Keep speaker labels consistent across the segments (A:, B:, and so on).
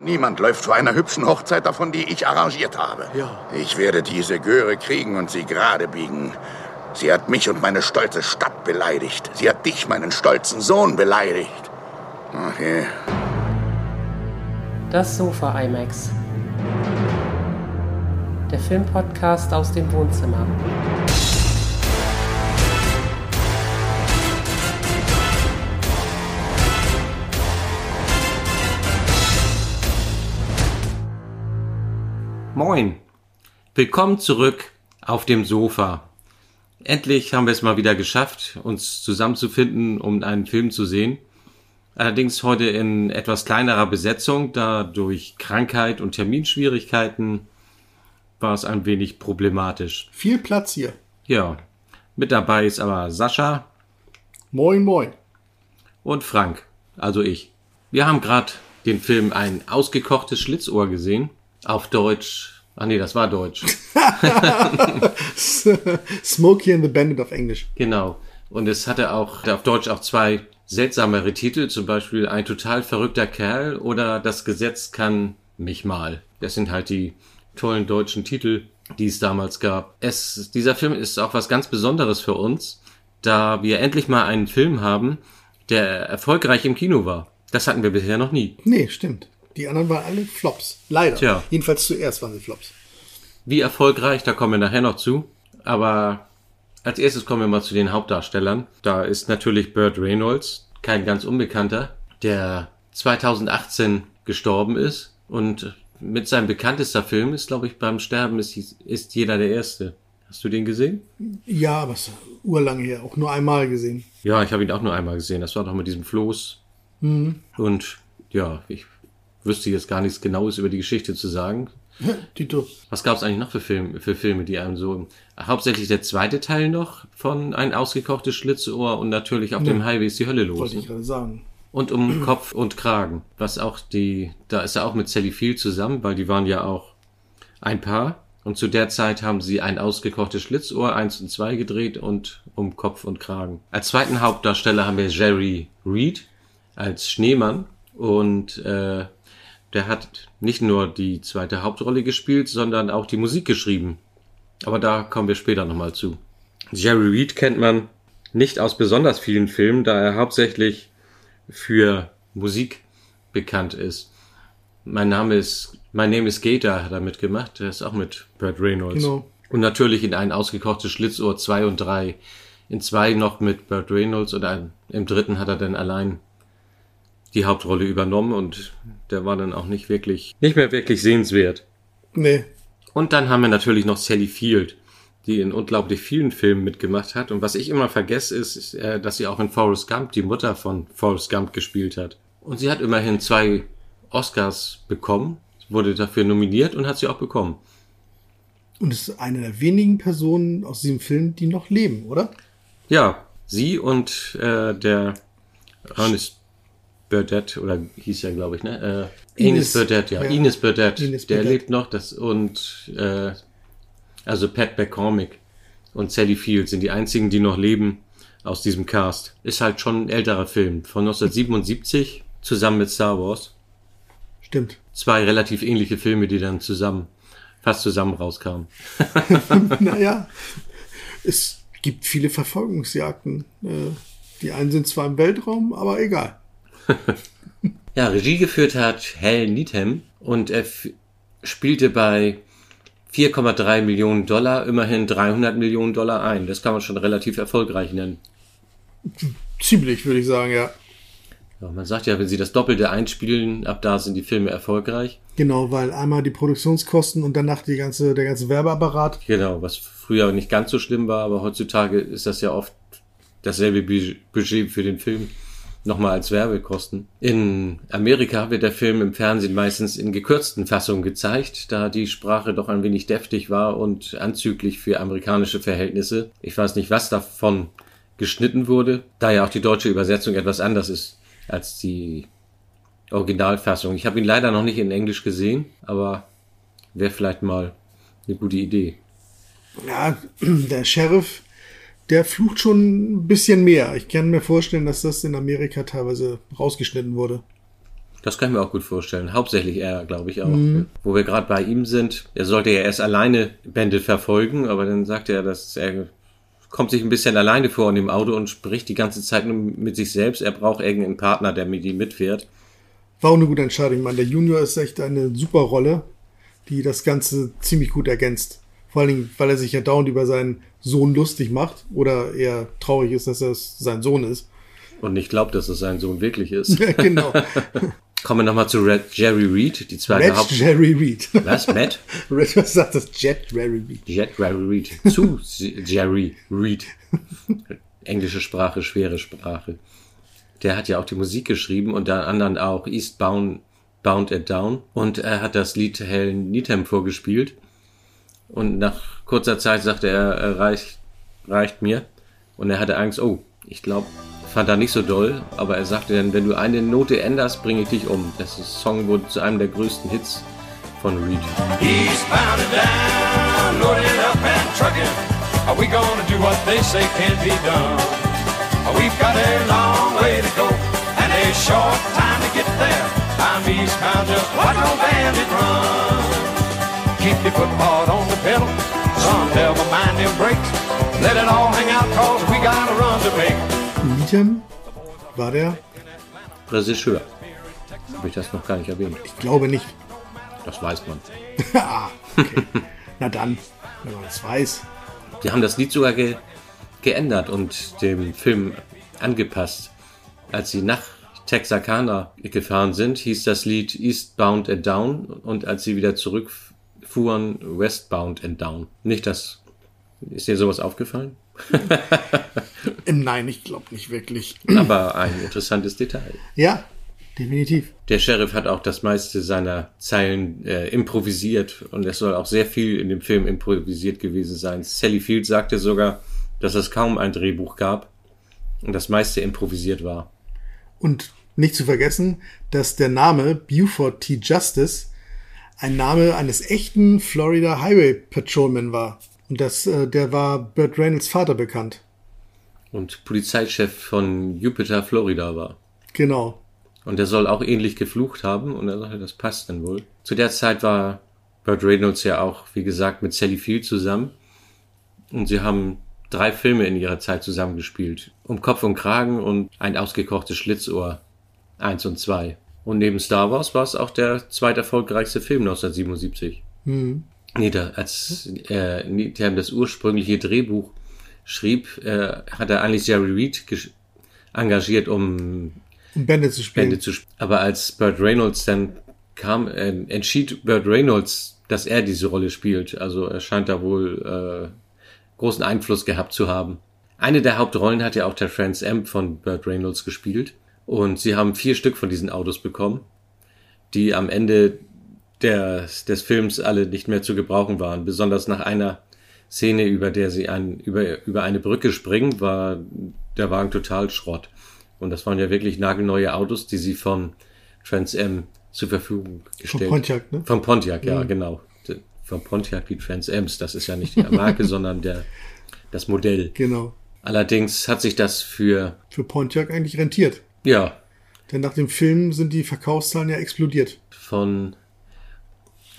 A: Niemand läuft vor einer hübschen Hochzeit davon, die ich arrangiert habe.
B: Ja.
A: Ich werde diese Göre kriegen und sie gerade biegen. Sie hat mich und meine stolze Stadt beleidigt. Sie hat dich, meinen stolzen Sohn, beleidigt. Okay.
C: Das Sofa IMAX. Der Filmpodcast aus dem Wohnzimmer.
D: Moin. Willkommen zurück auf dem Sofa. Endlich haben wir es mal wieder geschafft, uns zusammenzufinden, um einen Film zu sehen. Allerdings heute in etwas kleinerer Besetzung, da durch Krankheit und Terminschwierigkeiten war es ein wenig problematisch.
B: Viel Platz hier.
D: Ja, mit dabei ist aber Sascha
B: Moin, moin.
D: und Frank, also ich. Wir haben gerade den Film Ein ausgekochtes Schlitzohr gesehen. Auf Deutsch. Ah nee, das war Deutsch.
B: Smokey and the Bandit auf Englisch.
D: Genau. Und es hatte auch auf Deutsch auch zwei seltsamere Titel, zum Beispiel Ein total verrückter Kerl oder Das Gesetz kann mich mal. Das sind halt die tollen deutschen Titel, die es damals gab. Es, dieser Film ist auch was ganz Besonderes für uns, da wir endlich mal einen Film haben, der erfolgreich im Kino war. Das hatten wir bisher noch nie.
B: Nee, stimmt. Die anderen waren alle Flops. Leider.
D: Tja.
B: Jedenfalls zuerst waren sie Flops.
D: Wie erfolgreich, da kommen wir nachher noch zu. Aber als erstes kommen wir mal zu den Hauptdarstellern. Da ist natürlich Burt Reynolds, kein ganz Unbekannter, der 2018 gestorben ist und mit seinem bekanntester Film ist, glaube ich, beim Sterben ist, ist jeder der Erste. Hast du den gesehen?
B: Ja, aber es ist urlange her. Auch nur einmal gesehen.
D: Ja, ich habe ihn auch nur einmal gesehen. Das war doch mit diesem Floß. Und ja, ich wüsste jetzt gar nichts Genaues über die Geschichte zu sagen.
B: Tito.
D: Was gab es eigentlich noch für Filme, für Filme, die einem so hauptsächlich der zweite Teil noch von ein ausgekochtes Schlitzohr und natürlich auf dem Highway ist die Hölle los. ne?
B: Wollte ich gerade sagen.
D: Und um Kopf und Kragen. Was auch die, da ist er auch mit Sally Field zusammen, weil die waren ja auch ein Paar. Und zu der Zeit haben sie ein ausgekochtes Schlitzohr, eins und zwei gedreht und um Kopf und Kragen. Als zweiten Hauptdarsteller haben wir Jerry Reed als Schneemann und äh, der hat nicht nur die zweite Hauptrolle gespielt, sondern auch die Musik geschrieben. Aber da kommen wir später nochmal zu. Jerry Reed kennt man nicht aus besonders vielen Filmen, da er hauptsächlich für Musik bekannt ist. Mein Name ist, mein Name ist Gator hat er mitgemacht. Der ist auch mit Brad Reynolds.
B: Genau.
D: Und natürlich in ein ausgekochtes Schlitzohr 2 und 3. In 2 noch mit Brad Reynolds und ein, im dritten hat er dann allein die Hauptrolle übernommen und der war dann auch nicht wirklich, nicht mehr wirklich sehenswert.
B: Nee.
D: Und dann haben wir natürlich noch Sally Field, die in unglaublich vielen Filmen mitgemacht hat. Und was ich immer vergesse, ist, ist äh, dass sie auch in Forrest Gump die Mutter von Forrest Gump gespielt hat. Und sie hat immerhin zwei Oscars bekommen, wurde dafür nominiert und hat sie auch bekommen.
B: Und es ist eine der wenigen Personen aus diesem Film, die noch leben, oder?
D: Ja, sie und äh, der Ernest Burdett, oder hieß ja, glaube ich, ne? Äh, Ines,
B: Ines.
D: Burdett, ja.
B: Ja.
D: Ines Burdett.
B: Ines
D: der
B: Burdett.
D: lebt noch. Das, und äh, also Pat McCormick und Sally Field sind die einzigen, die noch leben aus diesem Cast. Ist halt schon ein älterer Film von 1977 zusammen mit Star Wars.
B: Stimmt.
D: Zwei relativ ähnliche Filme, die dann zusammen, fast zusammen rauskamen.
B: naja. Es gibt viele Verfolgungsjagden. Äh, Die einen sind zwar im Weltraum, aber egal.
D: Ja, Regie geführt hat Hal Needham und er f- spielte bei 4,3 Millionen Dollar immerhin 300 Millionen Dollar ein. Das kann man schon relativ erfolgreich nennen.
B: Ziemlich, würde ich sagen, ja.
D: Ja, man sagt ja, wenn sie das Doppelte einspielen, ab da sind die Filme erfolgreich.
B: Genau, weil einmal die Produktionskosten und danach die ganze, der ganze Werbeapparat.
D: Genau, was früher nicht ganz so schlimm war, aber heutzutage ist das ja oft dasselbe Bu- Budget für den Film nochmal als Werbekosten. In Amerika wird der Film im Fernsehen meistens in gekürzten Fassungen gezeigt, da die Sprache doch ein wenig deftig war und anzüglich für amerikanische Verhältnisse. Ich weiß nicht, was davon geschnitten wurde, da ja auch die deutsche Übersetzung etwas anders ist als die Originalfassung. Ich habe ihn leider noch nicht in Englisch gesehen, aber wäre vielleicht mal eine gute Idee.
B: Ja, der Sheriff, der flucht schon ein bisschen mehr. Ich kann mir vorstellen, dass das in Amerika teilweise rausgeschnitten wurde.
D: Das kann ich mir auch gut vorstellen. Hauptsächlich er, glaube ich auch. Wo wir gerade bei ihm sind. Er sollte ja erst alleine Bandit verfolgen, aber dann sagt er, dass er kommt sich ein bisschen alleine vor in dem Auto und spricht die ganze Zeit nur mit sich selbst. Er braucht irgendeinen Partner, der mit ihm mitfährt.
B: War auch eine gute Entscheidung, Mann. Der Junior ist echt eine super Rolle, die das Ganze ziemlich gut ergänzt. Vor allen Dingen, weil er sich ja dauernd über seinen Sohn lustig macht oder eher traurig ist, dass er sein Sohn ist.
D: Und ich glaube, dass es sein Sohn wirklich ist.
B: Ja, genau.
D: Kommen wir nochmal zu Red Jerry Reed, die zweite
B: Red
D: Haupt...
B: Jerry Reed.
D: Was? Matt?
B: Red, was sagt das? Jet Jerry Reed.
D: Jet Jerry Reed. Zu Jerry Reed. Englische Sprache, schwere Sprache. Der hat ja auch die Musik geschrieben und dann anderen auch Eastbound Bound and Down. Und er hat das Lied Helen Needham vorgespielt. Und nach kurzer Zeit sagte er, äh, reicht, reicht mir. Und er hatte Angst, oh, ich glaube, fand er nicht so doll. Aber er sagte dann, wenn du eine Note änderst, bringe ich dich um. Das ist, Song wurde zu einem der größten Hits von Reed.
E: He's bound and down, loaded up and trucking. Are we gonna do what they say can't be done? We've got a long way to go and a short time to get there. I'm eastbound, just like no bandit run. Keep your foot hard on the pedal, son, never mind them brakes. Let it all hang out, cause we got a run to make.
B: Liedem war der?
D: Regisseur. Habe ich das noch gar nicht erwähnt.
B: Ich glaube nicht.
D: Das weiß man.
B: ah, okay. Na dann, wenn man das weiß.
D: Die haben das Lied sogar ge geändert und dem Film angepasst. Als sie nach Texarkana gefahren sind, hieß das Lied Eastbound and Down und als sie wieder zurückfuhren, Westbound and Down. Nicht das. Ist dir sowas aufgefallen?
B: Ähm, Nein, ich glaube nicht wirklich.
D: Aber ein interessantes Detail.
B: Ja, definitiv.
D: Der Sheriff hat auch das meiste seiner Zeilen äh, improvisiert und es soll auch sehr viel in dem Film improvisiert gewesen sein. Sally Field sagte sogar, dass es kaum ein Drehbuch gab und das meiste improvisiert war.
B: Und nicht zu vergessen, dass der Name Buford T. Justice ein Name eines echten Florida Highway Patrolman war. Und das, äh, der war Burt Reynolds Vater bekannt.
D: Und Polizeichef von Jupiter, Florida war.
B: Genau.
D: Und der soll auch ähnlich geflucht haben und er sagte, das passt dann wohl. Zu der Zeit war Burt Reynolds ja auch, wie gesagt, mit Sally Field zusammen. Und sie haben drei Filme in ihrer Zeit zusammengespielt. Um Kopf und Kragen und ein ausgekochtes Schlitzohr. Eins und zwei. Und neben Star Wars war es auch der zweiterfolgreichste Film 1977. Nee, da, als äh, Needham das ursprüngliche Drehbuch schrieb, äh, hat er eigentlich Jerry Reed gesch- engagiert, um
B: Um Bände zu spielen.
D: Bände zu spielen. Aber als Burt Reynolds dann kam, ähm, entschied Burt Reynolds, dass er diese Rolle spielt. Also er scheint da wohl äh, großen Einfluss gehabt zu haben. Eine der Hauptrollen hat ja auch der Franz M. von Burt Reynolds gespielt. Und sie haben vier Stück von diesen Autos bekommen, die am Ende des, des Films alle nicht mehr zu gebrauchen waren. Besonders nach einer Szene, über der sie ein, über, über eine Brücke springen, war der Wagen total Schrott. Und das waren ja wirklich nagelneue Autos, die sie von Trans Am zur Verfügung gestellt
B: Pontiac, ne?
D: Von Pontiac, ja, genau. De- Von Pontiac die Trans Ams. Das ist ja nicht die Marke, sondern der, das Modell.
B: Genau.
D: Allerdings hat sich das für,
B: Für Pontiac eigentlich rentiert.
D: ja,
B: Denn nach dem Film sind die Verkaufszahlen ja explodiert.
D: von,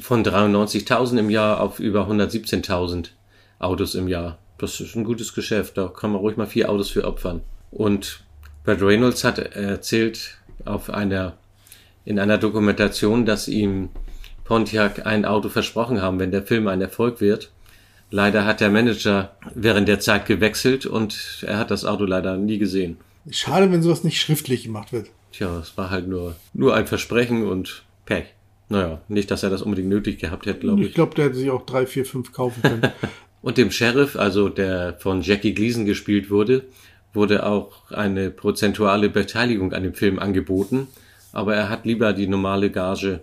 D: von 93.000 im Jahr auf über 117.000 Autos im Jahr. Das ist ein gutes Geschäft. Da kann man ruhig mal vier Autos für opfern. Und Brad Reynolds hat erzählt auf einer, in einer Dokumentation, dass ihm Pontiac ein Auto versprochen haben, wenn der Film ein Erfolg wird. Leider hat der Manager während der Zeit gewechselt und er hat das Auto leider nie gesehen.
B: Schade, wenn sowas nicht schriftlich gemacht wird.
D: Tja, es war halt nur, nur ein Versprechen und Pech. Naja, nicht, dass er das unbedingt nötig gehabt hätte, glaube
B: Ich
D: ich.
B: glaube, der hätte sich auch drei, vier, fünf kaufen können.
D: Und dem Sheriff, also der von Jackie Gleason gespielt wurde, wurde auch eine prozentuale Beteiligung an dem Film angeboten. Aber er hat lieber die normale Gage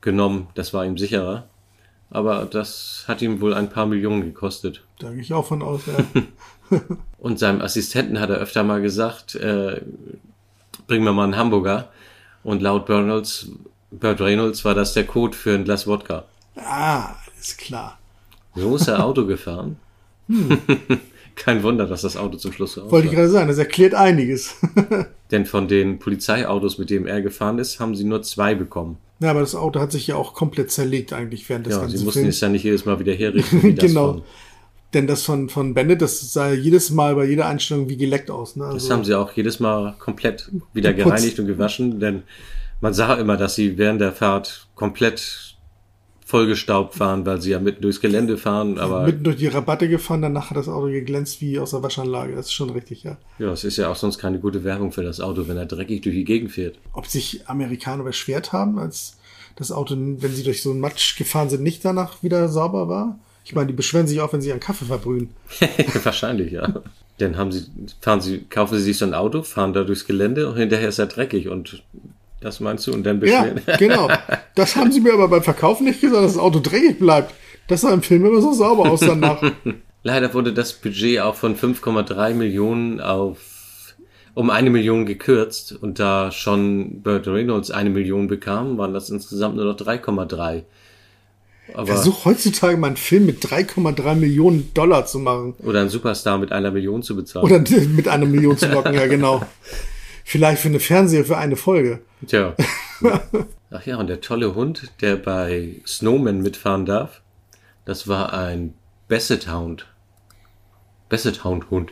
D: genommen. Das war ihm sicherer. Aber das hat ihm wohl ein paar Millionen gekostet.
B: da gehe ich auch von aus. Ja.
D: Und seinem Assistenten hat er öfter mal gesagt, äh, bring mir mal einen Hamburger. Und laut Reynolds, Bert Reynolds war das der Code für ein Glas Wodka.
B: Ah, ist klar.
D: So ist er Auto gefahren. Kein Wunder, dass das Auto zum Schluss so
B: Wollte ich
D: aussah.
B: gerade sagen, das erklärt einiges.
D: Denn von den Polizeiautos, mit denen er gefahren ist, haben sie nur zwei bekommen.
B: ja, aber das Auto hat sich ja auch komplett zerlegt eigentlich während des
D: Ja,
B: ganzen
D: sie mussten
B: Films.
D: es ja nicht jedes Mal wieder herrichten. Wie das
B: Genau.
D: von-
B: Denn das von, von Bennett, das sah jedes Mal bei jeder Einstellung wie geleckt aus. Ne? Also,
D: Das haben sie auch jedes Mal komplett wieder
B: Geputzt.
D: gereinigt und gewaschen, denn man sah immer, dass sie während der Fahrt komplett vollgestaubt waren, weil sie ja mitten durchs Gelände fahren, aber
B: mitten durch die Rabatte gefahren, danach hat das Auto geglänzt wie aus der Waschanlage. Das ist schon richtig, ja.
D: ja, es ist ja auch sonst keine gute Werbung für das Auto, wenn er dreckig durch die Gegend fährt.
B: Ob sich Amerikaner beschwert haben, als das Auto, wenn sie durch so einen Matsch gefahren sind, nicht danach wieder sauber war? Ich meine, die beschweren sich auch, wenn sie ihren Kaffee verbrühen.
D: Wahrscheinlich, ja. Dann haben sie, fahren sie, kaufen sie sich so ein Auto, fahren da durchs Gelände und hinterher ist er dreckig und das meinst du und dann
B: Ja,
D: beschweren.
B: genau. Das haben sie mir aber beim Verkauf nicht gesagt, dass das Auto dreckig bleibt. Das sah im Film immer so sauber aus danach.
D: Leider wurde das Budget auch von 5,3 Millionen auf um eine Million gekürzt und da schon Burt Reynolds eine Million bekam, waren das insgesamt nur noch 3,3. Aber
B: Versuch heutzutage mal einen Film mit 3,3 Millionen Dollar zu machen.
D: oder ein Superstar mit einer Million zu bezahlen.
B: Oder mit einer Million zu locken, ja genau. Vielleicht für eine Fernseh für eine Folge.
D: Tja. Ach ja, und der tolle Hund, der bei Snowman mitfahren darf, das war ein Basset Hound. Basset Hound Hund.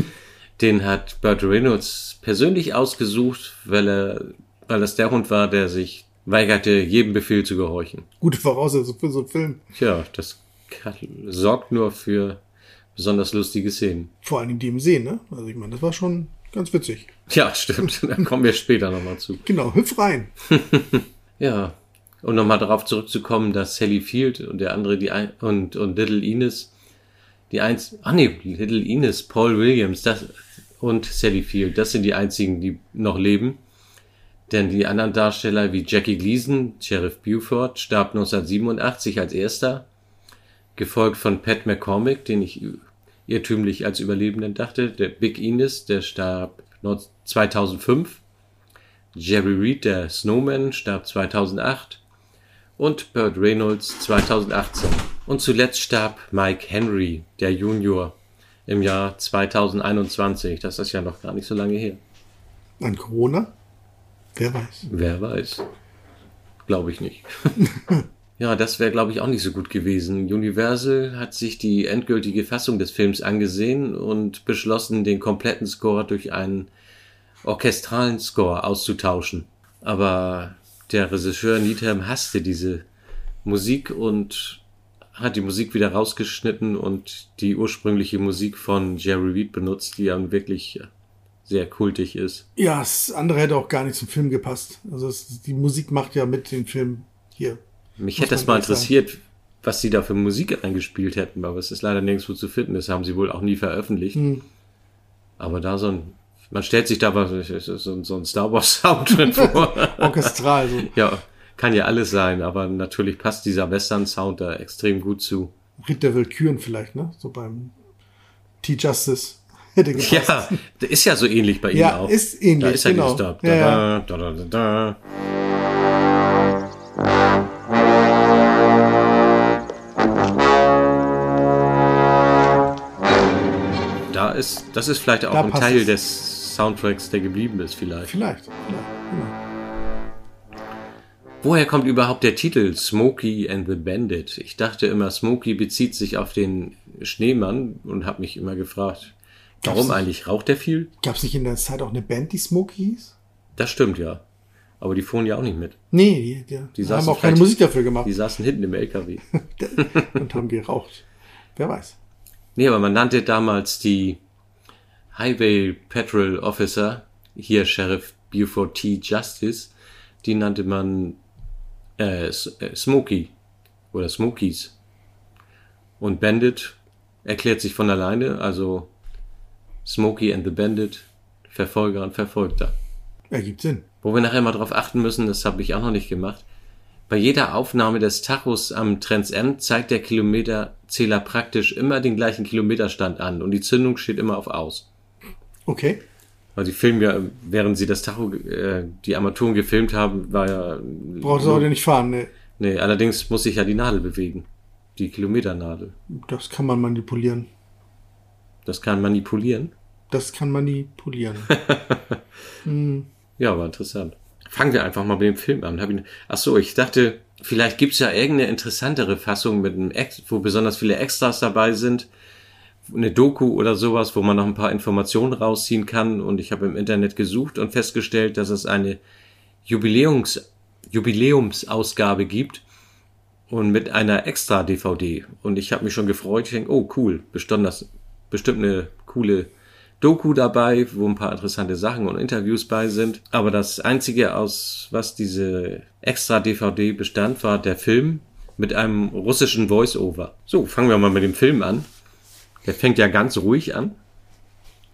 D: Den hat Burt Reynolds persönlich ausgesucht, weil er, weil das der Hund war, der sich weigerte, jedem Befehl zu gehorchen.
B: Gute Voraussetzung für so einen Film.
D: Tja, das kann, sorgt nur für besonders lustige Szenen.
B: Vor allem die im See, ne? Also ich meine, das war schon ganz witzig.
D: Ja, stimmt. Da kommen wir später nochmal zu.
B: Genau, hüpf rein.
D: Ja, um nochmal darauf zurückzukommen, dass Sally Field und der andere, die ein, und, und Little Ines, die eins, ah nee, Little Ines, Paul Williams, das, und Sally Field, das sind die einzigen, die noch leben. Denn die anderen Darsteller wie Jackie Gleason, Sheriff Buford, starb 1987 als erster, gefolgt von Pat McCormick, den ich ü- irrtümlich als Überlebenden dachte, der Big Ines, der starb 19- 2005. Jerry Reed, der Snowman, starb 2008 und Burt Reynolds 2018. Und zuletzt starb Mike Henry, der Junior, im Jahr 2021. Das ist ja noch gar nicht so lange her.
B: An Corona? Wer weiß.
D: Wer weiß. Glaube ich nicht. ja, das wäre, glaube ich, auch nicht so gut gewesen. Universal hat sich die endgültige Fassung des Films angesehen und beschlossen, den kompletten Score durch einen orchestralen Score auszutauschen. Aber der Regisseur Needham hasste diese Musik und hat die Musik wieder rausgeschnitten und die ursprüngliche Musik von Jerry Reed benutzt, die dann wirklich sehr kultig ist.
B: Ja, das andere hätte auch gar nicht zum Film gepasst. Also es, die Musik macht ja mit dem Film hier.
D: Mich
B: Muss
D: hätte das
B: man
D: mal
B: ehrlich sagen.
D: interessiert, was sie da für Musik eingespielt hätten, aber es ist leider nirgendwo zu finden. Das haben sie wohl auch nie veröffentlicht.
B: Hm.
D: Aber da so ein, man stellt sich da was- so ein- so ein Star Wars Sound drin vor.
B: Orchestral. So.
D: ja, kann ja alles sein, aber natürlich passt dieser Western Sound da extrem gut zu.
B: Ritt der Willküren vielleicht, ne? So beim T-Justice hätte gepasst.
D: Ja, der ist ja so ähnlich bei ihm
B: Ja,
D: auch.
B: ist ähnlich,
D: Da ist ja
B: genau.
D: dieses da, da,
B: Ja,
D: da, da, da, da, da. Da ist, das ist vielleicht auch
B: Da
D: ein
B: passt
D: Teil
B: es.
D: des Soundtracks, der geblieben ist vielleicht.
B: Vielleicht. vielleicht genau.
D: Woher kommt überhaupt der Titel Smokey and the Bandit? Ich dachte immer, Smokey bezieht sich auf den Schneemann und habe mich immer gefragt, warum
B: nicht?
D: eigentlich raucht er viel?
B: Gab es nicht in der Zeit auch eine Band, die Smokey hieß?
D: Das stimmt ja. Aber die fuhren ja auch nicht mit.
B: Nee, die, die,
D: Die
B: haben
D: saßen
B: auch keine
D: vielleicht-
B: Musik dafür gemacht
D: Die saßen hinten im LKW.
B: und haben geraucht. Wer weiß.
D: Nee, aber man nannte damals die Highway Patrol Officer, hier Sheriff Buford T. Justice, die nannte man äh, S- äh, Smokey oder Smokies. Und Bandit erklärt sich von alleine, also Smokey and the Bandit, Verfolger und Verfolgter.
B: Ergibt Sinn.
D: Wo wir nachher mal drauf achten müssen, das habe ich auch noch nicht gemacht. Bei jeder Aufnahme des Tachos am Trends End zeigt der Kilometerzähler praktisch immer den gleichen Kilometerstand an und die Zündung steht immer auf aus.
B: Okay.
D: Weil die filmen ja, während sie das Tacho, äh, die Armaturen gefilmt haben, war ja.
B: Brauchst du heute nicht fahren, ne?
D: Nee, allerdings muss sich ja die Nadel bewegen. Die Kilometernadel.
B: Das kann man manipulieren.
D: Das kann manipulieren.
B: Das kann manipulieren.
D: Ja, war interessant. Fangen wir einfach mal mit dem Film an. Hab ihn, ach so, ich dachte, vielleicht gibt's ja irgendeine interessantere Fassung mit einem Ex, wo besonders viele Extras dabei sind. Eine Doku oder sowas, wo man noch ein paar Informationen rausziehen kann. Und ich habe im Internet gesucht und festgestellt, dass es eine Jubiläums, Jubiläumsausgabe gibt und mit einer extra DVD. Und ich habe mich schon gefreut. Ich denke, oh cool, bestimmt, das, bestimmt eine coole Doku dabei, wo ein paar interessante Sachen und Interviews bei sind. Aber das einzige, aus was diese extra DVD bestand, war der Film mit einem russischen Voice-Over. So, fangen wir mal mit dem Film an. Der fängt ja ganz ruhig an.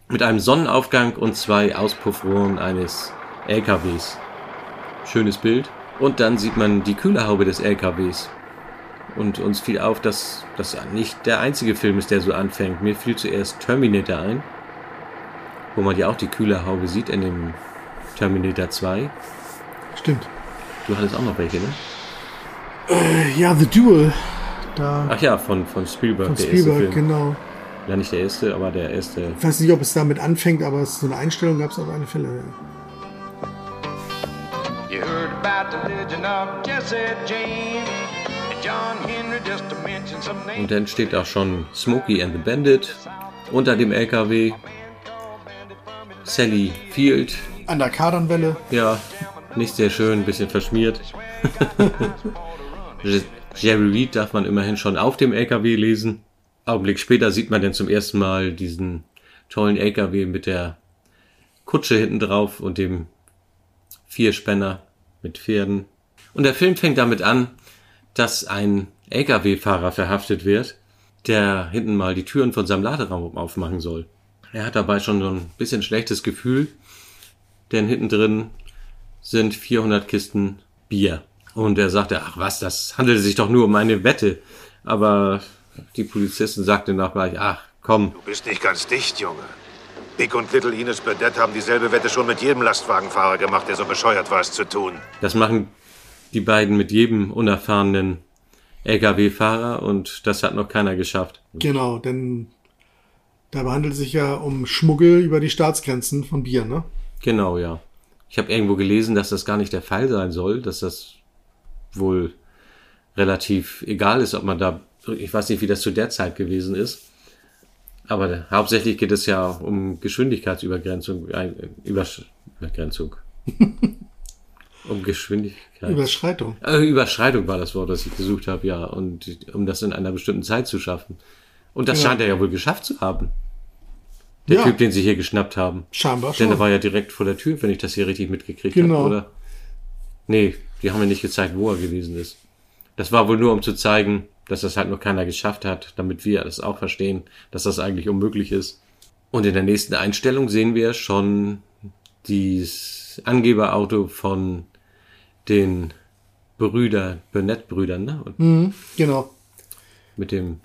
D: Mit einem Sonnenaufgang und zwei Auspuffrohren eines LKWs. Schönes Bild. Und dann sieht man die Kühlerhaube des LKWs. Und uns fiel auf, dass das nicht der einzige Film ist, der so anfängt. Mir fiel zuerst Terminator ein, wo man ja auch die Kühlerhaube sieht in dem Terminator 2.
B: Stimmt.
D: Du hattest auch noch welche, ne?
B: Ja, The Duel. Da
D: Ach ja, von, von Spielberg,
B: von
D: der
B: Spielberg,
D: erste Film.
B: genau.
D: Ja, nicht der erste, aber der erste.
B: Ich weiß nicht, ob es damit anfängt, aber es so eine Einstellung gab es auf alle Fälle.
E: You heard about the legend of Jesse James and John Henry, just to mention some names.
D: Und dann steht auch schon Smokey and the Bandit unter dem LKW. Sally Field,
B: An der Kardanwelle.
D: ja, nicht sehr schön, ein bisschen verschmiert. Je- Jerry Reed darf man immerhin schon auf dem LKW lesen. Augenblick später sieht man dann zum ersten Mal diesen tollen LKW mit der Kutsche hinten drauf und dem Vierspänner mit Pferden. Und der Film fängt damit an, dass ein LKW-Fahrer verhaftet wird, der hinten mal die Türen von seinem Laderaum aufmachen soll. Er hat dabei schon so ein bisschen schlechtes Gefühl, denn hinten drin sind 400 Kisten Bier. Und er sagte, ach was, das handelte sich doch nur um eine Wette. Aber die Polizisten sagten nach gleich, ach komm,
F: Bist nicht ganz dicht, Junge. Dick und Little Ines Burdett haben dieselbe Wette schon mit jedem Lastwagenfahrer gemacht, der so bescheuert war, es zu tun.
D: das machen die beiden mit jedem unerfahrenen LKW-Fahrer und das hat noch keiner geschafft.
B: Genau, denn da handelt es sich ja um Schmuggel über die Staatsgrenzen von Bier, ne?
D: Genau, ja. Ich habe irgendwo gelesen, dass das gar nicht der Fall sein soll, dass das wohl relativ egal ist, ob man da, ich weiß nicht, wie das zu der Zeit gewesen ist, aber hauptsächlich geht es ja um Geschwindigkeitsübergrenzung, äh, Übersch Übergrenzung. um Geschwindigkeit.
B: Überschreitung.
D: Äh, Überschreitung war das Wort, das ich gesucht habe, ja, und um das in einer bestimmten Zeit zu schaffen. Und das
B: Ja.
D: scheint er ja wohl geschafft zu haben. Der
B: Ja.
D: Typ, den sie hier geschnappt haben.
B: Scheinbar
D: Denn er
B: schon.
D: war ja direkt vor der Tür, wenn ich das hier richtig mitgekriegt
B: Genau.
D: habe, oder? Nee, die haben mir nicht gezeigt, wo er gewesen ist. Das war wohl nur, um zu zeigen, dass das halt noch keiner geschafft hat, damit wir das auch verstehen, dass das eigentlich unmöglich ist. Und in der nächsten Einstellung sehen wir schon dieses Angeberauto von den Brüder, Burnett-Brüdern, ne? Und
B: Genau.
D: mit dem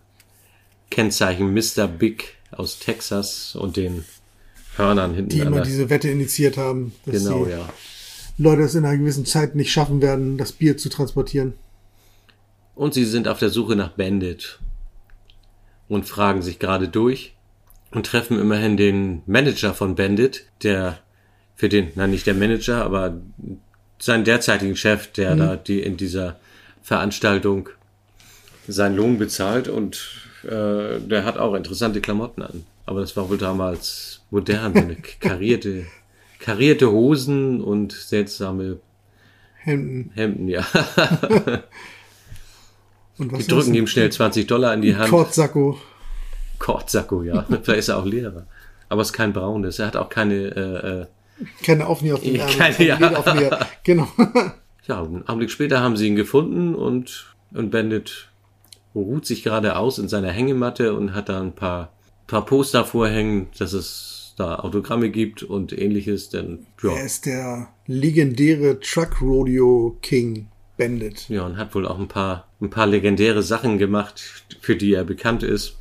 D: Kennzeichen Mr. Big aus Texas und den Hörnern hinten
B: Die
D: an
B: immer
D: der-
B: diese Wette initiiert haben, dass
D: Genau,
B: die
D: ja.
B: Leute es in einer gewissen Zeit nicht schaffen werden, das Bier zu transportieren.
D: Und sie sind auf der Suche nach Bandit und fragen sich gerade durch und treffen immerhin den Manager von Bandit, der für den, nein, nicht der Manager, aber seinen derzeitigen Chef, der da die in dieser Veranstaltung seinen Lohn bezahlt und äh, der hat auch interessante Klamotten an. Aber das war wohl damals modern, so eine karierte, karierte Hosen und seltsame
B: Hemden.
D: Hemden, ja.
B: Und was
D: Die drücken
B: ist-
D: ihm schnell 20 Dollar in die Hand.
B: Kortsacko.
D: Kortsacko, oh ja. Vielleicht ist er auch Lehrer. Aber es ist kein braunes. Er hat auch keine, äh, äh,
B: Keine Aufnäher auf den
D: Ja,
B: Ärmel.
D: keine, ja.
B: Lied auf den Ärmel. Genau.
D: ja, einen Augenblick später haben sie ihn gefunden und, und Bandit ruht sich gerade aus in seiner Hängematte und hat da ein paar, paar Poster vorhängen, dass es da Autogramme gibt und ähnliches, denn, ja.
B: Er ist der legendäre Truck Rodeo King Bandit.
D: Ja, und hat wohl auch ein paar, ein paar legendäre Sachen gemacht, für die er bekannt ist,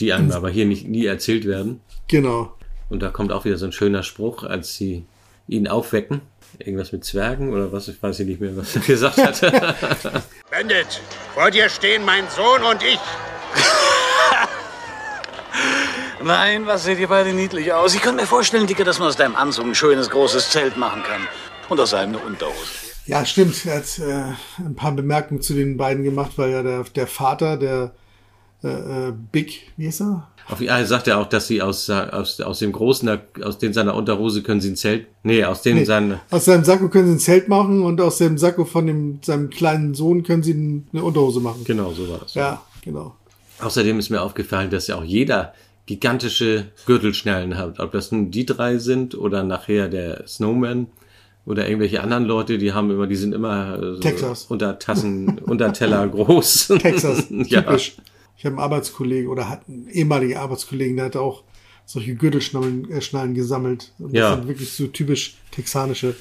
D: die einem aber hier nicht, nie erzählt werden.
B: Genau.
D: Und da kommt auch wieder so ein schöner Spruch, als sie ihn aufwecken. Irgendwas mit Zwergen oder was, ich weiß ich nicht mehr, was er gesagt hat.
A: Bandit, vor dir stehen mein Sohn und ich.
G: Nein, was seht ihr beide niedlich aus? Ich könnte mir vorstellen, Dicker, dass man aus deinem Anzug ein schönes großes Zelt machen kann. Und aus einem eine Unterhose.
B: Ja, stimmt. Er hat äh, ein paar Bemerkungen zu den beiden gemacht, weil ja der, der Vater, der äh, äh, Big, wie ist er?
D: Auf, ah, er sagt ja auch, dass sie aus, aus, aus dem großen, aus den seiner Unterhose können sie ein Zelt. Nee, aus dem
B: Nee.
D: seiner.
B: Aus seinem Sakko können sie ein Zelt machen und aus dem Sakko von dem, seinem kleinen Sohn können sie ein- eine Unterhose machen.
D: Genau, so war das.
B: Ja, genau.
D: Außerdem ist mir aufgefallen, dass ja auch jeder gigantische Gürtelschnallen hat. Ob das nun die drei sind oder nachher der Snowman oder irgendwelche anderen Leute, die haben immer, die sind immer äh, so
B: Texas.
D: unter Tassen, unter Teller groß.
B: Texas,
D: ja.
B: typisch. Ich habe einen Arbeitskollegen oder hat einen ehemaligen Arbeitskollegen, der hat auch solche Gürtelschnallen äh, Schnallen gesammelt. Und
D: Ja.
B: Das sind wirklich so typisch texanische.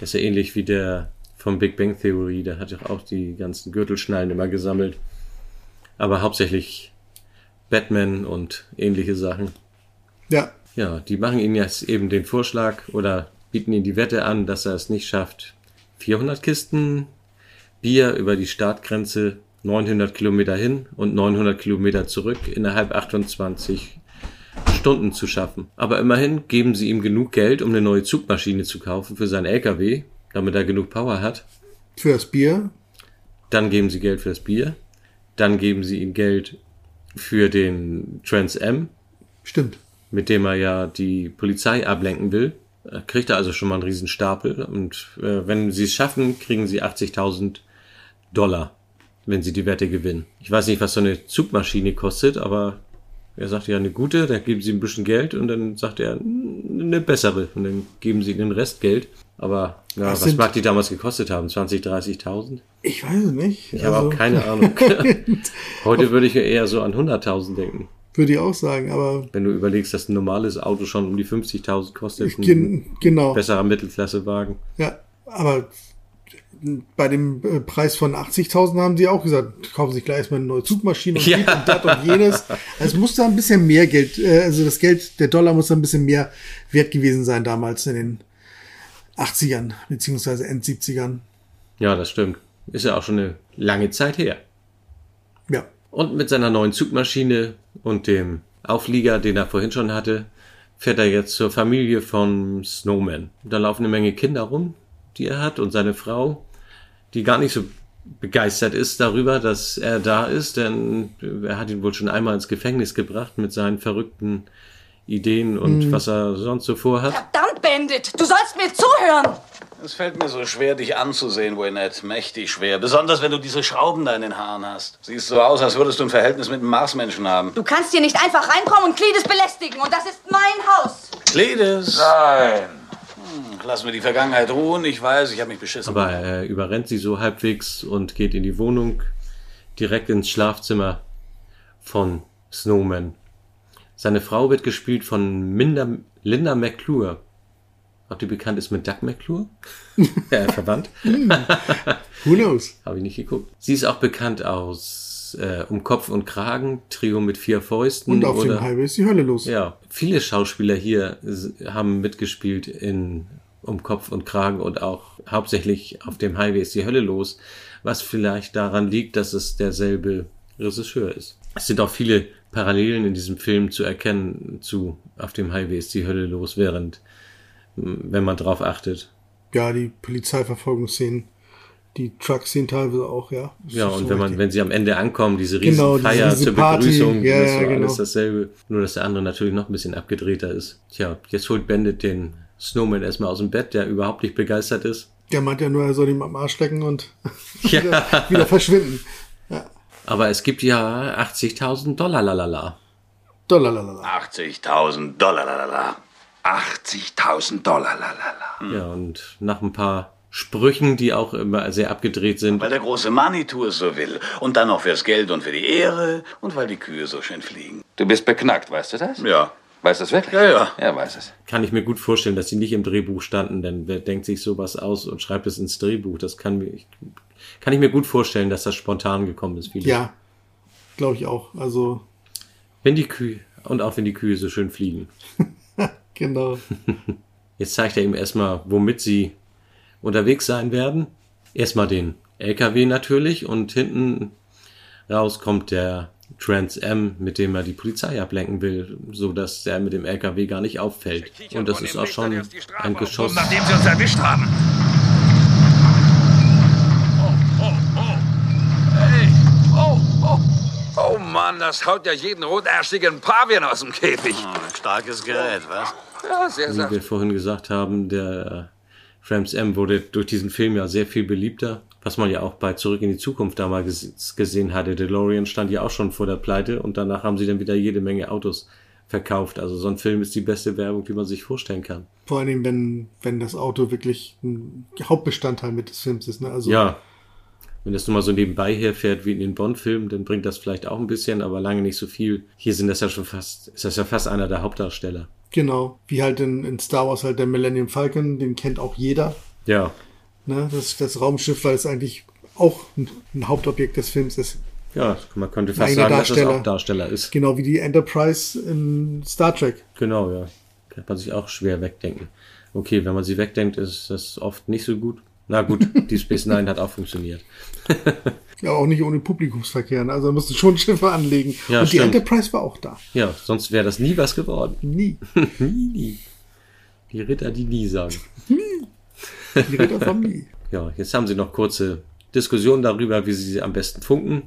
D: Das ist ja ähnlich wie der vom Big Bang Theory, der hat ja auch die ganzen Gürtelschnallen immer gesammelt. Aber hauptsächlich Batman und ähnliche Sachen.
B: Ja,
D: Ja, die machen ihm jetzt eben den Vorschlag oder bieten ihm die Wette an, dass er es nicht schafft. 400 Kisten Bier über die Startgrenze, 900 Kilometer hin und 900 Kilometer zurück innerhalb 28 Stunden zu schaffen. Aber immerhin geben sie ihm genug Geld, um eine neue Zugmaschine zu kaufen für seinen LKW, damit er genug Power hat.
B: für das Bier.
D: Dann geben sie Geld für das Bier. Dann geben sie ihm Geld für den Trans Am,
B: Stimmt.
D: mit dem er ja die Polizei ablenken will. Er Kriegt er also schon mal einen riesen Stapel und äh, wenn sie es schaffen, kriegen sie 80.000 Dollar, wenn sie die Wette gewinnen. Ich weiß nicht, was so eine Zugmaschine kostet, aber er sagt ja eine gute, da geben sie ein bisschen Geld und dann sagt er "N- eine bessere und dann geben sie den Rest Geld. Aber ja,
B: Das
D: was
B: sind-
D: mag die damals gekostet haben? 20, 30.000?
B: Ich weiß es nicht. Also,
D: Ich habe auch keine Ahnung. Heute würde ich ja eher so an 100.000 denken.
B: Würde ich auch sagen, aber
D: Wenn du überlegst, dass ein normales Auto schon um die 50.000 kostet, ein
B: gen genau.
D: besserer Mittelklassewagen.
B: Ja, aber bei dem äh, Preis von 80.000 haben sie auch gesagt, kaufen sich gleich erstmal eine neue Zugmaschine und,
D: Ja.
B: dies und das und jenes. Es muss da ein bisschen mehr Geld, äh, also das Geld, der Dollar muss da ein bisschen mehr wert gewesen sein damals in den 80ern, beziehungsweise End 70ern.
D: Ja, das stimmt. Ist ja auch schon eine lange Zeit her.
B: Ja,
D: Und mit seiner neuen Zugmaschine und dem Auflieger, den er vorhin schon hatte, fährt er jetzt zur Familie von Snowman. Da laufen eine Menge Kinder rum, die er hat und seine Frau, die gar nicht so begeistert ist darüber, dass er da ist, denn er hat ihn wohl schon einmal ins Gefängnis gebracht mit seinen verrückten Ideen und was er sonst so vorhat.
H: Verdammt, Bandit, du sollst mir zuhören.
G: Es fällt mir so schwer, dich anzusehen, Wynette. Mächtig schwer. Besonders, wenn du diese Schrauben da in den Haaren hast. Siehst so aus, als würdest du ein Verhältnis mit einem Marsmenschen haben.
H: Du kannst hier nicht einfach reinkommen und Cledes belästigen. Und das ist mein Haus.
G: Cledes!
E: Nein.
G: Lassen wir Hm, die Vergangenheit ruhen. Ich weiß, ich habe mich beschissen.
D: Aber er überrennt sie so halbwegs und geht in die Wohnung, direkt ins Schlafzimmer von Snowman. Seine Frau wird gespielt von Minda, Linda McClure. Ob die bekannt ist mit Doug McClure? ja, verwandt.
B: who knows?
D: Habe ich nicht geguckt. Sie ist auch bekannt aus äh, Um Kopf und Kragen, Trio mit vier Fäusten.
B: Und auf dem
D: oder,
B: Highway ist die Hölle los.
D: ja, viele Schauspieler hier s- haben mitgespielt in Um Kopf und Kragen und auch hauptsächlich auf dem Highway ist die Hölle los, was vielleicht daran liegt, dass es derselbe Regisseur ist. Es sind auch viele Parallelen in diesem Film zu erkennen zu Auf dem Highway ist die Hölle los, während, m, wenn man drauf achtet.
B: Ja, die Polizeiverfolgungsszenen, die Trucks sehen teilweise auch, ja. Das
D: Ja,
B: ist
D: und
B: so
D: wenn man,
B: richtig.
D: wenn sie am Ende ankommen, diese riesen
B: Genau, diese
D: Feier
B: riesen
D: zur
B: Party.
D: Begrüßung,
B: Ja,
D: das ist so
B: ja, genau.
D: alles dasselbe. Nur, dass der andere natürlich noch ein bisschen abgedrehter ist. Tja, jetzt holt Bandit den Snowman erstmal aus dem Bett, der überhaupt nicht begeistert ist.
B: Der meint ja nur, er soll ihm am Arsch lecken und wieder, wieder verschwinden.
D: Aber es gibt ja 80.000 Dollar, lalala.
B: Dollalala.
G: 80.000 Dollar, lalala.
E: 80.000 Dollar, lalala.
D: Ja, und nach ein paar Sprüchen, die auch immer sehr abgedreht sind.
G: Weil der große Manitou es so will. Und dann noch fürs Geld und für die Ehre. Und weil die Kühe so schön fliegen.
E: Du bist beknackt, weißt du das?
G: Ja.
E: Weißt du es wirklich?
G: Ja, ja.
E: Er weiß es.
D: Kann ich mir gut vorstellen, dass die nicht im Drehbuch standen, denn wer denkt sich sowas aus und schreibt es ins Drehbuch? Das kann mir, ich, kann ich mir gut vorstellen, dass das spontan gekommen ist. Viele
B: Ja, glaube ich auch. Also,
D: Wenn die Kühe, und auch wenn die Kühe so schön fliegen.
B: genau.
D: Jetzt zeigt er ihm erstmal, womit sie unterwegs sein werden. Erstmal den LKW natürlich und hinten raus kommt der Trans M, mit dem er die Polizei ablenken will, so dass er mit dem LKW gar nicht auffällt. Und das ist auch schon ein Geschoss.
I: nachdem sie uns erwischt haben. Oh, oh, oh. Hey. Oh, oh. Oh Mann, das haut ja jeden rotärschigen Pavian aus dem Käfig.
E: Ah.
G: Ein starkes Gerät, was?
I: Ja, sehr
D: Wie wir
I: saftig.
D: vorhin gesagt haben, der äh, Trans M wurde durch diesen Film ja sehr viel beliebter. Was man ja auch bei Zurück in die Zukunft damals ges- gesehen hatte. DeLorean stand ja auch schon vor der Pleite und danach haben sie dann wieder jede Menge Autos verkauft. Also so ein Film ist die beste Werbung, die man sich vorstellen kann.
B: Vor allen Dingen, wenn, wenn das Auto wirklich ein Hauptbestandteil mit des Films ist. Ne? Also
D: Ja. Wenn das nur mal so nebenbei herfährt wie in den Bond-Filmen, dann bringt das vielleicht auch ein bisschen, aber lange nicht so viel. Hier sind das ja schon fast, ist das ja fast einer der Hauptdarsteller.
B: genau. Wie halt in, in Star Wars halt der Millennium Falcon, den kennt auch jeder.
D: Ja,
B: Ne? Das, das Raumschiff, weil es eigentlich auch ein, ein Hauptobjekt des Films ist.
D: ja, man könnte fast
B: Eigener
D: sagen, dass das
B: Darsteller.
D: auch Darsteller ist.
B: Genau wie die Enterprise in Star Trek.
D: Genau, ja. Kann man sich auch schwer wegdenken. Okay, wenn man sie wegdenkt, ist das oft nicht so gut. Na gut, die Space Nine hat auch funktioniert.
B: Ja, auch nicht ohne Publikumsverkehr. Ne? Also da musst du schon Schiffe anlegen.
D: Ja,
B: Und die
D: stimmt.
B: Enterprise war auch da.
D: Ja, sonst wäre das nie was geworden.
B: Nie.
D: Nie, nie. Die Ritter, die nie sagen.
B: Die Ritter von nie.
D: Ja, jetzt haben sie noch kurze Diskussionen darüber, wie sie sie am besten funken.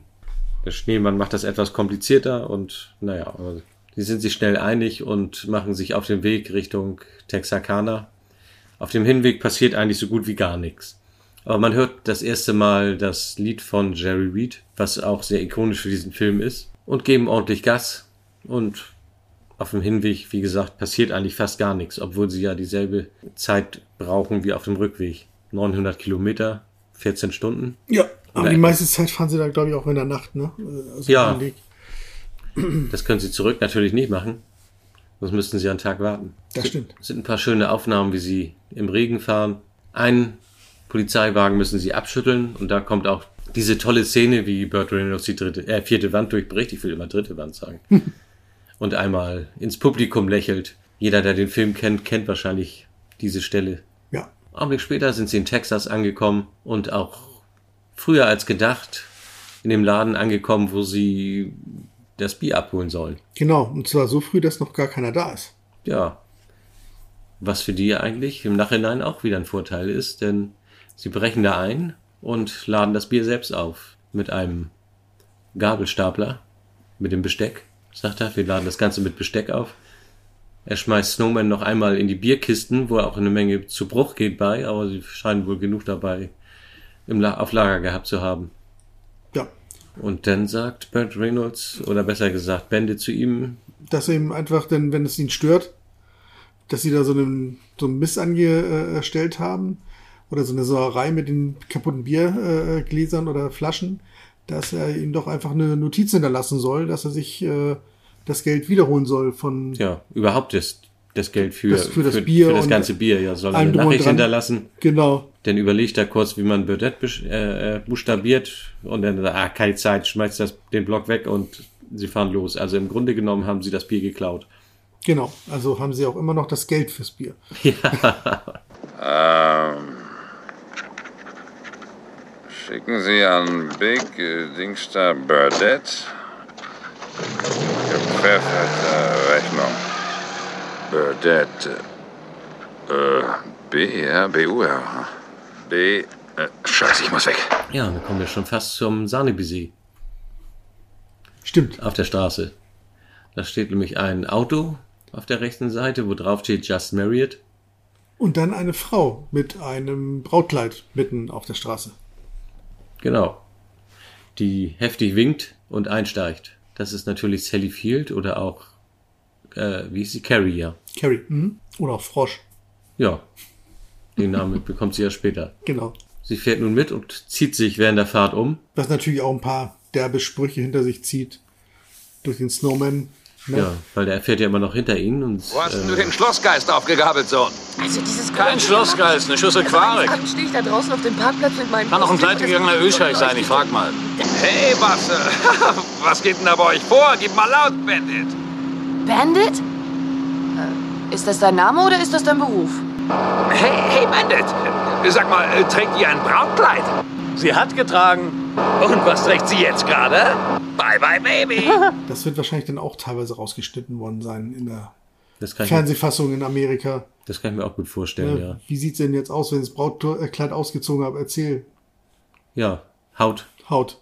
D: Der Schneemann macht das etwas komplizierter und naja, aber sie sind sich schnell einig und machen sich auf den Weg Richtung Texarkana. Auf dem Hinweg passiert eigentlich so gut wie gar nichts. Aber man hört das erste Mal das Lied von Jerry Reed, was auch sehr ikonisch für diesen Film ist, und geben ordentlich Gas. Und auf dem Hinweg, wie gesagt, passiert eigentlich fast gar nichts, obwohl sie ja dieselbe Zeit brauchen wie auf dem Rückweg. 900 Kilometer, 14 Stunden.
B: Ja. Aber
D: Nein.
B: die meiste Zeit fahren sie da, glaube ich, auch in der Nacht, ne? Also
D: Ja.
B: auf dem Weg.
D: Das können sie zurück natürlich nicht machen. Sonst müssten sie einen Tag warten.
B: Das stimmt.
D: Es sind ein paar schöne Aufnahmen, wie sie im Regen fahren. Einen Polizeiwagen müssen sie abschütteln und da kommt auch diese tolle Szene, wie Burt Reynolds die dritte, äh, vierte Wand durchbricht. Ich will immer dritte Wand sagen. und einmal ins Publikum lächelt. Jeder, der den Film kennt, kennt wahrscheinlich diese Stelle.
B: Ja.
D: Augenblick später sind sie in Texas angekommen und auch früher als gedacht in dem Laden angekommen, wo sie das Bier abholen sollen.
B: Genau. Und zwar so früh, dass noch gar keiner da ist.
D: Ja. Was für die ja eigentlich im Nachhinein auch wieder ein Vorteil ist, denn sie brechen da ein und laden das Bier selbst auf mit einem Gabelstapler, mit dem Besteck. Sagt er, wir laden das Ganze mit Besteck auf. Er schmeißt Snowman noch einmal in die Bierkisten, wo auch eine Menge zu Bruch geht bei, aber sie scheinen wohl genug dabei im La auf Lager gehabt zu haben.
B: Ja.
D: Und dann sagt Bert Reynolds, oder besser gesagt Bende zu ihm,
B: Dass eben einfach, denn, wenn es ihn stört, dass sie da so einen, so einen Mist angestellt haben oder so eine Sauerei mit den kaputten Biergläsern äh, Gläsern oder Flaschen, dass er ihm doch einfach eine Notiz hinterlassen soll, dass er sich äh, das Geld wiederholen soll von
D: ja, überhaupt das, das Geld für
B: Das- für das Bier
D: für das
B: und
D: ganze Bier, ja, soll eine
B: allem drum und
D: Nachricht
B: dran.
D: hinterlassen.
B: genau
D: Dann überlegt er kurz, wie man Burdett besch- äh, äh, buchstabiert und dann, ah, keine Zeit, schmeißt das, den Block weg und sie fahren los. Also im Grunde genommen haben sie das Bier geklaut.
B: genau. Also haben sie auch immer noch das Geld fürs Bier.
I: Schicken Sie an Big äh, Dingster Burdett. Gepfefferte Rechnung. Burdett. Äh, B-R, B-U-R. B. Äh, Scheiße, ich muss weg.
D: Ja, dann kommen wir schon fast zum Sanebisee
B: Stimmt.
D: auf der Straße. Da steht nämlich ein Auto auf der rechten Seite, wo drauf steht Just Married.
B: Und dann eine Frau mit einem Brautkleid mitten auf der Straße.
D: Genau. Die heftig winkt und einsteigt. Das ist natürlich Sally Field oder auch, äh, wie ist sie? Carrie, ja.
B: Carrie. Mhm. Oder auch Frosch.
D: Ja. Den Namen bekommt sie ja später.
B: Genau.
D: Sie fährt nun mit und zieht sich während der Fahrt um.
B: Was natürlich auch ein paar derbe Sprüche hinter sich zieht. Durch den Snowman. Ne?
D: Ja, weil der fährt ja immer noch hinter ihnen und
I: Wo hast denn du
D: äh,
I: den Schlossgeist aufgegabelt, Sohn?
J: Also dieses
G: Kein Schlossgeist, eine Schüssel Quark.
J: Abend stehe ich da draußen auf dem Parkplatz mit meinem...
G: Kann auch ein pleitegegangener Ölscheich sein, ich frag mal.
I: Hey, Basse. Was geht denn da bei euch vor? Gib mal laut, Bandit.
J: Bandit? Äh, Ist das dein Name oder ist das dein Beruf?
I: Hey, hey, Bandit. Sag mal, äh, trägt ihr ein Brautkleid?
G: Sie hat getragen.
I: Und was trägt sie jetzt gerade? Bei Bye bye, baby.
B: Das wird wahrscheinlich dann auch teilweise rausgeschnitten worden sein in der
D: Das kann, ich, mir-
B: Fernsehfassung in Amerika.
D: das kann ich mir auch gut vorstellen,
B: Ne?
D: ja.
B: Wie sieht's denn jetzt aus, wenn ich das Brautkleid äh, ausgezogen habe? Erzähl,
D: Ja, Haut.
B: Haut.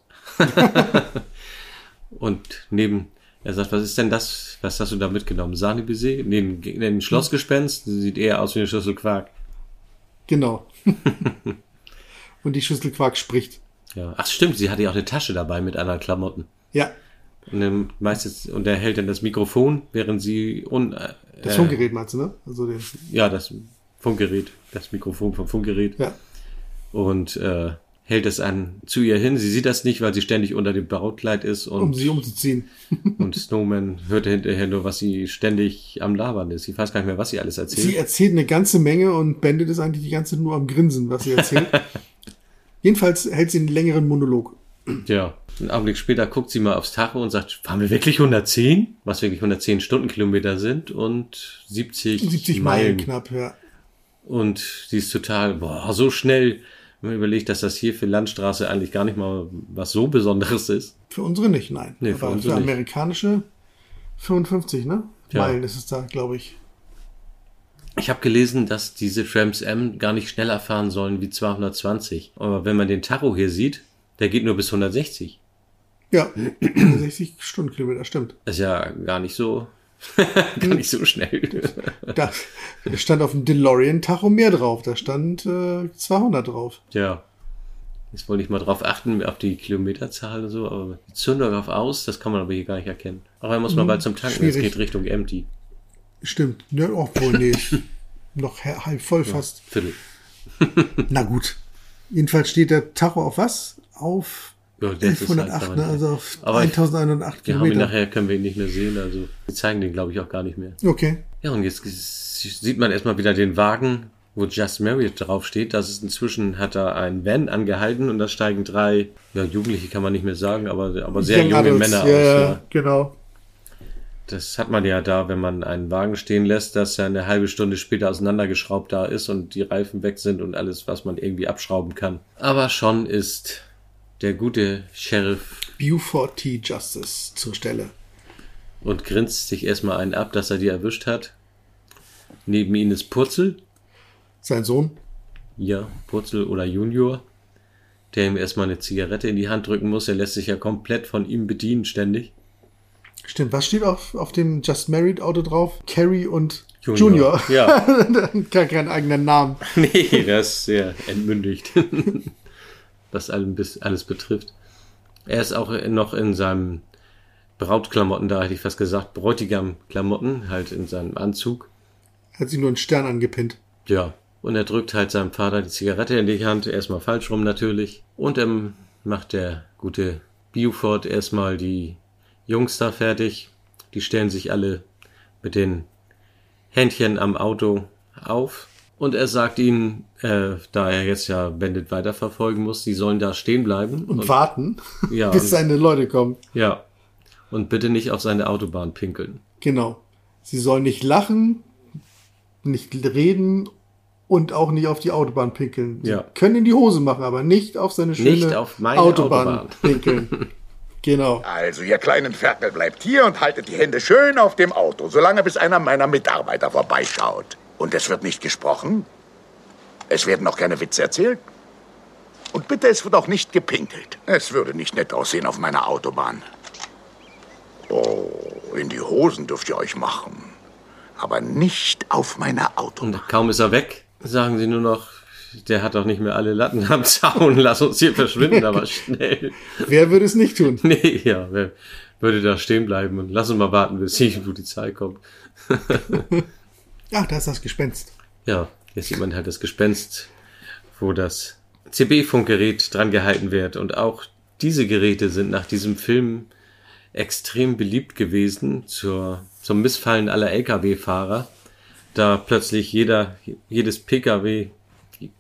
D: Und neben, er sagt, was ist denn das? Was hast du da mitgenommen? Sahnebaiser? Nee, ein- nee, ein Schlossgespenst. Sieht eher aus wie eine Schüssel Quark.
B: Genau. Und die Schüssel Quark spricht.
D: Ja. Ach, stimmt, sie hatte ja auch eine Tasche dabei mit anderen Klamotten.
B: Ja,
D: Und, dann meistens, und er hält dann das Mikrofon, während sie un, äh,
B: das Funkgerät meinst du, ne? Also den,
D: ja, das Funkgerät, das Mikrofon vom Funkgerät.
B: Ja.
D: Und äh, hält es an zu ihr hin. Sie sieht das nicht, weil sie ständig unter dem Brautkleid ist und,
B: um sie um. umzuziehen.
D: und Snowman hört hinterher nur, was sie ständig am Labern ist. Ich weiß gar nicht mehr, was sie alles erzählt.
B: Sie äh, erzählt eine ganze Menge und Bandit ist eigentlich die ganze Zeit nur am Grinsen, was sie erzählt. Jedenfalls hält sie einen längeren Monolog.
D: Ja. Einen Augenblick später guckt sie mal aufs Tacho und sagt, waren wir wirklich 110? Was wirklich 110 Stundenkilometer sind und 70,
B: 70 Meilen knapp, ja.
D: Und sie ist total, boah, so schnell. Wenn man überlegt, dass das hier für Landstraße eigentlich gar nicht mal was so Besonderes ist.
B: Für unsere nicht, nein.
D: Nee, für
B: für,
D: unsere
B: für
D: nicht.
B: amerikanische 55, ne?
D: Ja.
B: Meilen ist es da, glaube ich.
D: Ich habe gelesen, dass diese Trams M gar nicht schneller fahren sollen wie 220. Aber wenn man den Tacho hier sieht, der geht nur bis 160.
B: Ja, 60 Stundenkilometer, stimmt.
D: Das ist ja gar nicht so, gar nicht so schnell.
B: Da stand auf dem DeLorean-Tacho mehr drauf. Da stand äh, 200 drauf.
D: Ja. Jetzt wollte ich mal drauf achten, auf die Kilometerzahl und so, aber die Zündung auf aus, das kann man aber hier gar nicht erkennen. Aber er muss mal bald zum Tanken, es
B: Hm, schwierig.
D: geht Richtung Empty.
B: Stimmt. Ne, obwohl, nee. Noch he- halb voll fast.
D: Viertel.
B: Na gut. Jedenfalls steht der Tacho auf was? Auf
D: Ja, das ist halt
B: 1108, ne?
D: dauernd.
B: also auf
D: Aber ich-
B: 1108
D: Wir haben ihn
B: Kilometer.
D: nachher, können wir ihn nicht mehr sehen, also wir zeigen den, glaube ich, auch gar nicht mehr.
B: Okay.
D: Ja, und jetzt sieht man erstmal wieder den Wagen, wo Just Marriott draufsteht. Das ist inzwischen, hat er einen Van angehalten und da steigen drei, ja, Jugendliche kann man nicht mehr sagen, aber, aber sehr
B: Young
D: junge
B: Adults,
D: Männer
B: ja,
D: aus.
B: Ja,
D: Ja.
B: genau.
D: Das hat man ja da, wenn man einen Wagen stehen lässt, dass er eine halbe Stunde später auseinandergeschraubt da ist und die Reifen weg sind und alles, was man irgendwie abschrauben kann. Aber schon ist der gute Sheriff
B: Buford T. Justice zur Stelle.
D: und grinst sich erstmal einen ab, dass er die erwischt hat. Neben ihnen ist Purzel,
B: Sein Sohn.
D: ja, Purzel oder Junior, der ihm erstmal eine Zigarette in die Hand drücken muss. Er lässt sich ja komplett von ihm bedienen ständig.
B: Stimmt, was steht auf, auf dem Just Married Auto drauf? Carrie und Junior.
D: Junior, ja.
B: Gar keinen eigenen Namen.
D: Nee, das ist sehr entmündigt, was allem bis- alles betrifft. Er ist auch noch in seinem Brautklamotten, da hätte ich fast gesagt, Bräutigam-Klamotten, halt in seinem Anzug.
B: Hat sich nur einen Stern angepinnt.
D: Ja, und er drückt halt seinem Vater die Zigarette in die Hand, erstmal falsch rum natürlich. Und dann macht der gute Buford erstmal die Jungs da fertig. Die stellen sich alle mit den Händchen am Auto auf. Und er sagt ihnen, äh, da er jetzt ja Bandit weiterverfolgen muss, sie sollen da stehen bleiben.
B: Und, warten,
D: ja,
B: bis
D: und-
B: seine Leute kommen.
D: ja. Und bitte nicht auf seine Autobahn pinkeln.
B: Genau. Sie sollen nicht lachen, nicht reden und auch nicht auf die Autobahn pinkeln. Sie
D: Ja.
B: können in die Hose machen, aber nicht auf seine schöne
D: Nicht auf meine Autobahn.
B: pinkeln. genau.
A: Also, ihr kleinen Ferkel bleibt hier und haltet die Hände schön auf dem Auto, solange bis einer meiner Mitarbeiter vorbeischaut. Und es wird nicht gesprochen. Es werden auch keine Witze erzählt. Und bitte, es wird auch nicht gepinkelt. Es würde nicht nett aussehen auf meiner Autobahn. Oh, in die Hosen dürft ihr euch machen. Aber nicht auf meiner Autobahn.
D: Und kaum ist er weg, sagen sie nur noch, der hat doch nicht mehr alle Latten am Zaun, lass uns hier verschwinden, aber schnell.
B: Wer würde es nicht tun?
D: Nee, ja, wer würde da stehen bleiben und lass uns mal warten, bis die Polizei kommt.
B: Ach, da ist das Gespenst.
D: Ja, jetzt sieht man halt das Gespenst, wo das CB-Funkgerät dran gehalten wird. Und auch diese Geräte sind nach diesem Film extrem beliebt gewesen zur, zum Missfallen aller Lkw-Fahrer, da plötzlich jeder, jedes Pkw,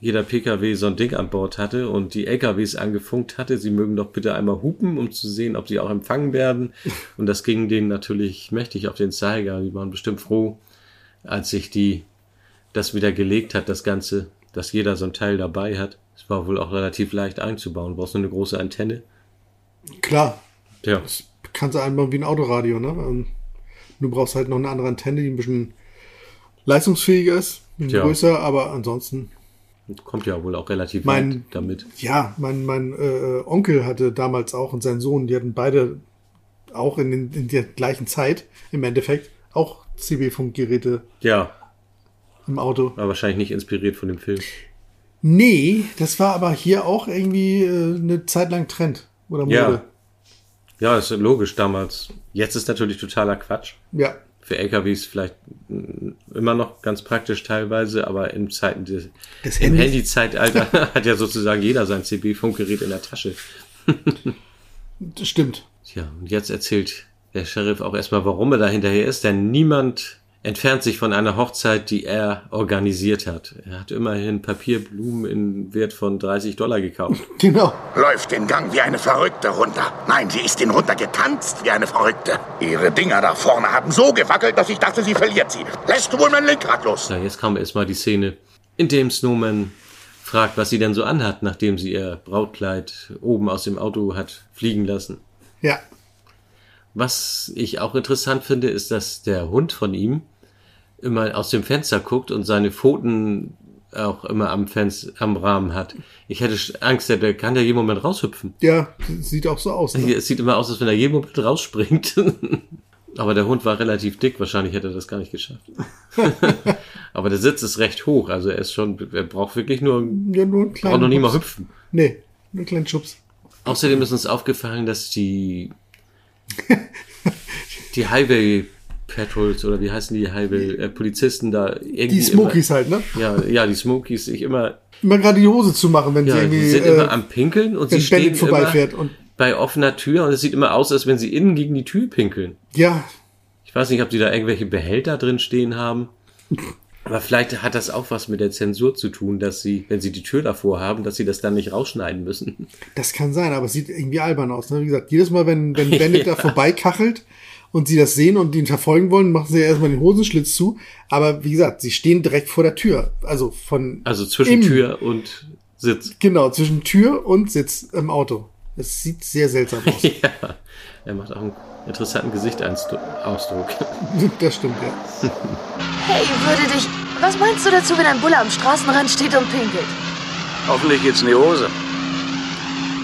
D: jeder Pkw so ein Ding an Bord hatte und die Lkws angefunkt hatte, sie mögen doch bitte einmal hupen, um zu sehen, ob sie auch empfangen werden. Und das ging denen natürlich mächtig auf den Zeiger. Die waren bestimmt froh, als sich die das wieder gelegt hat, das Ganze, dass jeder so ein Teil dabei hat. Es war wohl auch relativ leicht einzubauen. Du brauchst nur eine große Antenne.
B: Klar,
D: Tja,
B: kannst du einbauen wie ein Autoradio, ne? Und du brauchst halt noch eine andere Antenne, die ein bisschen leistungsfähiger ist, ein bisschen
D: Tja.
B: größer, aber ansonsten.
D: Kommt ja wohl auch relativ
B: Mein-
D: weit damit.
B: Ja, mein, mein äh, Onkel hatte damals auch und sein Sohn, die hatten beide auch in, den, in der gleichen Zeit im Endeffekt auch CB-Funkgeräte
D: Ja,
B: im Auto.
D: war wahrscheinlich nicht inspiriert von dem Film.
B: Nee, das war aber hier auch irgendwie äh, eine Zeit lang Trend oder
D: Ja.
B: Mode.
D: Ja, ist logisch damals. Jetzt ist natürlich totaler Quatsch.
B: Ja.
D: Für LKWs vielleicht mm, immer noch ganz praktisch teilweise, aber in Zeiten des,
B: Des
D: im
B: Handys.
D: Handy-Zeitalter hat ja sozusagen jeder sein CB-Funkgerät in der Tasche.
B: Das Stimmt.
D: Tja, und jetzt erzählt der Sheriff auch erstmal, warum er da hinterher ist, denn niemand entfernt sich von einer Hochzeit, die er organisiert hat. Er hat immerhin Papierblumen in Wert von 30 Dollar gekauft.
B: Genau.
A: Läuft den Gang wie eine Verrückte runter. Nein, sie ist den runter getanzt wie eine Verrückte. Ihre Dinger da vorne haben so gewackelt, dass ich dachte, sie verliert sie. Lässt du wohl mein Lenkrad los?
D: So, jetzt kam erstmal die Szene, in dem Snowman fragt, was sie denn so anhat, nachdem sie ihr Brautkleid oben aus dem Auto hat fliegen lassen.
B: Ja.
D: Was ich auch interessant finde, ist, dass der Hund von ihm immer aus dem Fenster guckt und seine Pfoten auch immer am Fenster, am Rahmen hat. Ich hätte sch- Angst, der- der kann ja jeden Moment raushüpfen.
B: Ja, sieht auch so aus. Ne?
D: Es sieht immer aus, als wenn er jeden Moment rausspringt. Aber der Hund war relativ dick, wahrscheinlich hätte er das gar nicht geschafft. Aber der Sitz ist recht hoch, also er ist schon, er braucht wirklich nur,
B: Ja, nur einen kleinen
D: braucht noch nicht mal
B: Schubs.
D: hüpfen.
B: Nee, nur einen kleinen Schubs.
D: Außerdem ist uns aufgefallen, dass die die Highway Patrols oder wie heißen die Highway äh, Polizisten da irgendwie
B: Die Smokies halt, ne?
D: immer, ja ja die Smokies sich immer
B: Immer gerade die Hose zu machen, wenn sie
D: ja,
B: irgendwie.
D: die sind
B: äh,
D: immer am pinkeln und
B: wenn
D: sie stehen
B: Bennett vorbeifährt
D: immer
B: und-
D: bei offener Tür und es sieht immer aus, als wenn sie innen gegen die Tür pinkeln.
B: ja,
D: Ich weiß nicht, ob die da irgendwelche Behälter drin stehen haben. Aber vielleicht hat das auch was mit der Zensur zu tun, dass sie, wenn sie die Tür davor haben, dass sie das dann nicht rausschneiden müssen.
B: das kann sein, aber es sieht irgendwie albern aus. Ne? Wie gesagt, jedes Mal, wenn, wenn Bennett da vorbeikachelt und sie das sehen und ihn verfolgen wollen, machen sie ja erstmal den Hosenschlitz zu. Aber wie gesagt, sie stehen direkt vor der Tür. Also von.
D: Also zwischen
B: im-
D: Tür und Sitz.
B: Genau, zwischen Tür und Sitz im Auto. Es sieht sehr seltsam aus.
D: Ja, er macht auch einen interessanten Gesichtsausdruck.
B: das stimmt, ja.
J: Hey, würde dich. Was meinst du dazu, wenn ein Bulle am Straßenrand steht und pinkelt?
G: Hoffentlich geht's in die Hose.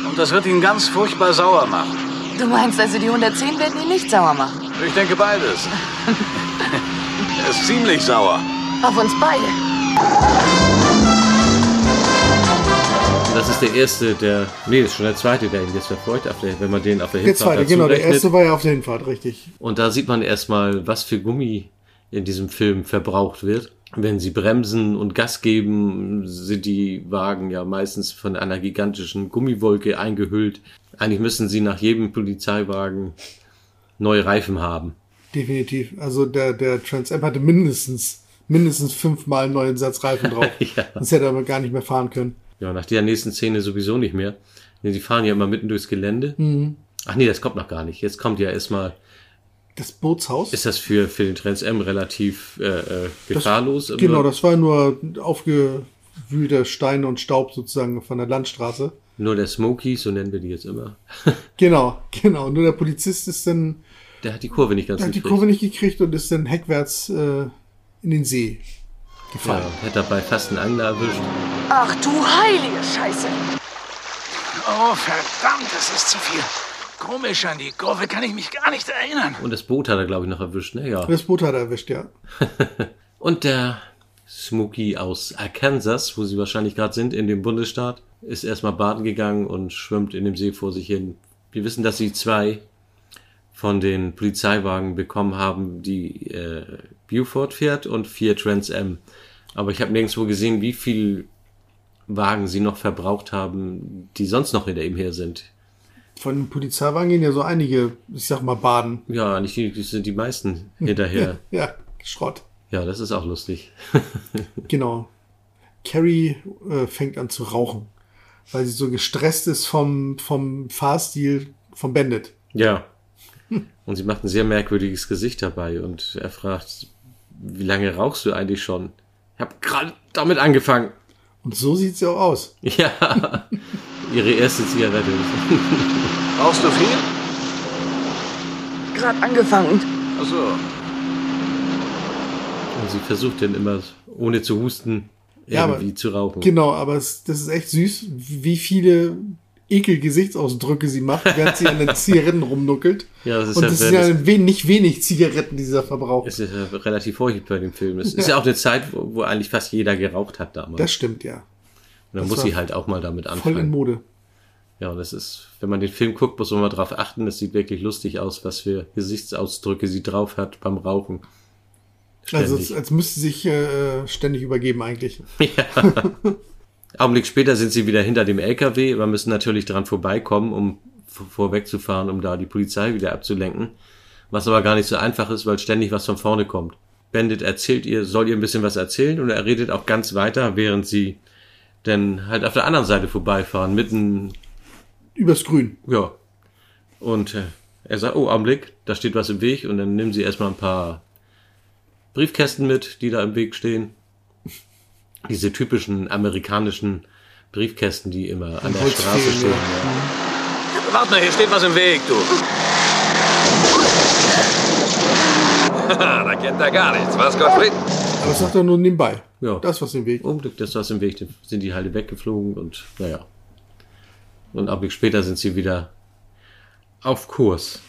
G: Und das wird ihn ganz furchtbar sauer machen.
J: Du meinst also, die 110 werden ihn nicht sauer machen?
G: Ich denke beides. er ist ziemlich sauer.
J: Auf uns beide.
D: Das ist der erste, der. Nee, das ist schon der zweite, der ihn jetzt verfolgt, auf der, wenn man den auf der
B: Der
D: Hinfahrt
B: zweite,
D: dazu
B: genau. Der
D: rechnet.
B: erste war ja auf der Hinfahrt, richtig.
D: Und da sieht man erstmal, was für Gummi in diesem Film verbraucht wird. Wenn sie bremsen und Gas geben, sind die Wagen ja meistens von einer gigantischen Gummiwolke eingehüllt. Eigentlich müssen sie nach jedem Polizeiwagen neue Reifen haben.
B: Definitiv. Also der, der Trans Am hatte mindestens, mindestens fünfmal einen neuen Satz Reifen drauf.
D: Ja.
B: Sonst hätte er aber gar nicht mehr fahren können.
D: Ja, nach der nächsten Szene sowieso nicht mehr. Nee, Die fahren ja immer mitten durchs Gelände.
B: Mhm.
D: Ach nee, das kommt noch gar nicht. Jetzt kommt ja erstmal,
B: Das Bootshaus.
D: ist das für, für den Trans M relativ äh, ne? äh, gefahrlos? immer?
B: genau, das war nur aufgewühlter Stein und Staub sozusagen von der Landstraße.
D: Nur der Smoky, so nennen wir die jetzt immer.
B: Genau, genau. Nur der Polizist ist dann,
D: Der hat die Kurve nicht ganz
B: hat die
D: gekriegt.
B: Kurve nicht gekriegt und ist dann heckwärts äh, in den See
D: ja,
B: gefallen.
D: hätte dabei fast einen Angler erwischt.
J: Ach du heilige Scheiße.
K: Oh, verdammt, das ist zu viel. Komisch, an die Kurve kann ich mich gar nicht erinnern.
D: Und das Boot hat er, glaube ich, noch erwischt. Ne? Ja.
B: Das Boot hat er erwischt, ja.
D: Und der Smokey aus Arkansas, wo sie wahrscheinlich gerade sind, in dem Bundesstaat, ist erstmal baden gegangen und schwimmt in dem See vor sich hin. Wir wissen, dass sie zwei von den Polizeiwagen bekommen haben, die äh, Buford fährt und vier Trans Am. Aber ich habe nirgendwo gesehen, wie viel Wagen sie noch verbraucht haben, die sonst noch hinter ihm her sind.
B: Von den Polizeiwagen gehen ja so einige, ich sag mal, baden.
D: Ja, nicht die, die sind die meisten hinterher.
B: Ja, Schrott.
D: ja, das ist auch lustig.
B: Genau. Carrie äh, fängt an zu rauchen, weil sie so gestresst ist vom, vom Fahrstil von Bandit.
D: Ja. Und sie macht ein sehr merkwürdiges Gesicht dabei und er fragt, wie lange rauchst du eigentlich schon? Ich habe gerade damit angefangen.
B: Und so sieht sie auch aus.
D: Ja. Ihre erste Zigarette.
G: Brauchst du viel?
L: hat gerade angefangen.
G: Ach so.
D: Und sie versucht dann immer, ohne zu husten, irgendwie
B: Ja, aber-
D: zu rauchen.
B: Genau, aber es, das ist echt süß, wie viele Ekel-Gesichtsausdrücke sie macht, während sie an den Zigaretten rumnuckelt.
D: Ja, das ist
B: Und
D: halt
B: das sind
D: sehr-
B: ja wen, nicht wenig Zigaretten, die sie da verbraucht.
D: Es ist ja relativ häufig bei dem Film. Es
B: Ja.
D: ist ja auch eine Zeit, wo, wo eigentlich fast jeder geraucht hat damals.
B: Das stimmt, ja.
D: Und dann
B: Das
D: muss
B: war
D: sie halt auch mal damit anfangen.
B: Voll in Mode.
D: Ja, und das ist, wenn man den Film guckt, muss man mal drauf achten. Das sieht wirklich lustig aus, was für Gesichtsausdrücke sie drauf hat beim Rauchen.
B: Also,
D: Ständig.
B: als, als müsste sie sich äh, ständig übergeben, eigentlich.
D: ja. Augenblick später sind sie wieder hinter dem LKW. Wir müssen natürlich dran vorbeikommen, um v- vorwegzufahren, um da die Polizei wieder abzulenken. Was aber gar nicht so einfach ist, weil ständig was von vorne kommt. Bandit erzählt ihr, soll ihr ein bisschen was erzählen und er redet auch ganz weiter, während sie dann halt auf der anderen Seite vorbeifahren, mitten
B: Übers Grün.
D: ja. Und äh, er sagt, oh, Augenblick, da steht was im Weg. Und dann nehmen sie erstmal ein paar Briefkästen mit, die da im Weg stehen. Diese typischen amerikanischen Briefkästen, die immer an der Straße stehen.
G: Warte mal, hier steht was im Weg, du.
I: da kennt er gar nichts. Was, Gottfried?
B: Aber das sagt er nur nebenbei.
D: Ja. Oh.
B: Das was im Weg.
D: Augenblick, das was im Weg. Dann sind die halt weggeflogen und naja. Und einen Augenblick später sind sie wieder auf Kurs.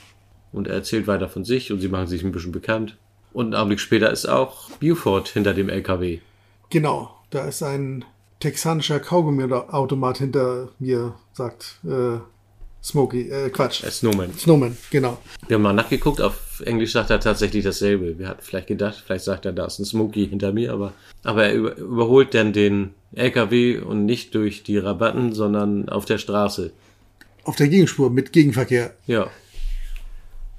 D: Und er erzählt weiter von sich und sie machen sich ein bisschen bekannt. Und einen Augenblick später ist auch Buford hinter dem LKW.
B: Genau, da ist ein texanischer Kaugummiautomat hinter mir, sagt äh, Smokey. Äh, Quatsch.
D: Äh, Snowman.
B: Snowman, genau.
D: Wir haben mal nachgeguckt, auf Englisch sagt er tatsächlich dasselbe. Wir hatten vielleicht gedacht, vielleicht sagt er, da ist ein Smokey hinter mir, aber, aber er über, überholt dann den LKW und nicht durch die Rabatten, sondern auf der Straße.
B: Auf der Gegenspur mit Gegenverkehr,
D: Ja.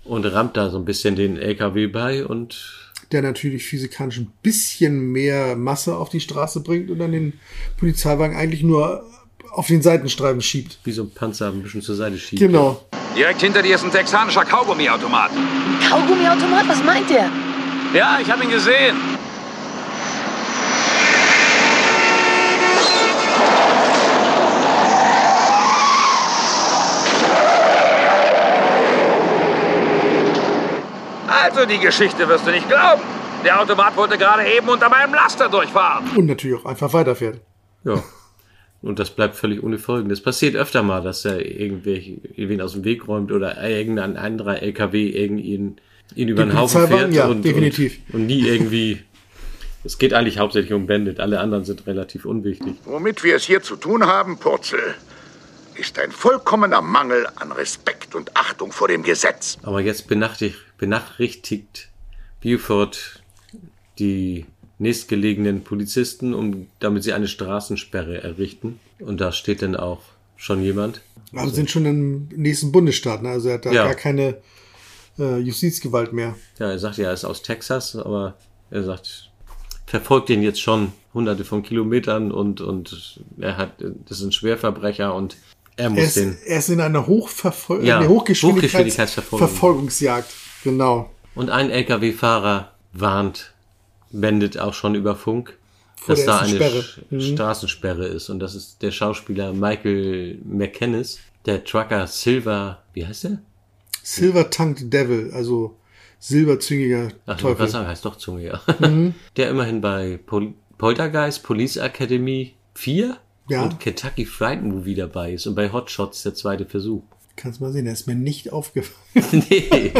D: Und rammt da so ein bisschen den LKW bei und
B: der natürlich physikalisch ein bisschen mehr Masse auf die Straße bringt und dann den Polizeiwagen eigentlich nur auf den Seitenstreifen schiebt.
D: wie so ein Panzer ein bisschen zur Seite schiebt.
B: Genau.
I: Direkt hinter dir ist ein texanischer Kaugummiautomat.
L: Kaugummiautomat, was meint der?
G: Ja, ich habe ihn gesehen.
I: Also, die Geschichte wirst du nicht glauben. Der Automat wollte gerade eben unter meinem Laster durchfahren.
B: Und natürlich auch einfach weiterfährt.
D: Ja. Und das bleibt völlig ohne Folgen. Das passiert öfter mal, dass er irgendwelche, irgendwen aus dem Weg räumt oder irgendein anderer LKW irgendihn ihn über
B: Die
D: den Haufen
B: Polizeiwagen,
D: fährt.
B: ja,
D: und,
B: definitiv.
D: Und, und nie irgendwie. Es geht eigentlich hauptsächlich um Bandit. Alle anderen sind relativ unwichtig.
A: Womit wir es hier zu tun haben, Purzel, ist ein vollkommener Mangel an Respekt und Achtung vor dem Gesetz.
D: Aber jetzt benachrichtigt, benachrichtigt Buford die nächstgelegenen Polizisten, um, damit sie eine Straßensperre errichten. Und da steht dann auch schon jemand.
B: Aber Also sind schon im nächsten Bundesstaat, ne? also er hat da
D: Ja.
B: gar keine äh, Justizgewalt mehr.
D: Ja, er sagt ja, er ist aus Texas, aber er sagt, verfolgt den jetzt schon hunderte von Kilometern und, und er hat, das ist ein Schwerverbrecher und er muss
B: Er ist,
D: den.
B: er ist in einer Hochverfol
D: Ja,
B: nee,
D: Hochgeschwindigkeitsverfolgung.
B: Hochgeschwindigkeitsverfolgungsjagd. Genau.
D: Und ein LKW-Fahrer warnt, wendet auch schon über Funk,
B: Vor
D: dass
B: der
D: da eine
B: ersten Sperre. Mhm.
D: Sch- Straßensperre ist. Und das ist der Schauspieler Michael McKennis, der Trucker Silver, wie heißt er?
B: Silver Tongued Devil, also silberzüngiger
D: Ach, Teufel.
B: Teufel.
D: Was sagen, heißt doch Zunge, ja.
B: Mhm.
D: Der immerhin bei Pol Poltergeist Police Academy 4
B: Ja.
D: und Kentucky Fried Movie dabei ist und bei Hot Shots der zweite Versuch.
B: Kannst mal sehen, der ist mir nicht aufgefallen.
D: nee.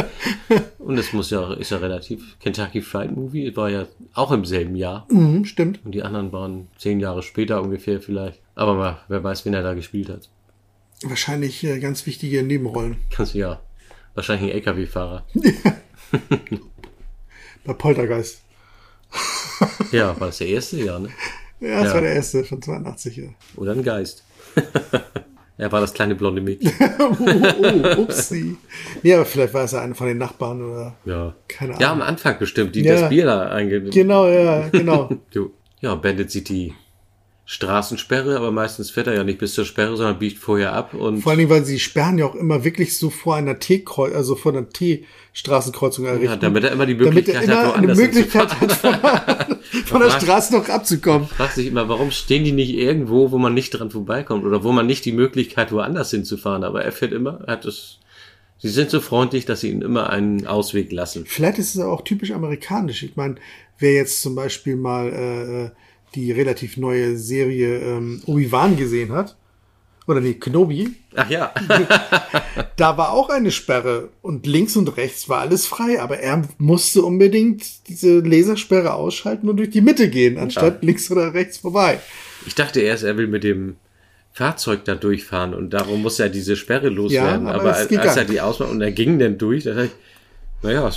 D: Und das muss ja, ist ja relativ. Kentucky Fried Movie war ja auch im selben Jahr.
B: Mhm, stimmt.
D: Und die anderen waren zehn Jahre später ungefähr vielleicht. Aber mal, wer weiß, wen er da gespielt hat.
B: Wahrscheinlich äh, ganz wichtige Nebenrollen.
D: Kannst du ja. Wahrscheinlich ein LKW-Fahrer.
B: Bei Poltergeist.
D: Ja, war das der erste Jahr, ne?
B: Ja, das war der erste von 82. Ja.
D: Oder ein Geist. er war das kleine blonde Mädchen.
B: oh, oh, upsi. Nee, aber vielleicht war es ja einer von den Nachbarn oder
D: Ja.
B: keine Ahnung.
D: Ja, am Anfang bestimmt, die
B: Ja.
D: das Bier da eingenommen
B: Genau, ja, genau.
D: du. Ja, Bandit sieht die Straßensperre, aber meistens fährt er ja nicht bis zur Sperre, sondern biegt vorher ab und
B: Vor allen Dingen, weil sie sperren ja auch immer wirklich so vor einer T-Kreuz, also vor einer T-Straßenkreuzung errichten.
D: damit er immer die Möglichkeit
B: damit er
D: hat,
B: immer eine
D: woanders
B: Möglichkeit hat, von, von der
D: Was?
B: Straße noch abzukommen.
D: fragt sich immer, warum stehen die nicht irgendwo, wo man nicht dran vorbeikommt oder wo man nicht die Möglichkeit woanders hinzufahren, aber er fährt immer, er hat das Sie sind so freundlich, dass sie ihnen immer einen Ausweg lassen.
B: Vielleicht ist es auch typisch amerikanisch. Ich meine, wer jetzt zum Beispiel mal äh, die relativ neue Serie ähm, Obi-Wan gesehen hat, oder nee, Kenobi,
D: Ach ja.
B: da war auch eine Sperre und links und rechts war alles frei, aber er musste unbedingt diese Lasersperre ausschalten und durch die Mitte gehen, anstatt links oder rechts vorbei.
D: Ich dachte erst, er will mit dem Fahrzeug da durchfahren und darum muss er diese Sperre loswerden.
B: aber
D: aber
B: es
D: als,
B: ging
D: als er
B: gar
D: die ausmacht und er ging dann durch, da dachte ich, naja,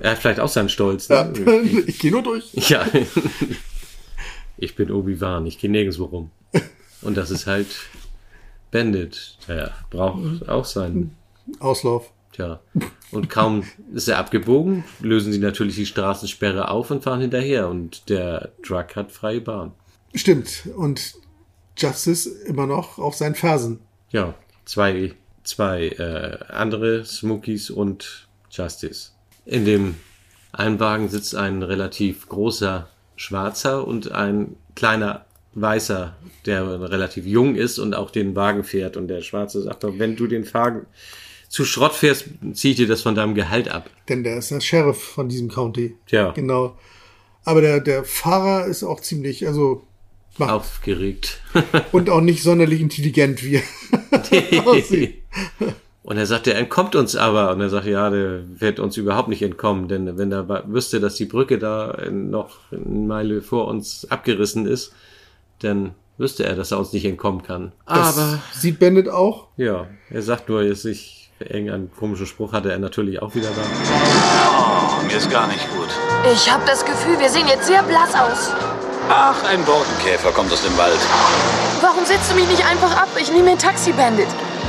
D: er hat vielleicht auch seinen Stolz.
B: Ja,
D: Ne?
B: ich gehe nur durch.
D: Ja. Ich bin Obi-Wan, ich gehe nirgendwo rum. Und das ist halt Bandit. Ja, braucht auch seinen.
B: Auslauf.
D: Tja. Und kaum ist er abgebogen, lösen sie natürlich die Straßensperre auf und fahren hinterher. Und der Truck hat freie Bahn.
B: Stimmt. Und Justice immer noch auf seinen Fersen.
D: Ja, zwei, zwei äh, andere Smokies und Justice. In dem einen Wagen sitzt ein relativ großer Schwarzer und ein kleiner Weißer, der relativ jung ist und auch den Wagen fährt. Und der Schwarze sagt doch, wenn du den Wagen zu Schrott fährst, zieh ich dir das von deinem Gehalt ab.
B: Denn der ist der Sheriff von diesem County.
D: Tja.
B: Genau. Aber der, der Fahrer ist auch ziemlich, also
D: Aufgeregt.
B: und auch nicht sonderlich intelligent, wie er aussieht.
D: Und er sagt, er entkommt uns aber. Und er sagt, ja, der wird uns überhaupt nicht entkommen, denn wenn er wüsste, dass die Brücke da äh, noch eine Meile vor uns abgerissen ist, dann wüsste er, dass er uns nicht entkommen kann.
B: Das
D: aber
B: sieht Bennett auch.
D: ja, er sagt nur, dass ich irgendeinen komischen Spruch hatte er natürlich auch wieder da.
G: Oh, mir ist gar nicht gut.
J: Ich habe das Gefühl, wir sehen jetzt sehr blass aus.
G: Ach, ein Borkenkäfer kommt aus dem Wald.
J: Warum setzt du mich nicht einfach ab? Ich nehme ein Taxi, Bandit.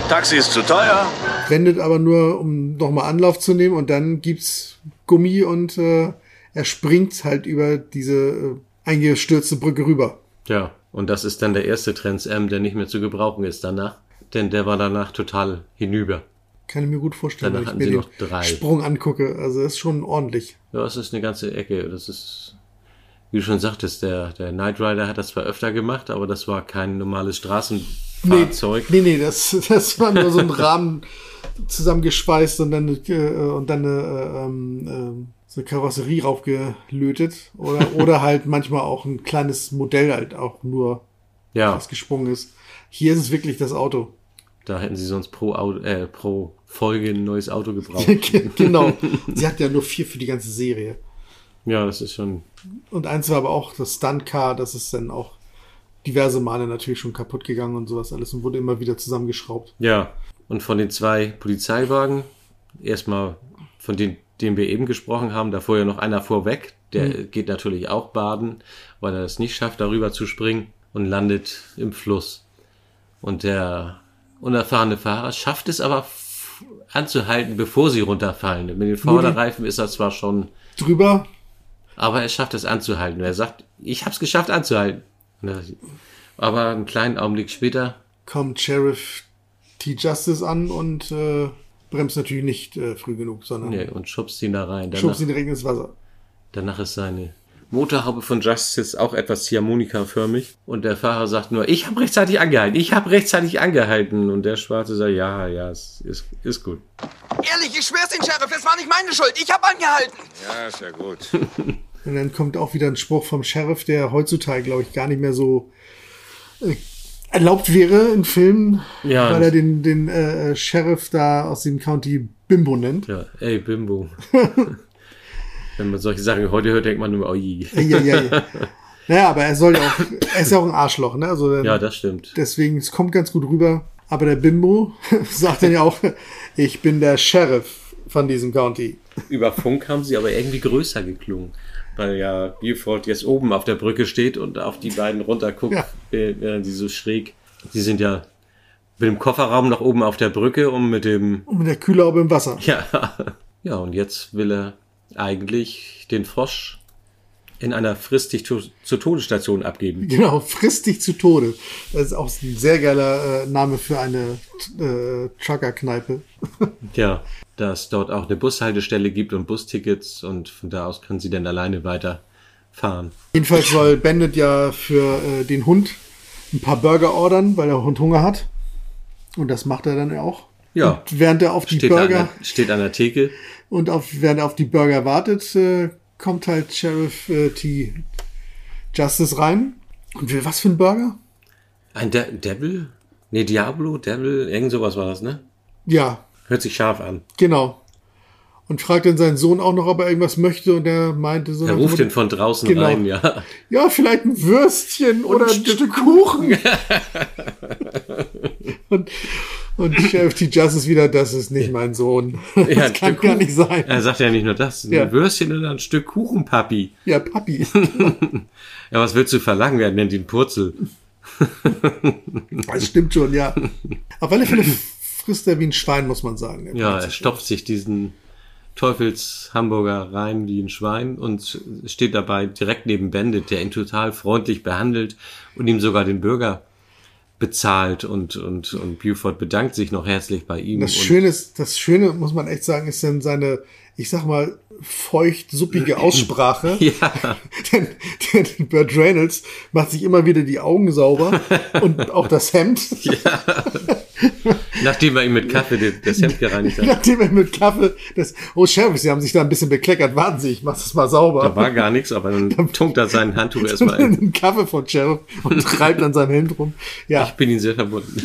G: Taxi ist zu teuer.
B: Wendet aber nur, um nochmal Anlauf zu nehmen und dann gibt's Gummi und äh, er springt halt über diese äh, eingestürzte Brücke rüber.
D: Ja, und das ist dann der erste Trends M, der nicht mehr zu gebrauchen ist danach, denn der war danach total hinüber.
B: Kann ich mir gut vorstellen,
D: Danach
B: wenn
D: hatten
B: ich
D: sie
B: mir den
D: noch drei.
B: Sprung angucke. Also das ist schon ordentlich.
D: Ja, es ist eine ganze Ecke. Das ist, wie du schon sagtest, der, der Knight Rider hat das zwar öfter gemacht, aber das war kein normales Straßenfahrzeug.
B: Nee, nee, das, das war nur so ein Rahmen zusammengeschweißt und dann, äh, und dann äh, ähm, ähm, so eine Karosserie raufgelötet. Oder, oder halt manchmal auch ein kleines Modell halt auch nur,
D: Ja.
B: was gesprungen ist. Hier ist es wirklich das Auto.
D: Da hätten sie sonst pro, Au- äh, pro Folge ein neues Auto gebraucht.
B: genau. Sie hat ja nur vier für die ganze Serie.
D: ja, das ist schon.
B: Und eins war aber auch das Stunt-Car, das ist dann auch diverse Male natürlich schon kaputt gegangen und sowas alles und wurde immer wieder zusammengeschraubt.
D: Ja. Und von den zwei Polizeiwagen, erstmal von denen, denen wir eben gesprochen haben, da fuhr ja noch einer vorweg. Der
B: Mhm.
D: geht natürlich auch baden, weil er es nicht schafft, darüber zu springen und landet im Fluss. Und der unerfahrene Fahrer schafft es aber f- anzuhalten, bevor sie runterfallen. Mit den Vorderreifen ist er zwar schon
B: Drüber
D: Aber er schafft es anzuhalten. Und Er sagt, ich hab's geschafft anzuhalten. Und er sagt, Aber einen kleinen Augenblick später,
B: kommt Sheriff T. Justice an und äh, bremst natürlich nicht äh, früh genug, sondern
D: nee, und schubst ihn da rein.
B: schubst
D: Danach,
B: ihn direkt ins Wasser.
D: danach ist seine Motorhaube von Justice auch etwas ziehharmonikaförmig. Und der Fahrer sagt nur, ich habe rechtzeitig angehalten, ich habe rechtzeitig angehalten. Und der Schwarze sagt, ja, ja, es ist, ist gut.
M: Ehrlich, ich schwör's Ihnen, Sheriff, es war nicht meine Schuld. Ich hab angehalten.
I: Ja, ist ja gut.
B: Und dann kommt auch wieder ein Spruch vom Sheriff, der heutzutage, glaube ich, gar nicht mehr so äh, erlaubt wäre in Filmen,
D: Ja.
B: weil er den, den äh, Sheriff da aus dem County Bimbo nennt.
D: Ja, ey, Bimbo. Wenn man solche Sachen heute hört, denkt man nur, oh je.
B: Ei, ei, ei. Naja, aber er soll ja auch, er ist ja auch ein Arschloch, ne? Also, dann-
D: Ja, das stimmt.
B: Deswegen, es kommt ganz gut rüber. Aber der Bimbo sagt dann ja auch, ich bin der Sheriff von diesem County.
D: Über Funk haben sie aber irgendwie größer geklungen, weil ja Buford jetzt oben auf der Brücke steht und auf die beiden runterguckt,
B: Ja.
D: äh, während die so schräg. Sie sind ja mit dem Kofferraum nach oben auf der Brücke und mit dem
B: Und mit der Kühlaube im Wasser.
D: ja ja und jetzt will er eigentlich den Frosch in einer fristig to zur Todesstation abgeben.
B: Genau, frisst dich zu Tode. Das ist auch ein sehr geiler äh, Name für eine äh, Trucker-Kneipe.
D: Ja, dass dort auch eine Bushaltestelle gibt und Bustickets und von da aus kann sie dann alleine weiterfahren.
B: Jedenfalls soll Bandit ja für äh, den Hund ein paar Burger ordern, weil der Hund Hunger hat. Und das macht er dann ja auch.
D: Ja.
B: Und während er auf die
D: steht ne?
B: Burger
D: An der, steht an der Theke.
B: und auf, während er auf die Burger wartet, äh, kommt halt Sheriff äh, T. Justice rein und will was für ein Burger?
D: Ein De Devil? Nee, Diablo, Devil, irgend sowas war das, ne?
B: Ja,
D: Hört sich scharf an.
B: genau. Und fragt dann seinen Sohn auch noch, ob er irgendwas möchte und er meinte so.
D: Er ruft den von draußen
B: Genau.
D: rein, ja.
B: Ja, vielleicht ein Würstchen oder ein Stück Kuchen. und, und Sheriff T. Justice wieder, das ist nicht mein Sohn. Das
D: ja ein
B: kann
D: Stück
B: gar
D: Kuchen. Also-
B: nicht sein.
D: Er sagt ja nicht nur das. Ein
B: Ja.
D: Würstchen oder ein Stück Kuchen, Papi.
B: Ja, Papi.
D: Ja, was willst du verlangen? Wir nennen den Purzel.
B: Das stimmt schon, ja. Auf alle Fälle frisst er wie ein Schwein, muss man sagen.
D: Ja, er stopft sich diesen Teufels-Hamburger rein wie ein Schwein und steht dabei direkt neben Bandit, der ihn total freundlich behandelt und ihm sogar den Bürger bezahlt und, und, und Buford bedankt sich noch herzlich bei ihm.
B: Das
D: und
B: Schöne, ist, das Schöne, muss man echt sagen, ist dann seine, ich sag mal, feucht-suppige Aussprache.
D: Ja.
B: denn, denn Burt Reynolds macht sich immer wieder die Augen sauber und auch das Hemd.
D: Nachdem er ihm mit Kaffee den- das Hemd gereinigt hat.
B: Nachdem er mit Kaffee das. Oh, Sheriff, Sie haben sich da ein bisschen bekleckert. Warten Sie, ich mach das mal sauber.
D: Da war gar nichts, aber dann tunkt er seinen Handtuch erstmal in.
B: einen Kaffee von Sheriff und treibt an seinem Hemd rum. Ja,
D: Ich bin Ihnen sehr verbunden.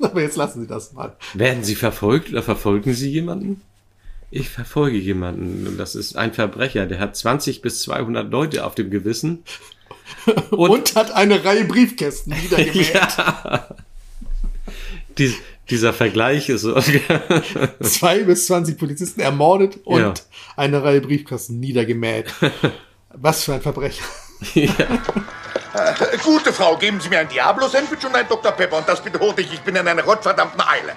B: aber jetzt lassen Sie das mal.
D: Werden Sie verfolgt oder verfolgen Sie jemanden? Ich verfolge jemanden. Und Das ist ein Verbrecher, der hat 20 bis 200 Leute auf dem Gewissen.
B: Und, hat eine Reihe Briefkästen wiedergemäht.
D: Dies, dieser Vergleich ist so.
B: Zwei bis 20 Polizisten ermordet und
D: Ja.
B: eine Reihe Briefkästen niedergemäht. Was für ein Verbrechen.
A: Äh, Gute Frau, geben Sie mir ein Diablo-Sandwich und ein Dr. Pepper. Und das bitte hurtig, ich bin in einer gottverdammten Eile.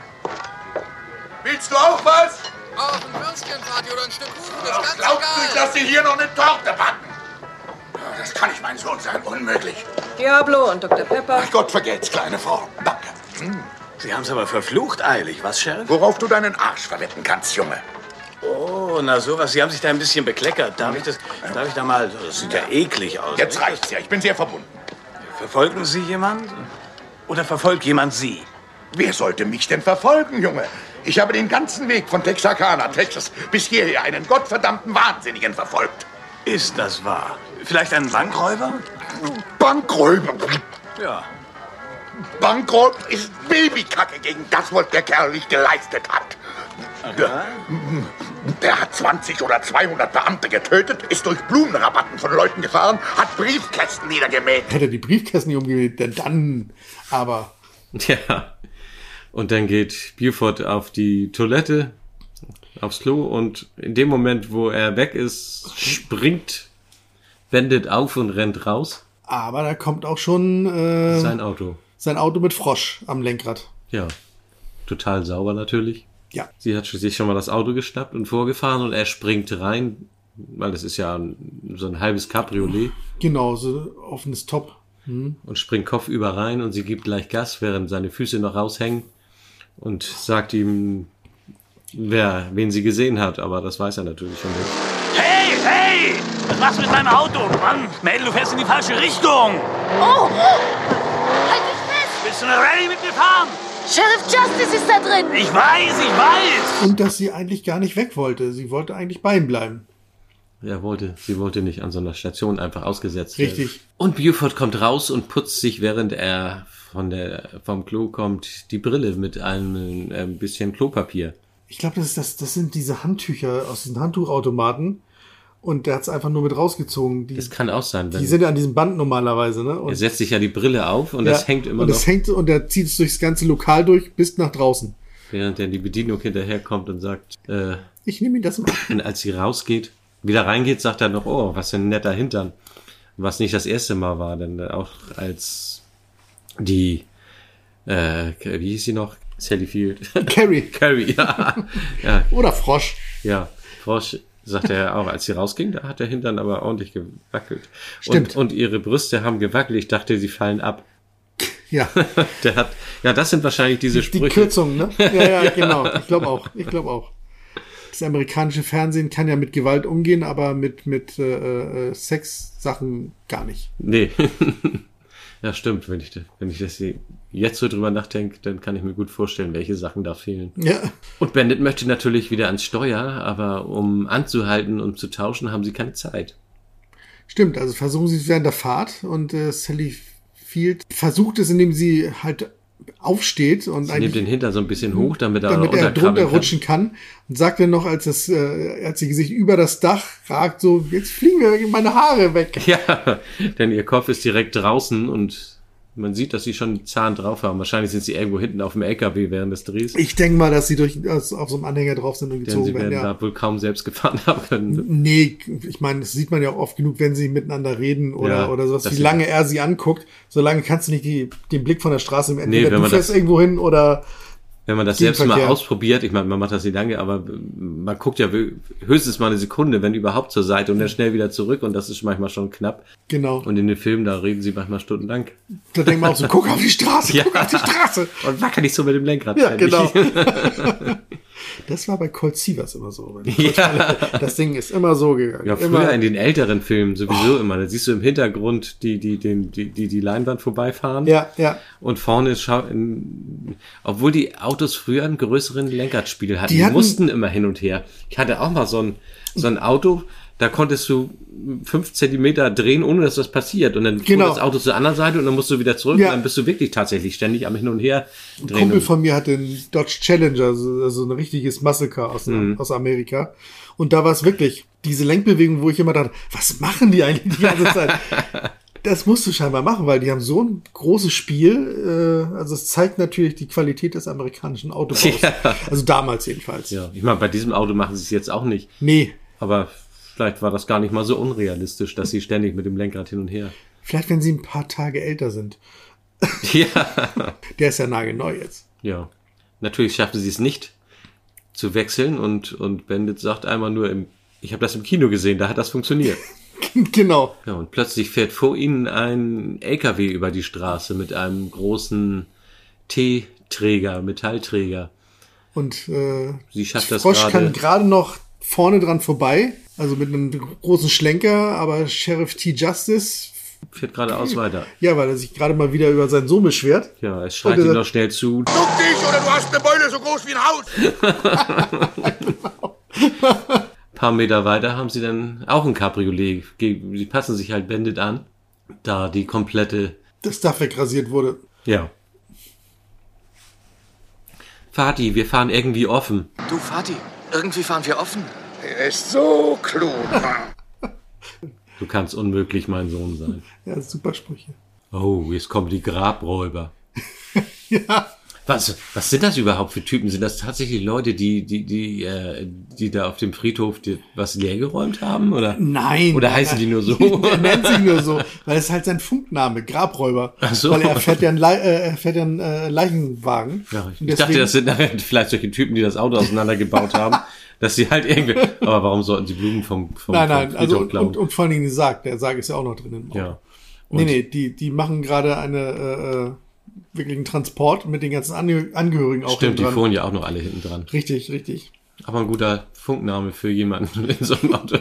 A: Willst du auch was?
M: Auf ein Würstchen, Vati, oder ein Stück Kuchen, das ist ganz
A: Glaubt
M: egal.
A: nicht, dass Sie hier noch eine Torte backen. Ah, Das kann nicht mein Sohn sein, unmöglich.
L: Diablo und Dr. Pepper.
A: Ach Gott, vergelt's, kleine Frau. Danke.
G: Sie haben's aber verflucht eilig, was, Sheriff?
A: Worauf du deinen Arsch verwetten kannst, Junge.
G: Oh, na sowas. Sie haben sich da ein bisschen bekleckert. Darf ich das? Darf ich da mal? Das sieht ja eklig aus.
A: Jetzt reicht's ja, ich bin sehr verbunden.
G: Verfolgen Sie jemand? Oder verfolgt jemand Sie?
A: Wer sollte mich denn verfolgen, Junge? Ich habe den ganzen Weg von Texarkana, Texas, bis hierher einen gottverdammten Wahnsinnigen verfolgt.
G: Ist das wahr? Vielleicht einen Bankräuber?
A: Bankräuber?
G: Ja.
A: Bankräuber ist Babykacke gegen das, was der Kerl nicht geleistet hat. Der hat 20 oder 200 Beamte getötet, ist durch Blumenrabatten von Leuten gefahren, hat Briefkästen niedergemäht.
B: Hätte er die Briefkästen nicht umgemäht, denn dann. Aber
D: Ja. Und dann geht Buford auf die Toilette, aufs Klo und in dem Moment, wo er weg ist, springt, wendet auf und rennt raus.
B: Aber da kommt auch schon äh,
D: Sein Auto.
B: sein Auto mit Frosch am Lenkrad.
D: Ja. Total sauber natürlich.
B: Ja.
D: Sie hat sich schon mal das Auto geschnappt und vorgefahren und er springt rein, weil das ist ja ein- so ein halbes Cabriolet
B: Genau, so offenes Top. Hm.
D: und springt kopfüber rein und sie gibt gleich Gas, während seine Füße noch raushängen und sagt ihm, wer, wen sie gesehen hat, aber das weiß er natürlich schon nicht.
K: Hey, hey! Was machst du mit meinem Auto? Mann, Mädel, du fährst in die falsche Richtung!
L: Oh!
K: Halt dich fest! Willst du eine Rallye mit mir fahren?
L: Sheriff Justice ist da drin!
K: Ich weiß, ich weiß!
B: Und dass sie eigentlich gar nicht weg wollte. Sie wollte eigentlich bei ihm bleiben.
D: Er wollte, sie wollte nicht an so einer Station einfach ausgesetzt werden.
B: Richtig.
D: Und Buford kommt raus und putzt sich, während er von der, vom Klo kommt, die Brille mit einem äh, bisschen Klopapier.
B: Ich glaube, das, ist das, das sind diese Handtücher aus diesen Handtuchautomaten. Und der hat es einfach nur mit rausgezogen. Die,
D: Das kann auch sein, wenn
B: die sind ja an diesem Band normalerweise, ne? Und,
D: er setzt sich ja die Brille auf und
B: ja,
D: das hängt immer
B: und
D: noch,
B: Das hängt und er zieht es durchs ganze Lokal durch bis nach draußen.
D: während dann die Bedienung hinterherkommt und sagt, äh,
B: Ich nehme ihm das mal.
D: und als sie rausgeht, wieder reingeht, sagt er noch, oh, was für ein netter Hintern. Was nicht das erste Mal war, denn auch als die, äh, wie hieß sie noch? Sally Field.
B: Carrie.
D: Carrie, ja. ja.
B: Oder Frosch.
D: Ja, Frosch sagte er auch, als sie rausging, da hat der Hintern aber ordentlich gewackelt.
B: Stimmt.
D: Und, und ihre Brüste haben gewackelt. Ich dachte, sie fallen ab.
B: Ja.
D: der hat, ja, das sind wahrscheinlich diese
B: Die
D: Sprüche.
B: Kürzung, ne? Ja, ja, genau. Ich glaube auch. Ich glaube auch. Das amerikanische Fernsehen kann ja mit Gewalt umgehen, aber mit, mit äh, äh, Sexsachen gar nicht.
D: Nee. Ja, stimmt. Wenn ich, da- wenn ich das hier jetzt so drüber nachdenke, dann kann ich mir gut vorstellen, welche Sachen da fehlen.
B: Ja.
D: Und Bandit möchte natürlich wieder ans Steuer, aber um anzuhalten und zu tauschen, haben sie keine Zeit.
B: Stimmt, also versuchen sie es während der Fahrt und äh, Sally Field versucht es, indem sie halt aufsteht und
D: Sie nimmt den Hintern so ein bisschen hoch, damit er
B: damit er
D: runterkrabbeln
B: drunter
D: kann.
B: rutschen kann. Und sagt dann noch, als, das, äh, als ihr Gesicht über das Dach ragt, so, jetzt fliegen mir meine Haare weg.
D: Ja, denn ihr Kopf ist direkt draußen und man sieht, dass sie schon einen Zahn drauf haben. Wahrscheinlich sind sie irgendwo hinten auf dem LKW während des Drehs.
B: Ich denke mal, dass sie durch, dass auf so einem Anhänger drauf sind und
D: denn
B: gezogen
D: sie werden
B: werden. Ja.
D: da wohl kaum selbst gefahren haben können.
B: Nee, ich meine, das sieht man ja auch oft genug, wenn sie miteinander reden oder,
D: Ja,
B: oder sowas,
D: das
B: wie
D: sieht
B: lange er sie anguckt. Solange kannst du nicht die, den Blick von der Straße im
D: Nee,
B: Entweder
D: wenn
B: du
D: man
B: fährst
D: das-
B: irgendwo hin oder
D: Wenn man das
B: Geht
D: selbst mal
B: verkehrt.
D: ausprobiert, ich meine, man macht das nicht lange, aber man guckt ja höchstens mal eine Sekunde, wenn überhaupt zur Seite und dann schnell wieder zurück und das ist manchmal schon knapp.
B: Genau.
D: Und in den Filmen, da reden sie manchmal stundenlang.
B: Da denkt man auch so, guck auf die Straße,
D: Ja.
B: guck auf die Straße.
D: Und wackel nicht so mit dem Lenkrad.
B: Ja,
D: ständig.
B: genau. Das war bei Colt Sievers immer so. Bei Colt Sievers- Das Ding ist immer so gegangen.
D: Ja, früher
B: immer, Oh.
D: in den älteren Filmen sowieso immer. Da siehst du im Hintergrund die, die, den, die, die, die Leinwand vorbeifahren.
B: Ja, ja.
D: Und vorne schauen, obwohl die Autos früher einen größeren Lenkradspiegel hatten,
B: Die
D: die
B: hatten-
D: mussten immer hin und her. Ich hatte auch mal so ein, so ein Auto, da konntest du fünf Zentimeter drehen, ohne dass das passiert. Und dann fuhr
B: Genau.
D: das Auto zur anderen Seite und dann musst du wieder zurück
B: Ja.
D: und dann bist du wirklich tatsächlich ständig am Hin und Her
B: ein
D: drehen.
B: Kumpel von mir hatte einen Dodge Challenger, so also ein richtiges Massaker aus,
D: Mhm.
B: aus Amerika. Und da war es wirklich diese Lenkbewegung, wo ich immer dachte, was machen die eigentlich die ganze Zeit? Das musst du scheinbar machen, weil die haben so ein großes Spiel. Äh, also es zeigt natürlich die Qualität des amerikanischen Autobaus.
D: Ja.
B: Also damals jedenfalls.
D: ja. Ich meine, bei diesem Auto machen sie es jetzt auch nicht.
B: Nee.
D: Aber vielleicht war das gar nicht mal so unrealistisch, dass sie ständig mit dem Lenkrad hin und her.
B: Vielleicht, wenn sie ein paar Tage älter sind.
D: Ja.
B: Der ist ja nagelneu jetzt.
D: Ja. Natürlich schaffen sie es nicht zu wechseln und, und Bandit sagt einmal nur im, ich habe das im Kino gesehen, da hat das funktioniert.
B: genau.
D: Ja, und plötzlich fährt vor ihnen ein LKW über die Straße mit einem großen T-Träger, Metallträger.
B: Und äh,
D: Sie schafft das
B: Frosch
D: gerade.
B: kann gerade noch vorne dran vorbei, also mit einem großen Schlenker, aber Sheriff T. Justice,
D: Fährt geradeaus weiter.
B: ja, weil er sich gerade mal wieder über seinen Sohn beschwert.
D: Ja, es
B: Und
D: schreit
B: er
D: ihm
B: sagt-
D: noch schnell zu.
A: Duck dich oder du hast eine Beule so groß wie ein Haus.
D: paar Meter weiter haben sie dann auch ein Cabriolet. Ge- Sie passen sich halt Bandit an, da die komplette
B: Das Dach wegrasiert wurde.
D: Ja. Fatih, wir fahren irgendwie offen.
M: Du, Fatih, irgendwie fahren wir offen.
A: Er ist so klug.
D: Du kannst unmöglich mein Sohn sein.
B: Ja, super Sprüche.
D: Oh, jetzt kommen die Grabräuber. ja. Was, was sind das überhaupt für Typen? Sind das tatsächlich Leute, die, die, die, äh, die da auf dem Friedhof die, was leergeräumt haben? Oder?
B: Nein.
D: Oder heißen die nur so?
B: er nennt sich nur so, weil es ist halt sein Funkname, Grabräuber.
D: Ach so.
B: Weil er fährt ja einen, Le äh, er fährt ja einen äh, Leichenwagen.
D: Ja, ich,
B: Und
D: ich dachte,
B: deswegen-
D: das sind nachher vielleicht solche Typen, die das Auto auseinandergebaut haben, dass sie halt irgendwie. Aber warum sollten sie Blumen vom, vom,
B: Nein, nein,
D: vom
B: also
D: Friedhof
B: und,
D: klauen?
B: und, und vor allen Dingen den Sarg, der Sarg ist ja auch noch drin im Auto.
D: ja.
B: Nee, nee, die, die machen gerade eine äh, äh, wirklich einen Transport mit den ganzen Ange Angehörigen auch
D: Stimmt,
B: hinten
D: die
B: dran.
D: fuhren ja auch noch alle hinten dran.
B: Richtig, richtig.
D: Aber ein guter Funkname für jemanden in so einem Auto.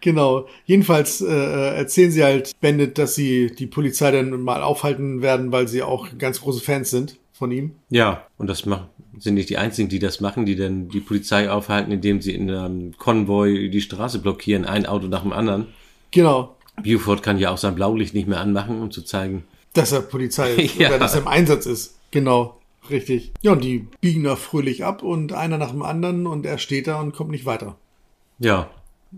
B: Genau. Jedenfalls äh, äh, erzählen sie halt Bandit, dass sie die Polizei dann mal aufhalten werden, weil sie auch ganz große Fans sind von ihm.
D: ja, und das machen, sind nicht die einzigen, die das machen, die dann die Polizei aufhalten, indem sie in einem Konvoi die Straße blockieren, ein Auto nach dem anderen.
B: Genau.
D: Buford kann ja auch sein Blaulicht nicht mehr anmachen, um zu zeigen.
B: Dass er Polizei ist
D: Ja.
B: oder dass er im Einsatz ist. Genau. Richtig. Ja, und die biegen da fröhlich ab und einer nach dem anderen und er steht da und kommt nicht weiter.
D: Ja,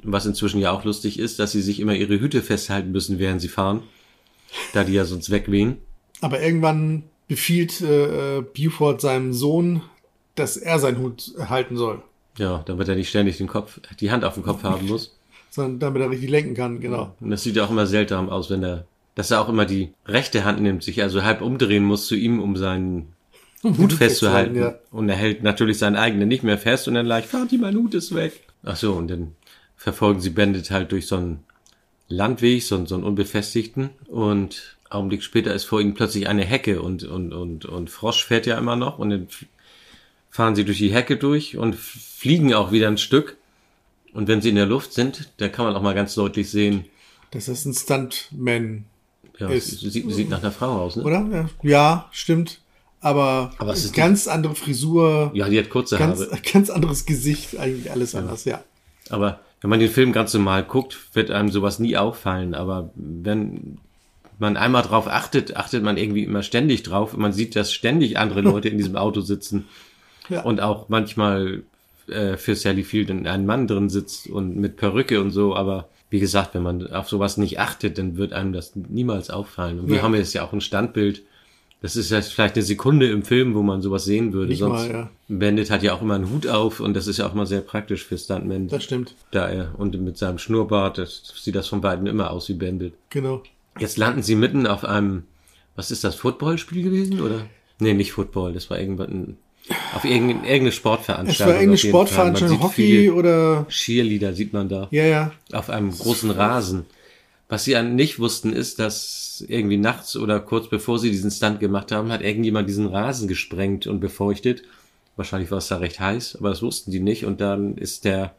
D: was inzwischen ja auch lustig ist, dass sie sich immer ihre Hüte festhalten müssen, während sie fahren, da die ja sonst wegwehen.
B: Aber irgendwann befiehlt äh, äh, Buford seinem Sohn, dass er seinen Hut halten soll.
D: Ja, damit er nicht ständig den Kopf, die Hand auf dem Kopf haben muss.
B: sondern damit er richtig lenken kann, genau.
D: Und das sieht ja auch immer seltsam aus, wenn er, dass er auch immer die rechte Hand nimmt, sich also halb umdrehen muss zu ihm, um seinen Hut festzuhalten.
B: Ja.
D: Und er hält natürlich seinen eigenen nicht mehr fest und dann leicht, Vati, mein Hut ist weg. Ach so, und dann verfolgen sie Bandit halt durch so einen Landweg, so einen, so einen unbefestigten. Und einen Augenblick später ist vor ihnen plötzlich eine Hecke und, und, und, und Frosch fährt ja immer noch und dann f- fahren sie durch die Hecke durch und f- fliegen auch wieder ein Stück. Und wenn sie in der Luft sind, da kann man auch mal ganz deutlich sehen,
B: Das ist ein Stuntman.
D: Ja,
B: ist.
D: sie- sieht, sieht nach einer Frau aus, ne?
B: Oder? Ja, ja stimmt. Aber,
D: Aber es ist
B: ganz andere Frisur.
D: Ja, die hat kurze
B: ganz,
D: Haare.
B: Ganz anderes Gesicht, eigentlich alles anders, ja.
D: Aber wenn man den Film ganz normal guckt, wird einem sowas nie auffallen. Aber wenn man einmal drauf achtet, achtet man irgendwie immer ständig drauf. Man sieht, dass ständig andere Leute in diesem Auto sitzen.
B: Ja.
D: Und auch manchmal äh, für Sally Field ein Mann drin sitzt und mit Perücke und so. Aber wie gesagt, wenn man auf sowas nicht achtet, dann wird einem das niemals auffallen. Und wir
B: Ja.
D: haben jetzt ja auch ein Standbild. Das ist jetzt vielleicht eine Sekunde im Film, wo man sowas sehen würde.
B: Nicht
D: Sonst
B: mal, ja.
D: Bandit hat ja auch immer einen Hut auf und das ist ja auch mal sehr praktisch für Stuntmen.
B: Das stimmt.
D: Da er und mit seinem Schnurrbart das, sieht das von beiden immer aus wie Bandit.
B: Genau.
D: Jetzt landen sie mitten auf einem, was ist das, Footballspiel gewesen oder? Nee, nicht Football, das war irgendwann ein, auf irgendein, irgendeine
B: Es
D: Sportveranstaltung.
B: war irgendeine
D: auf jeden Fall. Man
B: Sportveranstaltung,
D: sieht
B: Hockey
D: viele
B: oder
D: Cheerleader sieht man da.
B: Ja, ja.
D: Auf einem großen Rasen. Was sie an nicht wussten, ist, dass irgendwie nachts oder kurz bevor sie diesen Stunt gemacht haben, hat irgendjemand diesen Rasen gesprengt und befeuchtet. Wahrscheinlich war es da recht heiß, aber das wussten die nicht. Und dann ist der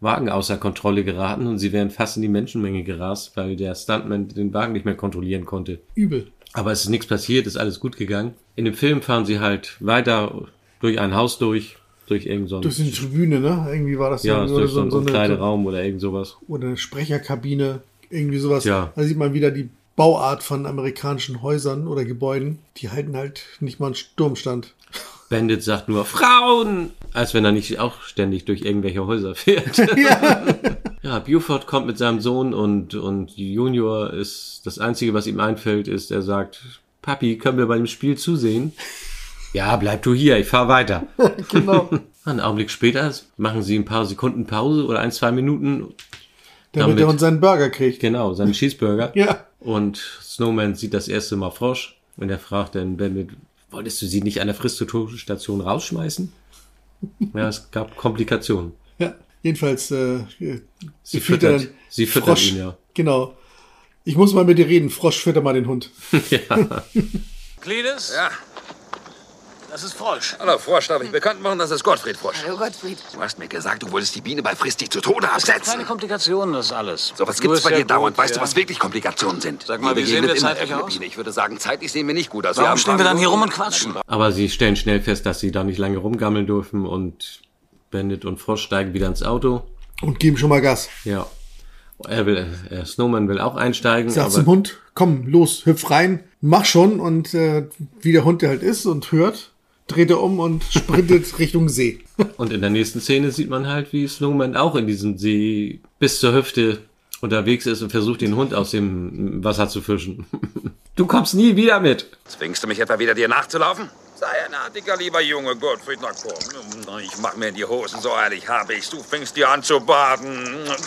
D: Wagen außer Kontrolle geraten und sie wären fast in die Menschenmenge gerast, weil der Stuntman den Wagen nicht mehr kontrollieren konnte.
B: übel.
D: Aber es ist nichts passiert, ist alles gut gegangen. In dem Film fahren sie halt weiter durch ein Haus durch, durch irgend so ein-
B: Durch die Tribüne, ne? Irgendwie war das
D: ja,
B: so,
D: durch so, einen
B: eine,
D: Umkleideraum oder irgend sowas.
B: oder eine Sprecherkabine, irgendwie sowas.
D: Ja.
B: Da sieht man wieder die Bauart von amerikanischen Häusern oder Gebäuden. Die halten halt nicht mal einen Sturmstand.
D: Bandit sagt nur Frauen, als wenn er nicht auch ständig durch irgendwelche Häuser fährt. ja, Buford kommt mit seinem Sohn und, und Junior ist, das Einzige, was ihm einfällt, ist, er sagt, Papi, können wir bei dem Spiel zusehen? Ja, bleib du hier, ich fahr weiter. genau. Einen Augenblick später machen sie ein paar Sekunden Pause oder ein, zwei Minuten.
B: Damit er uns seinen Burger kriegt.
D: Genau, seinen Cheeseburger.
B: Ja.
D: Und Snowman sieht das erste Mal Frosch und er fragt dann Bandit, wolltest du sie nicht an der Fristotoxin-Station rausschmeißen? ja, es gab Komplikationen.
B: Ja, jedenfalls äh, äh,
D: Sie
B: führt
D: füttert-
B: er dann
D: sie füttert
B: Frosch.
D: ihn, ja.
B: Genau. Ich muss mal mit dir reden. Frosch, fütter mal den Hund.
D: ja.
K: Cletus?
I: Ja.
K: Das ist Frosch.
I: Hallo, Frosch, darf ich bekannt machen, das ist Gottfried Frosch.
K: Hallo, Gottfried.
I: Du hast mir gesagt, du wolltest die Biene bei Frist dich zu Tode absetzen.
K: Keine Komplikationen, das ist alles.
I: So was
K: Nur
I: gibt's
K: ist
I: bei
K: ja
I: dir
K: gut,
I: dauernd. Weißt
K: ja.
I: du, was wirklich Komplikationen sind? Sag
K: mal, wie sehen wir zeitlich aus?
I: Biene. Ich würde sagen, zeitlich sehen wir nicht gut aus.
K: Warum
I: haben
K: stehen wir
I: Fragen-
K: dann hier rum und quatschen?
D: Aber sie stellen schnell fest, dass sie da nicht lange rumgammeln dürfen und Bandit und Frosch steigen wieder ins Auto.
B: Und gib ihm schon mal Gas.
D: Ja. Er will, äh, Snowman will auch einsteigen,
B: Sagt
D: aber
B: zum Hund, komm, los, hüpf rein, mach schon. Und äh, wie der Hund der halt ist und hört, dreht er um und sprintet Richtung See.
D: Und in der nächsten Szene sieht man halt, wie Snowman auch in diesem See bis zur Hüfte unterwegs ist und versucht, den Hund aus dem Wasser zu fischen. Du kommst nie wieder mit.
I: Zwingst du mich etwa wieder, dir nachzulaufen? Sei ein artiger, lieber Junge, Gottfried, na komm. Ich mach mir die Hosen, so ehrlich hab ich's. Du fängst dir an zu baden.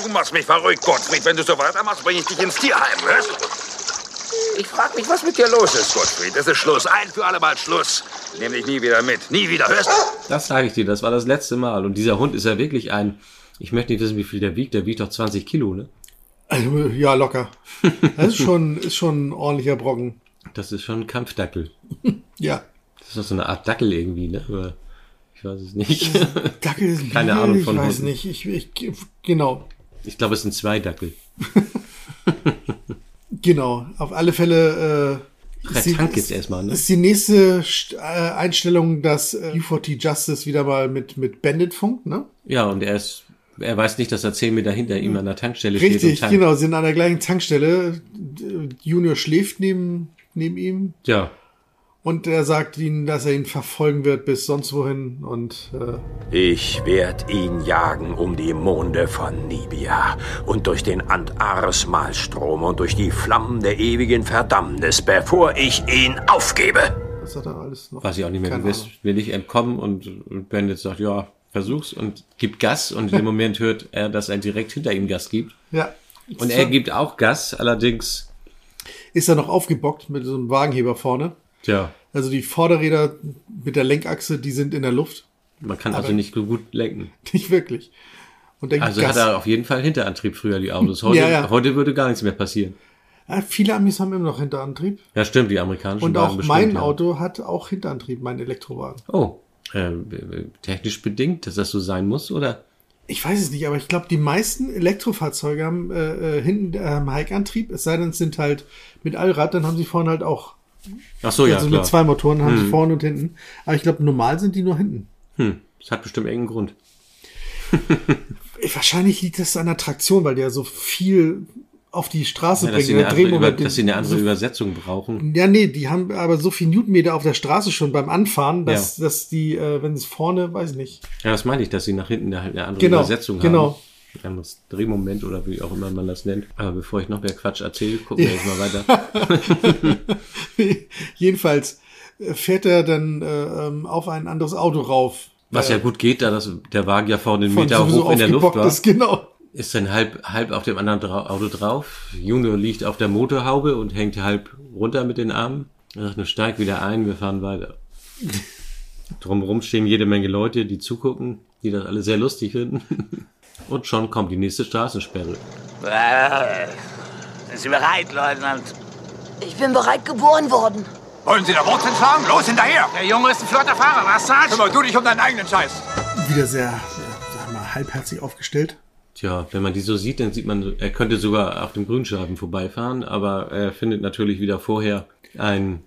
I: Du machst mich verrückt, Gottfried. Wenn du so weitermachst, bring ich dich ins Tierheim, hörst du? Ich frag mich, was mit dir los ist, Gottfried. Es ist Schluss. Ein für alle Mal Schluss. Nimm dich nie wieder mit. Nie wieder, hörst du?
D: Das sage ich dir, das war das letzte Mal. Und dieser Hund ist ja wirklich ein, ich möchte nicht wissen, wie viel der wiegt, der wiegt doch 20 Kilo, ne?
B: Also, ja, locker. Das ist schon, ist schon ein ordentlicher Brocken.
D: Das ist schon ein Kampfdackel.
B: Ja.
D: Das ist doch so eine Art Dackel irgendwie, ne? Aber ich weiß es nicht.
B: Dackel ist
D: Keine Ahnung von
B: Ich weiß
D: Hunden.
B: nicht. Ich, ich, genau.
D: Ich glaube, es sind zwei Dackel.
B: Genau, auf alle Fälle äh,
D: Recht
B: ist, die,
D: Tank jetzt
B: ist,
D: erstmal, ne?
B: ist die nächste St- äh, Einstellung, dass äh, U40 Justice wieder mal mit, mit Bandit funkt, ne?
D: Ja, und er ist, er weiß nicht, dass er 10 Meter hinter ihm an der Tankstelle steht und
B: Richtig,
D: tankt.
B: genau, sind an der gleichen Tankstelle. D- Junior schläft neben, neben ihm
D: Ja,
B: und er sagt ihnen, dass er ihn verfolgen wird bis sonst wohin und äh,
N: Ich werd ihn jagen um die Monde von Nibia und durch den Antares Malstrom und durch die Flammen der ewigen Verdammnis, bevor ich ihn aufgebe.
B: was hat er alles noch?
D: weiß ich auch nicht mehr,
B: Keine
D: du wirst, will ich entkommen und, und Bandit sagt, ja, versuch's und gibt Gas und in dem Moment hört er, dass er direkt hinter ihm Gas gibt.
B: Ja.
D: Und er gibt auch Gas, allerdings,
B: Ist er noch aufgebockt mit so einem Wagenheber vorne?
D: tja,
B: Also die Vorderräder mit der Lenkachse, die sind in der Luft.
D: man kann also
B: Aber-
D: nicht so gut lenken.
B: Nicht wirklich. Und er gibt
D: Also
B: Gas.
D: hat er auf jeden Fall Hinterantrieb früher, die Autos. Heute,
B: Ja, ja.
D: heute würde gar nichts mehr passieren.
B: Ja, Ah, viele Amis haben immer noch Hinterantrieb.
D: Ja, stimmt, die amerikanischen
B: Und
D: Wagen
B: auch
D: bestimmt,
B: mein
D: ja.
B: Auto hat auch Hinterantrieb, mein Elektrowagen.
D: Oh, äh, technisch bedingt, dass das so sein muss, oder?
B: Ich weiß es nicht, aber ich glaube, die meisten Elektrofahrzeuge haben äh, äh, hinten ähm, Heckantrieb, es sei denn, es sind halt mit Allrad, dann haben sie vorne halt auch.
D: Ach so, ja,
B: Also
D: klar.
B: mit zwei Motoren haben sie
D: Hm.
B: vorne und hinten. Aber ich glaube, normal sind die nur hinten.
D: Hm, das hat bestimmt irgendeinen Grund.
B: Ich, wahrscheinlich liegt das an der Traktion, weil die ja so viel auf die Straße
D: Ja, dass, sie
B: bringen.
D: eine
B: Der
D: andere, über,
B: Drehmoment,
D: dass sie eine andere
B: so
D: Übersetzung brauchen.
B: Ja, nee, die haben aber so viel Newtonmeter auf der Straße schon beim Anfahren, dass, dass die, äh, wenn es vorne, weiß ich nicht.
D: Ja, das meine ich, dass sie nach hinten da halt eine andere
B: Genau,
D: Übersetzung haben.
B: genau.
D: Ein anderes Drehmoment oder wie auch immer man das nennt. Aber bevor ich noch mehr Quatsch erzähle, gucken wir jetzt mal weiter.
B: Jedenfalls äh, fährt er dann äh, ähm, auf ein anderes Auto rauf.
D: Was ja gut geht, da das, der Wagen ja vorne einen
B: Von
D: Meter
B: sowieso
D: hoch in der Luft
B: aufgebockt
D: war.
B: ist, genau.
D: Ist dann halb, halb auf dem anderen Dra Auto drauf. Junior liegt auf der Motorhaube und hängt halb runter mit den Armen. Er sagt nur, steig wieder ein, wir fahren weiter. Drumherum stehen jede Menge Leute, die zugucken, die das alle sehr lustig finden. Und schon kommt die nächste Straßensperre.
O: Äh, Sind Sie bereit, Leutnant?
P: Ich bin bereit geboren worden.
I: Wollen Sie da Wurzeln hinfahren? Los hinterher!
K: Der Junge ist ein flotter Fahrer, was sagst
I: Kümmer du dich um deinen eigenen Scheiß.
B: Wieder sehr, äh, sag mal, halbherzig aufgestellt.
D: Tja, wenn man die so sieht, dann sieht man, er könnte sogar auf dem Grünschreiben vorbeifahren, aber er findet natürlich wieder vorher einen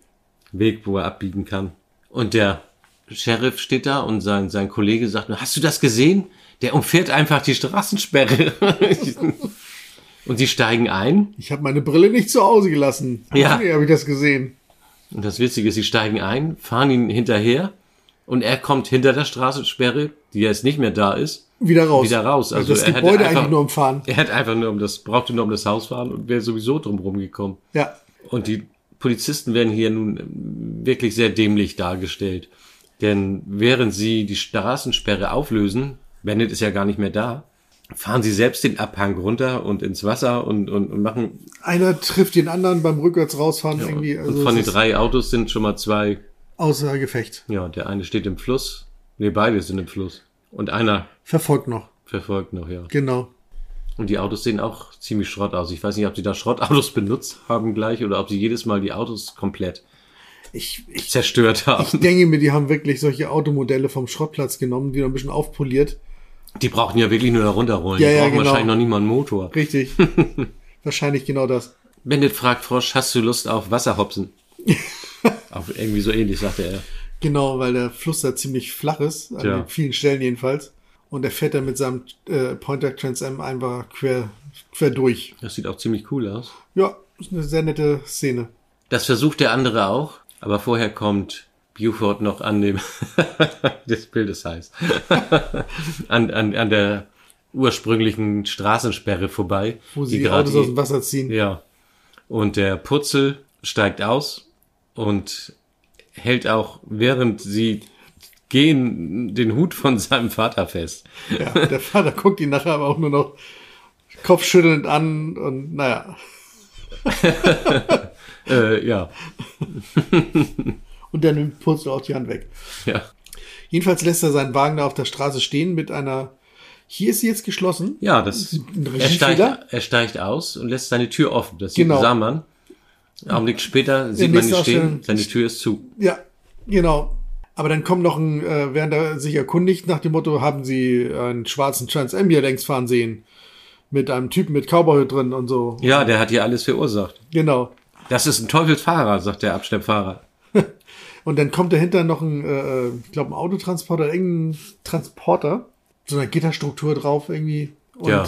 D: Weg, wo er abbiegen kann. Und der Sheriff steht da und sein, sein Kollege sagt nur, hast du das gesehen? Der umfährt einfach die Straßensperre. und sie steigen ein.
B: Ich habe meine Brille nicht zu Hause gelassen.
D: Ja.
B: Nee, habe ich das gesehen.
D: Und das Witzige ist, sie steigen ein, fahren ihn hinterher und er kommt hinter der Straßensperre, die jetzt nicht mehr da ist,
B: Wieder raus.
D: Wieder raus.
B: Weil
D: Also
B: das
D: er hätte
B: Gebäude
D: einfach-
B: eigentlich nur umfahren.
D: Er hat einfach nur um das, brauchte nur um das Haus fahren und wäre sowieso drumherum gekommen.
B: Ja.
D: Und die Polizisten werden hier nun ähm, wirklich sehr dämlich dargestellt. Denn während sie die Straßensperre auflösen, Bennett ist ja gar nicht mehr da, fahren sie selbst den Abhang runter und ins Wasser und, und, und machen
B: Einer trifft den anderen beim Rückwärts rausfahren irgendwie. Also
D: und von den
B: es ist
D: drei Autos sind schon mal zwei.
B: Außer Gefecht.
D: Ja, der eine steht im Fluss. Nee, beide sind im Fluss. Und einer
B: Verfolgt noch.
D: verfolgt noch, ja.
B: Genau.
D: Und die Autos sehen auch ziemlich Schrott aus. Ich weiß nicht, ob die da Schrottautos benutzt haben gleich oder ob sie jedes Mal die Autos komplett zerstört haben.
B: Ich denke mir, die haben wirklich solche Automodelle vom Schrottplatz genommen, wieder ein bisschen aufpoliert.
D: die brauchten ja wirklich nur da runterrollen.
B: Ja,
D: die
B: ja,
D: brauchen
B: genau.
D: wahrscheinlich noch nicht mal einen Motor.
B: Richtig. Wahrscheinlich genau das.
D: Bennett fragt Frosch, hast du Lust auf Wasserhopsen? auf irgendwie so ähnlich, sagte er.
B: Genau, weil der Fluss da ziemlich flach ist, an
D: Tja.
B: den vielen Stellen jedenfalls. Und er fährt dann mit seinem äh, Pointer Trans Am einfach quer, quer durch.
D: Das sieht auch ziemlich cool aus.
B: Ja, ist eine sehr nette Szene.
D: Das versucht der andere auch, aber vorher kommt Buford noch an dem, das Bild ist heiß, an, an, an der ursprünglichen Straßensperre vorbei.
B: Wo sie die
D: gerade
B: Autos aus dem Wasser ziehen.
D: Ja. Und der Putzel steigt aus und hält auch, während sie gehen, den Hut von seinem Vater fest.
B: Ja, der Vater guckt ihn nachher aber auch nur noch kopfschüttelnd an und naja.
D: äh, ja.
B: Und dann nimmt Purzel auch die Hand weg.
D: ja.
B: Jedenfalls lässt er seinen Wagen da auf der Straße stehen mit einer. Hier ist sie jetzt geschlossen.
D: Ja, das,
B: Ein
D: er, steigt,
B: Regiefehler.
D: er steigt aus und lässt seine Tür offen. Das
B: Genau.
D: sieht sah man. Einen Augenblick später sieht man
B: nächsten
D: ihn stehen,
B: Ausstellung-
D: seine Tür ist zu.
B: Ja, genau. Aber dann kommt noch ein, äh, während er sich erkundigt, nach dem Motto, haben sie einen schwarzen Trans Am hier längst fahren sehen. Mit einem Typen mit Cowboy drin und so.
D: Ja, der hat hier alles verursacht.
B: Genau.
D: Das ist ein Teufelsfahrer, sagt der Abschleppfahrer.
B: Und dann kommt dahinter noch ein, äh, ich glaube, ein Autotransporter, irgendein Transporter. So eine Gitterstruktur drauf irgendwie. Und,
D: Ja.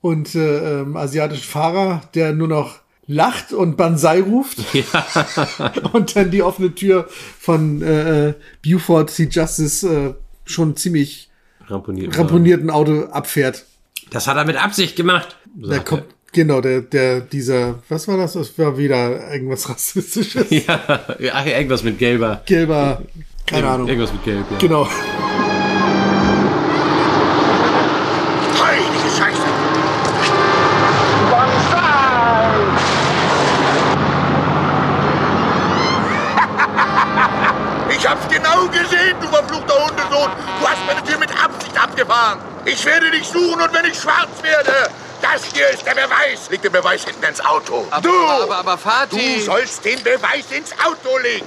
B: und äh, ähm, asiatischen Fahrer, der nur noch lacht und Bansai ruft. und dann die offene Tür von äh, Buford C. Justice äh, schon ziemlich
D: Ramponiert.
B: ramponierten Auto abfährt.
D: Das hat er mit Absicht gemacht.
B: Da
D: sagt
B: kommt, genau, der, der, dieser, was war das? Das war wieder irgendwas Rassistisches.
D: er. Ja, ja, ach, irgendwas mit gelber.
B: Gelber, keine Ahnung.
D: Irgendwas mit gelb, ja.
B: Genau.
E: Heilige Scheiße!
A: Ich hab's genau gesehen, du verfluchter Hundesohn. Du hast meine Tür mit Absicht abgefahren. Ich werde dich suchen und wenn ich schwarz werde. Das hier ist der Beweis. Leg den Beweis hinten ins Auto. du!
M: aber- aber, Vati-
A: Du sollst den Beweis ins Auto legen.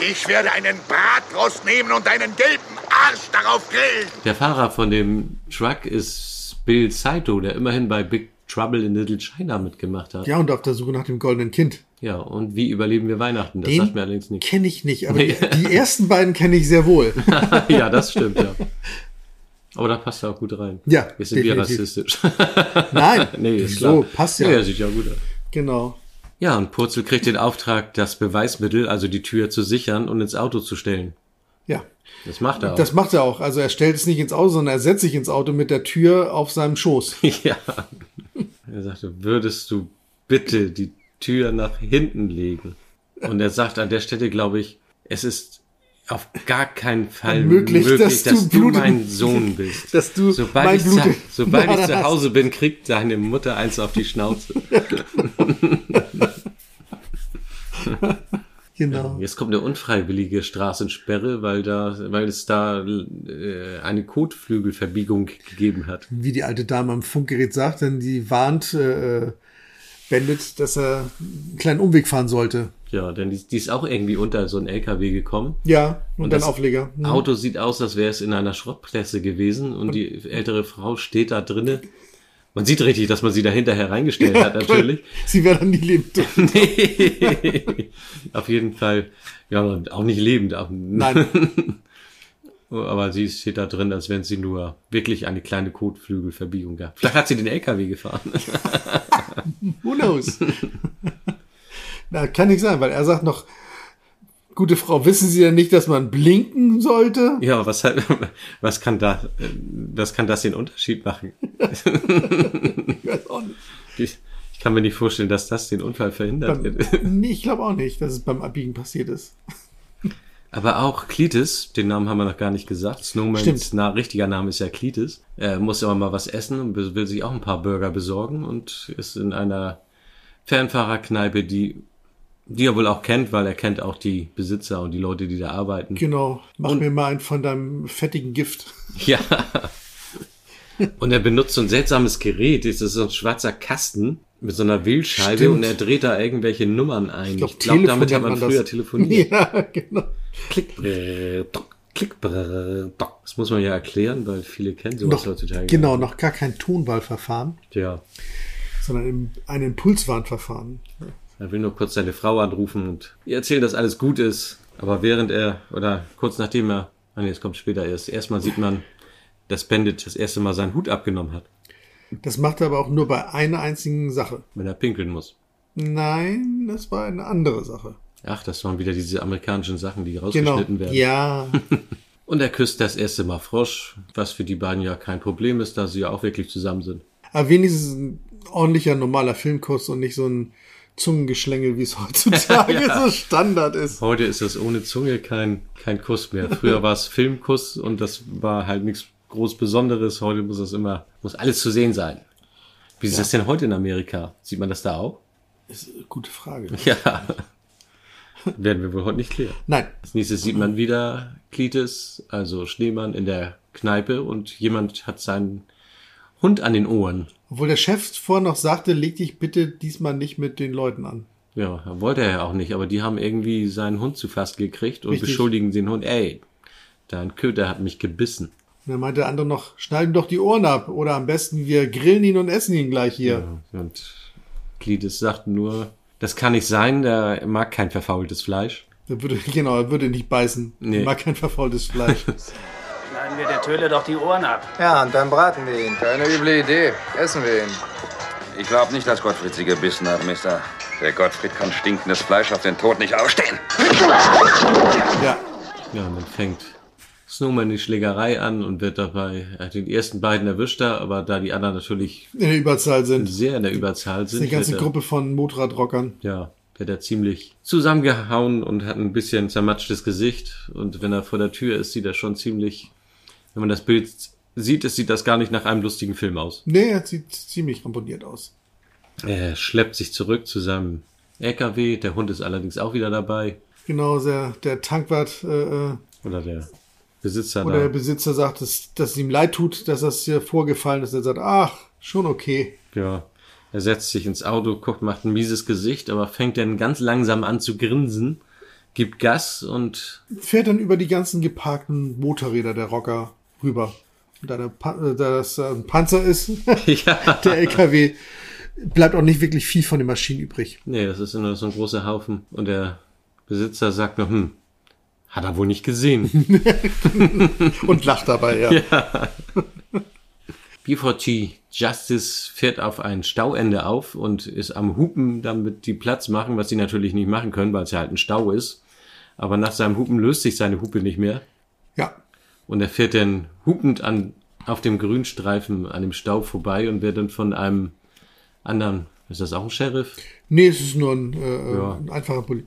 A: Ich werde einen Brat rausnehmen und deinen gelben Arsch darauf grillen.
D: Der Fahrer von dem Truck ist Bill Saito, der immerhin bei Big Trouble in Little China mitgemacht hat.
B: Ja, und auf der Suche nach dem goldenen Kind.
D: Ja, und wie überleben wir Weihnachten? Das
B: Den
D: sagt mir allerdings nichts.
B: Kenne ich nicht, aber die, die ersten beiden kenne ich sehr wohl.
D: ja, das stimmt, ja. Aber da passt er auch gut rein.
B: Ja,
D: Jetzt sind wir
B: definitiv.
D: rassistisch.
B: Nein,
D: nee, ist klar.
B: so, passt ja.
D: Nee, also er sieht ja gut aus.
B: Genau.
D: Ja, und Purzel kriegt den Auftrag, das Beweismittel, also die Tür, zu sichern und ins Auto zu stellen.
B: Ja.
D: Das macht er auch.
B: Das macht er auch. Also er stellt es nicht ins Auto, sondern er setzt sich ins Auto mit der Tür auf seinem Schoß.
D: ja. Er sagte, würdest du bitte die Tür nach hinten legen? Und er sagt an der Stelle, glaube ich, es ist auf gar keinen Fall
B: Unmöglich,
D: möglich,
B: dass
D: dass,
B: du
D: du,
B: Blut-
D: mein Sohn bist.
B: dass du
D: sobald
B: mein
D: ich,
B: Blut-
D: zu, sobald ich
B: Na,
D: zu Hause bin, kriegt deine Mutter eins auf die Schnauze.
B: Genau.
D: Jetzt kommt eine unfreiwillige Straßensperre, weil da, weil es da äh, eine Kotflügelverbiegung gegeben hat.
B: Wie die alte Dame am Funkgerät sagt, denn die warnt äh, Bandit, dass er einen kleinen Umweg fahren sollte.
D: Ja, denn die, die ist auch irgendwie unter so einen LKW gekommen.
B: Ja, und dann
D: das
B: Aufleger. Mhm.
D: Auto sieht aus, als wäre es in einer Schrottpresse gewesen und die ältere Frau steht da drinne. Man sieht richtig, dass man sie da hinterher reingestellt hat, natürlich.
B: Sie wäre dann nie lebend.
D: Auf jeden Fall, ja, und auch nicht lebend. Auch,
B: Nein.
D: Aber sie steht da drin, als wenn sie nur wirklich eine kleine Kotflügelverbiegung gab. Vielleicht hat sie den LKW gefahren.
B: Who knows? Na, kann nicht sein, weil er sagt noch, gute Frau, wissen Sie denn nicht, dass man blinken sollte?
D: Ja, aber was, hat, was, kann da, äh, was kann das den Unterschied machen? ich, ich kann mir nicht vorstellen, dass das den Unfall verhindert.
B: Beim, nee, ich glaube auch nicht, dass es beim Abbiegen passiert ist.
D: Aber auch Cletus, den Namen haben wir noch gar nicht gesagt. Snowmans
B: Stimmt.
D: na, richtiger Name ist ja Cletus. Er muss aber mal was essen und will sich auch ein paar Burger besorgen und ist in einer Fernfahrerkneipe, die, die er wohl auch kennt, weil er kennt auch die Besitzer und die Leute, die da arbeiten.
B: Genau. Mach mir mal einen von deinem fettigen Gift.
D: Ja. Und er benutzt so ein seltsames Gerät. Das ist so ein schwarzer Kasten mit so einer Wählscheibe
B: Stimmt.
D: und er dreht da irgendwelche Nummern ein. Ich glaube, glaub,
B: Telefoniert
D: damit hat man,
B: das.
D: früher telefoniert.
B: Ja, genau.
D: Klick, brrr, Äh, dock, klick, brrr, dock. Das muss man ja erklären, weil viele kennen sowas
B: Noch,
D: heutzutage.
B: genau, noch gar kein Tonwahlverfahren,
D: Ja.
B: sondern im, ein Impulswarnverfahren.
D: Er will nur kurz seine Frau anrufen und ihr erzählen, dass alles gut ist. Aber während er, oder kurz nachdem er, ah nee, es kommt später erst, erstmal sieht man, dass Bandit das erste Mal seinen Hut abgenommen hat,
B: Das macht er aber auch nur bei einer einzigen Sache.
D: wenn er pinkeln muss.
B: Nein, das war eine andere Sache.
D: Ach, das waren wieder diese amerikanischen Sachen, die
B: Genau.
D: rausgeschnitten werden.
B: Ja,
D: Und er küsst das erste Mal Frosch, was für die beiden ja kein Problem ist, da sie ja auch wirklich zusammen sind.
B: aber wenigstens ein ordentlicher, normaler Filmkurs und nicht so ein Zungengeschlängel, wie es heutzutage
D: Ja.
B: so Standard ist.
D: Heute ist das ohne Zunge kein, kein Kuss mehr. Früher war es Filmkuss und das war halt nichts groß Besonderes. Heute muss das immer, muss alles zu sehen sein. Wie ist
B: Ja.
D: das denn heute in Amerika? Sieht man das da auch?
B: Ist eine gute Frage.
D: Ja. Werden wir wohl heute nicht klären.
B: Nein.
D: Als nächstes sieht man wieder Klites, also Schneemann in der Kneipe und jemand hat seinen Hund an den Ohren.
B: Obwohl der Chef vorher noch sagte, leg dich bitte diesmal nicht mit den Leuten an.
D: Ja, wollte er ja auch nicht, aber die haben irgendwie seinen Hund zu Fass gekriegt und
B: Richtig.
D: beschuldigen den Hund, ey, dein Köter hat mich gebissen.
B: Und dann meinte der andere noch, schneid ihm doch die Ohren ab. Oder am besten, wir grillen ihn und essen ihn gleich hier.
D: Und Klides sagt nur, das kann nicht sein, der mag kein verfaultes Fleisch.
B: Er würde, genau, er würde nicht beißen.
D: Nee.
B: Er mag kein verfaultes Fleisch.
Q: Schneiden wir der Töle doch die Ohren ab. Ja, und dann braten wir ihn. Keine üble Idee. Essen wir ihn.
I: Ich glaube nicht, dass Gottfried sie gebissen hat, Mister. Der Gottfried kann stinkendes Fleisch auf den Tod nicht ausstehen.
B: Ja.
D: Ja, und dann fängt Snowman die Schlägerei an und wird dabei er hat den ersten beiden erwischt, da, aber da die anderen natürlich
B: In der Überzahl sind.
D: sehr in der Überzahl
B: Das ist
D: sind,
B: eine ganze
D: wird er-
B: Gruppe von Motorradrockern.
D: Ja, wird er ziemlich zusammengehauen und hat ein bisschen zermatschtes Gesicht. Und wenn er vor der Tür ist, sieht er schon ziemlich, wenn man das Bild sieht, es sieht das gar nicht nach einem lustigen Film aus.
B: Nee, er sieht ziemlich ramponiert aus.
D: Er schleppt sich zurück zu seinem LKW. Der Hund ist allerdings auch wieder dabei.
B: Genau, der, der Tankwart äh, äh,
D: Oder der Besitzer
B: oder der
D: da.
B: Besitzer sagt, dass, dass es ihm leid tut, dass das hier vorgefallen ist. Er sagt, ach, schon okay.
D: Ja. Er setzt sich ins Auto, guckt, macht ein mieses Gesicht, aber fängt dann ganz langsam an zu grinsen, gibt Gas und
B: Fährt dann über die ganzen geparkten Motorräder der Rocker rüber. da, der Pan- äh, da das äh, ein Panzer ist, der LKW, bleibt auch nicht wirklich viel von den Maschinen übrig.
D: Nee, das ist nur so ein großer Haufen. Und der Besitzer sagt noch, hm, hat er wohl nicht gesehen.
B: Und lacht dabei, ja.
D: B4T Justice fährt auf ein Stauende auf und ist am Hupen, damit die Platz machen, was sie natürlich nicht machen können, weil es ja halt ein Stau ist. Aber nach seinem Hupen löst sich seine Hupe nicht mehr.
B: Ja.
D: Und er fährt dann hupend an, auf dem Grünstreifen an dem Stau vorbei und wird dann von einem anderen, ist das auch ein Sheriff?
B: Nee, es ist nur ein, äh,
D: Ja.
B: ein einfacher Poli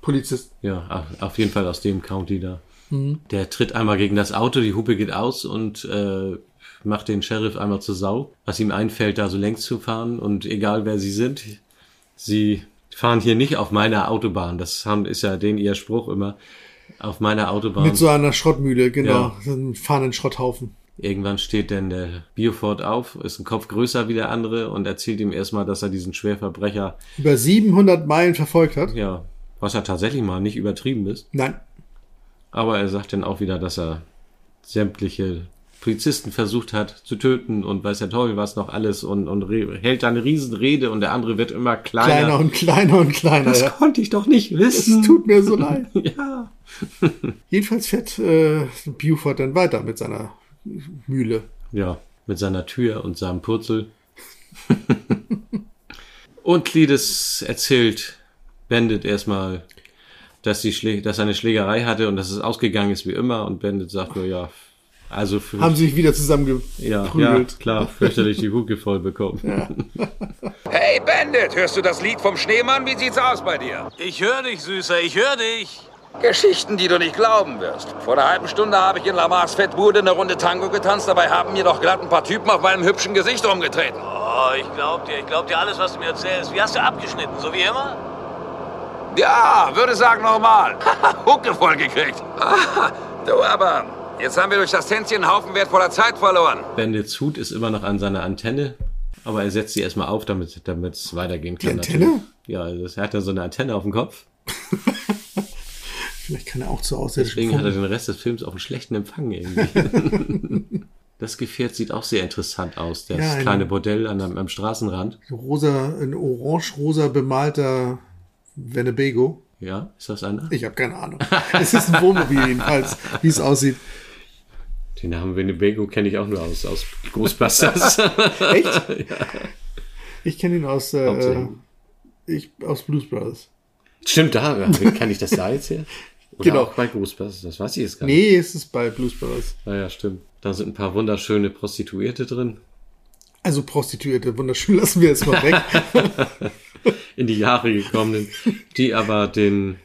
B: Polizist.
D: Ja, auf- auf jeden Fall aus dem County da.
B: Mhm.
D: Der tritt einmal gegen das Auto, die Hupe geht aus und äh, macht den Sheriff einmal zur Sau. Was ihm einfällt, da so längs zu fahren und egal wer sie sind, sie fahren hier nicht auf meiner Autobahn. Das haben, ist ja den ihr Spruch immer. Auf meiner Autobahn.
B: Mit so einer Schrottmühle, genau.
D: Ja.
B: So Einen fahrenden Schrotthaufen.
D: Irgendwann steht dann der Biofort auf, ist ein Kopf größer wie der andere und erzählt ihm erstmal, dass er diesen Schwerverbrecher,
B: Über 700 Meilen verfolgt hat.
D: ja, was er tatsächlich mal nicht übertrieben ist.
B: Nein.
D: Aber er sagt dann auch wieder, dass er sämtliche Polizisten versucht hat zu töten und weiß der Teufel was noch alles und, und re- hält da eine Riesenrede und der andere wird immer kleiner.
B: Kleiner und kleiner und kleiner.
D: Das konnte ich doch nicht wissen.
B: Es tut mir so leid.
D: ja.
B: Jedenfalls fährt äh, Buford dann weiter mit seiner Mühle.
D: Ja, mit seiner Tür und seinem Purzel. und Clides erzählt Bandit erstmal, dass, die Schlä dass er eine Schlägerei hatte und dass es ausgegangen ist wie immer und Bandit sagt nur, ja, also für
B: Haben sie sich wieder
D: ja, ja,
B: zusammengeprügelt.
D: klar, fürchterlich die Hucke voll bekommen.
I: Hey Bandit, hörst du das Lied vom Schneemann? Wie sieht's aus bei dir?
G: Ich höre dich, Süßer, ich höre dich.
I: Geschichten, die du nicht glauben wirst. Vor einer halben Stunde habe ich in Lamars Fettbude eine Runde Tango getanzt, dabei haben mir doch glatt ein paar Typen auf meinem hübschen Gesicht rumgetreten.
G: Oh, ich glaub dir, ich glaub dir alles, was du mir erzählst. Wie hast du abgeschnitten, so wie immer?
I: Ja, würde sagen normal. Hucke voll gekriegt. Ah, du aber, jetzt haben wir durch das Tänzchen einen Haufen wertvoller Zeit verloren.
D: Bandits Hut ist immer noch an seiner Antenne, aber er setzt sie erstmal auf, damit damit es weitergehen kann.
B: Antenne?
D: natürlich. Ja, also das- er hat ja so eine Antenne auf dem Kopf.
B: Vielleicht kann er auch zu Außerirdischen
D: Deswegen hat er
B: funken.
D: den Rest des Films auch einen schlechten Empfang irgendwie. das Gefährt sieht auch sehr interessant aus. Das
B: Ja, ein-
D: kleine Bordell an einem, am Straßenrand.
B: Rosa, ein orange-rosa bemalter Winnebago.
D: Ja, ist das einer?
B: Ich habe keine Ahnung. es ist ein Wohnmobil jedenfalls, wie es aussieht.
D: Den Namen Winnebago kenne ich auch nur aus, aus Ghostbusters.
B: Echt? Ich kenne ihn aus, äh,
D: Hauptsächlich.
B: ich, aus Blues Brothers.
D: Stimmt, da kann ich das da jetzt her? Oder
B: Genau.
D: auch bei Ghostbusters, das weiß ich jetzt gar nicht.
B: Nee, es ist bei Blues Brothers.
D: Naja, stimmt. Da sind ein paar wunderschöne Prostituierte drin.
B: Also Prostituierte, wunderschön, lassen wir jetzt mal weg.
D: in die Jahre gekommenen, die aber den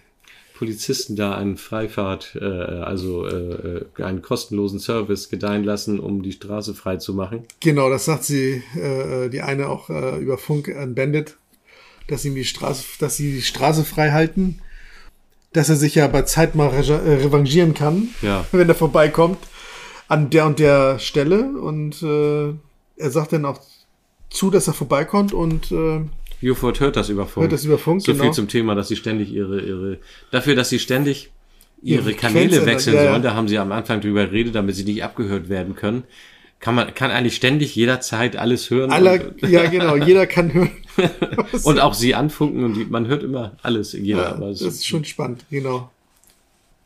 D: Polizisten da einen Freifahrt, äh, also äh, äh, einen kostenlosen Service gedeihen lassen, um die Straße frei zu machen.
B: Genau, das sagt sie, äh, die eine auch äh, über Funk an Bandit, dass ihm die Straße, dass sie die Straße frei halten, dass er sich ja bei Zeit mal reja- äh, revanchieren kann,
D: Ja.
B: wenn er vorbeikommt, an der und der Stelle und äh, er sagt dann auch zu, dass er vorbeikommt und äh,
D: Buford hört das über Funk.
B: Hört das über Funk,
D: So
B: genau.
D: viel zum Thema, dass sie ständig ihre, ihre, dafür, dass sie ständig
B: Ihre
D: ihre, Kanäle
B: Frequenz ändern,
D: wechseln
B: ja, ja.
D: sollen, da haben sie am Anfang drüber geredet, damit sie nicht abgehört werden können. Kann man, kann eigentlich ständig jederzeit alles hören.
B: aller,
D: und,
B: ja genau, jeder kann hören.
D: und auch sie anfunken und die, man hört immer alles, jeder.
B: Ja,
D: aber es-
B: das ist schon spannend, genau.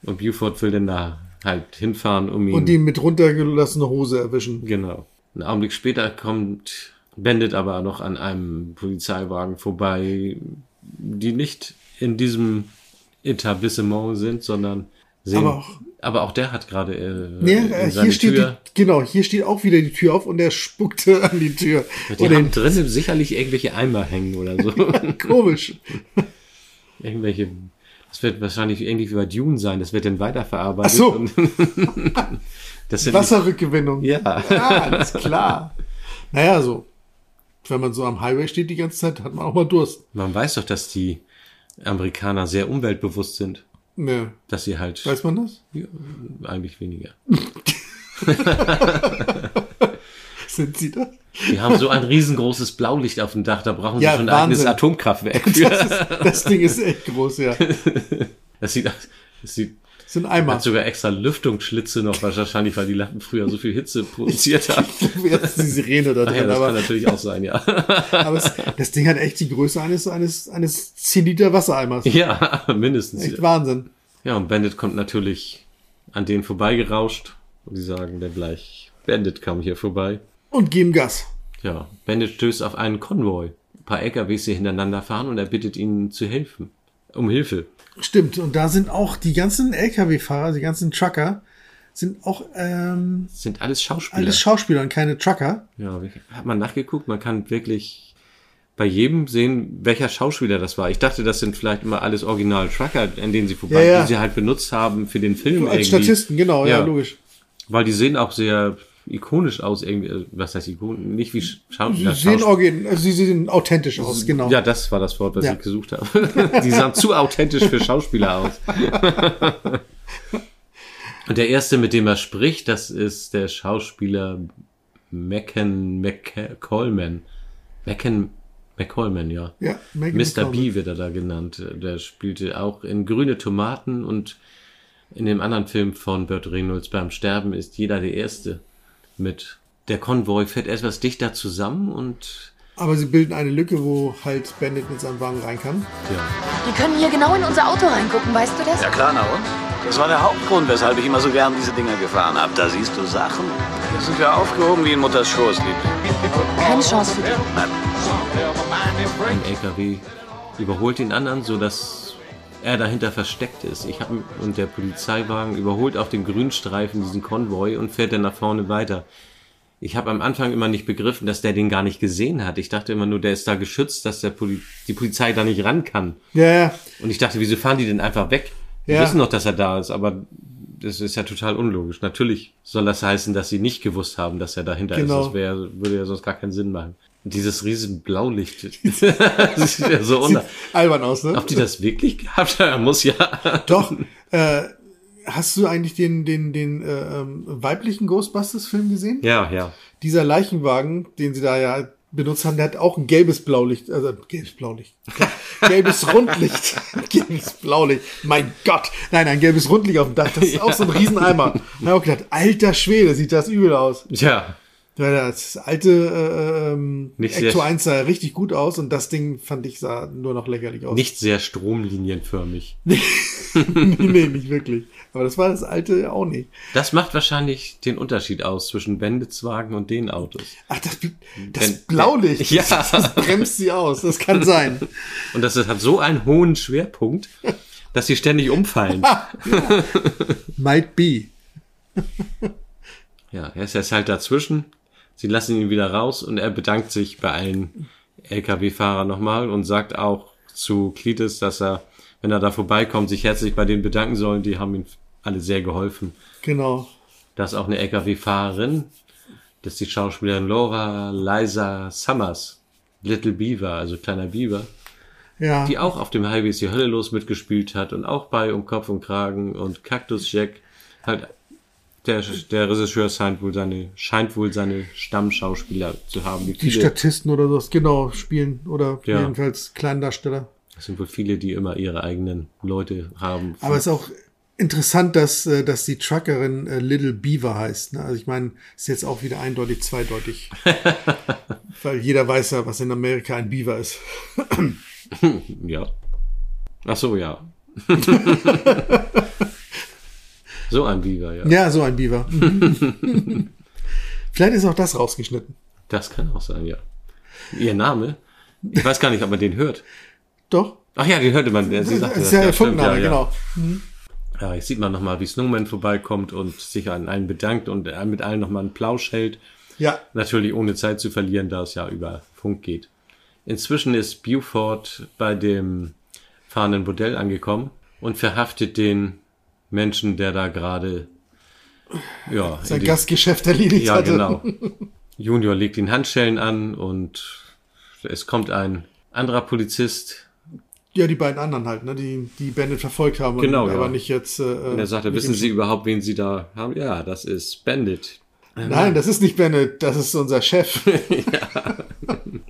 D: Und Buford will dann da halt hinfahren, um ihn.
B: Und die mit runtergelassener Hose erwischen.
D: Genau. Einen Augenblick später kommt Bandit aber noch an einem Polizeiwagen vorbei, die nicht in diesem Etablissement sind, sondern sehen.
B: Aber auch-
D: aber auch der hat gerade äh,
B: Nee,
D: in
B: äh,
D: seine
B: hier steht
D: Tür.
B: die, genau, hier steht auch wieder die Tür auf und er spuckte an die Tür.
D: Die,
B: Oder
D: haben drinnen sicherlich irgendwelche Eimer hängen oder so.
B: komisch.
D: irgendwelche. Das wird wahrscheinlich ähnlich wie bei Dune sein. Das wird dann weiterverarbeitet.
B: Ach so.
D: und- das sind
B: Wasserrückgewinnung.
D: Ja.
B: alles klar. Naja, so. Wenn man so am Highway steht die ganze Zeit, hat man auch mal Durst.
D: man weiß doch, dass die Amerikaner sehr umweltbewusst sind.
B: Ne.
D: Dass sie halt.
B: Weiß man das?
D: Ja, eigentlich weniger.
B: Sind sie da?
D: Die haben so ein riesengroßes Blaulicht auf dem Dach, da brauchen sie
B: Ja,
D: schon ein
B: Wahnsinn.
D: eigenes Atomkraftwerk.
B: Das, ist, das Ding ist echt groß, ja.
D: Das sieht, aus- das sieht
B: Sind Eimer.
D: Hat sogar extra Lüftungsschlitze noch, wahrscheinlich, weil die Lampen früher so viel Hitze produziert haben.
B: Jetzt die Sirene da
D: Ach Ah ja,
B: drin,
D: das
B: aber-
D: kann natürlich auch sein, ja.
B: Aber es, das Ding hat echt die Größe eines, eines, eines 10 Liter Wassereimers.
D: Ja, mindestens.
B: Echt Wahnsinn.
D: Ja, und Bandit kommt natürlich an denen vorbeigerauscht. Und die sagen dann gleich, Bandit kam hier vorbei.
B: Und geben Gas.
D: Ja, Bandit stößt auf einen Konvoi. Ein paar LKWs hier hintereinander fahren und er bittet ihnen zu helfen. Um Hilfe.
B: Stimmt, und da sind auch die ganzen LKW-Fahrer, die ganzen Trucker, sind auch ähm,
D: Sind alles Schauspieler.
B: alles Schauspieler und keine Trucker.
D: Ja, hat man nachgeguckt, man kann wirklich bei jedem sehen, welcher Schauspieler das war. Ich dachte, das sind vielleicht immer alles original Trucker, an denen sie vorbei,
B: Ja, ja.
D: die sie halt benutzt haben für den Film.
B: Als
D: irgendwie.
B: Statisten, genau, ja, logisch.
D: Weil die sehen auch sehr ikonisch aus, irgendwie, äh, was heißt ikonisch? Nicht wie Sch-
B: Sie
D: Schauspieler.
B: sehen,
D: Schaus-
B: organ- also sie sehen authentisch aus, genau.
D: Ja, das war das Wort, was
B: Ja.
D: ich gesucht habe. die sahen zu authentisch für Schauspieler aus. Und der erste, mit dem er spricht, das ist der Schauspieler Macken McCallman. Macken McCallman, ja.
B: Ja, Macken
D: Mr.
B: McCallman.
D: B wird er da genannt. Der spielte auch in Grüne Tomaten und in dem anderen Film von Burt Reynolds beim Sterben ist jeder der Erste mit. Der Konvoi fährt etwas dichter zusammen und
B: Aber sie bilden eine Lücke, wo halt Bandit mit seinem Wagen rein kann.
J: Die können hier genau in unser Auto reingucken, weißt du das?
G: Ja klar, na und? Das war der Hauptgrund, weshalb ich immer so gern diese Dinger gefahren habe. Da siehst du Sachen. Hier sind wir aufgehoben wie in Mutters Schoß, Liebling.
J: Keine Chance für dich.
D: ein LKW überholt den anderen, sodass er dahinter versteckt ist. Ich hab, und der Polizeiwagen überholt auf dem Grünstreifen diesen Konvoi und fährt dann nach vorne weiter. Ich habe am Anfang immer nicht begriffen, dass der den gar nicht gesehen hat. Ich dachte immer nur, der ist da geschützt, dass der Poli die Polizei da nicht ran kann.
B: Ja, ja.
D: Und ich dachte, wieso fahren die denn einfach weg? Die
B: Ja.
D: wissen doch, dass er da ist, aber das ist ja total unlogisch. Natürlich soll das heißen, dass sie nicht gewusst haben, dass er dahinter
B: Genau.
D: ist. Das wär, würde ja sonst gar keinen Sinn machen. Und Dieses riesen Blaulicht das sieht ja so
B: Sieht
D: un
B: albern aus, ne?
D: Ob die das wirklich gehabt haben, muss ja.
B: Doch. Äh, hast du eigentlich den, den, den äh, ähm, weiblichen Ghostbusters-Film gesehen?
D: Ja, ja.
B: Dieser Leichenwagen, den sie da ja benutzt haben, der hat auch ein gelbes Blaulicht, also ein gelbes Blaulicht, gelbes Rundlicht, gelbes Blaulicht, mein Gott, nein, ein gelbes Rundlicht auf dem Dach, das ist auch so ein
D: Ja.
B: Rieseneimer. Da habe ich auch gedacht, alter Schwede, sieht das übel aus.
D: Tja.
B: Ja, das alte äh, ähm,
D: Nicht
B: Ecto
D: sehr-
B: 1 sah richtig gut aus und das Ding fand ich sah nur noch lächerlich aus.
D: Nicht sehr stromlinienförmig.
B: nee, nee, nicht wirklich. Aber das war das alte auch nicht.
D: Das macht wahrscheinlich den Unterschied aus zwischen Banditswagen und den Autos.
B: Ach, das, das Blaulicht,
D: Ja.
B: das, das bremst sie aus, das kann sein.
D: Und das hat so einen hohen Schwerpunkt, dass sie ständig umfallen.
B: Might be.
D: Ja, er ist jetzt halt dazwischen. Sie lassen ihn wieder raus und er bedankt sich bei allen LKW-Fahrern nochmal und sagt auch zu Cletus, dass er, wenn er da vorbeikommt, sich herzlich bei denen bedanken soll. Die haben ihm alle sehr geholfen.
B: Genau.
D: Da ist auch eine LKW-Fahrerin. Das ist die Schauspielerin Laura Liza Summers. Little Beaver, also kleiner Beaver.
B: Ja.
D: Die auch auf dem Highway ist die Hölle los mitgespielt hat und auch bei Um Kopf und Kragen und Cactus Jack. Halt, der, der Regisseur scheint wohl seine, scheint wohl seine Stammschauspieler zu haben. Wie
B: Die
D: viele-
B: Statisten oder sowas, genau, spielen oder
D: Ja.
B: jedenfalls Kleindarsteller.
D: Es sind wohl viele, die immer ihre eigenen Leute haben.
B: Aber es ist auch interessant, dass, äh, dass die Truckerin äh, Little Beaver heißt. Ne? Also ich meine, ist jetzt auch wieder eindeutig zweideutig. Weil jeder weiß ja, was in Amerika ein Beaver ist.
D: ja. Ach so, ja. so ein Beaver, ja.
B: Ja, so ein Beaver. Mhm. Vielleicht ist auch das rausgeschnitten.
D: Das kann auch sein, ja. Ihr Name? Ich weiß gar nicht, ob man den hört.
B: Doch.
D: Ach ja, den hörte man. Sie
B: Das
D: sagte
B: ist ja der
D: das, stimmt,
B: Funkname,
D: ja, ja.
B: genau. Mhm.
D: Ja, jetzt sieht man nochmal, wie Snowman vorbeikommt und sich an einen bedankt und äh, mit allen nochmal einen Plausch hält.
B: Ja.
D: Natürlich ohne Zeit zu verlieren, da es ja über Funk geht. Inzwischen ist Buford bei dem fahrenden Bordell angekommen und verhaftet den Menschen, der da gerade ja,
B: Sein
D: in die-
B: Gastgeschäft Also, erledigt
D: ja,
B: hatte.
D: genau. Junior legt ihn Handschellen an und es kommt ein anderer Polizist.
B: Ja, die beiden anderen halt, ne? die, die Bandit verfolgt haben, und-
D: Genau, ja.
B: aber nicht jetzt. Äh,
D: Und er sagt,
B: nicht
D: wissen
B: im-
D: Sie überhaupt, wen Sie da haben? Ja, das ist Bandit.
B: Nein, das ist nicht Bandit, das ist unser Chef.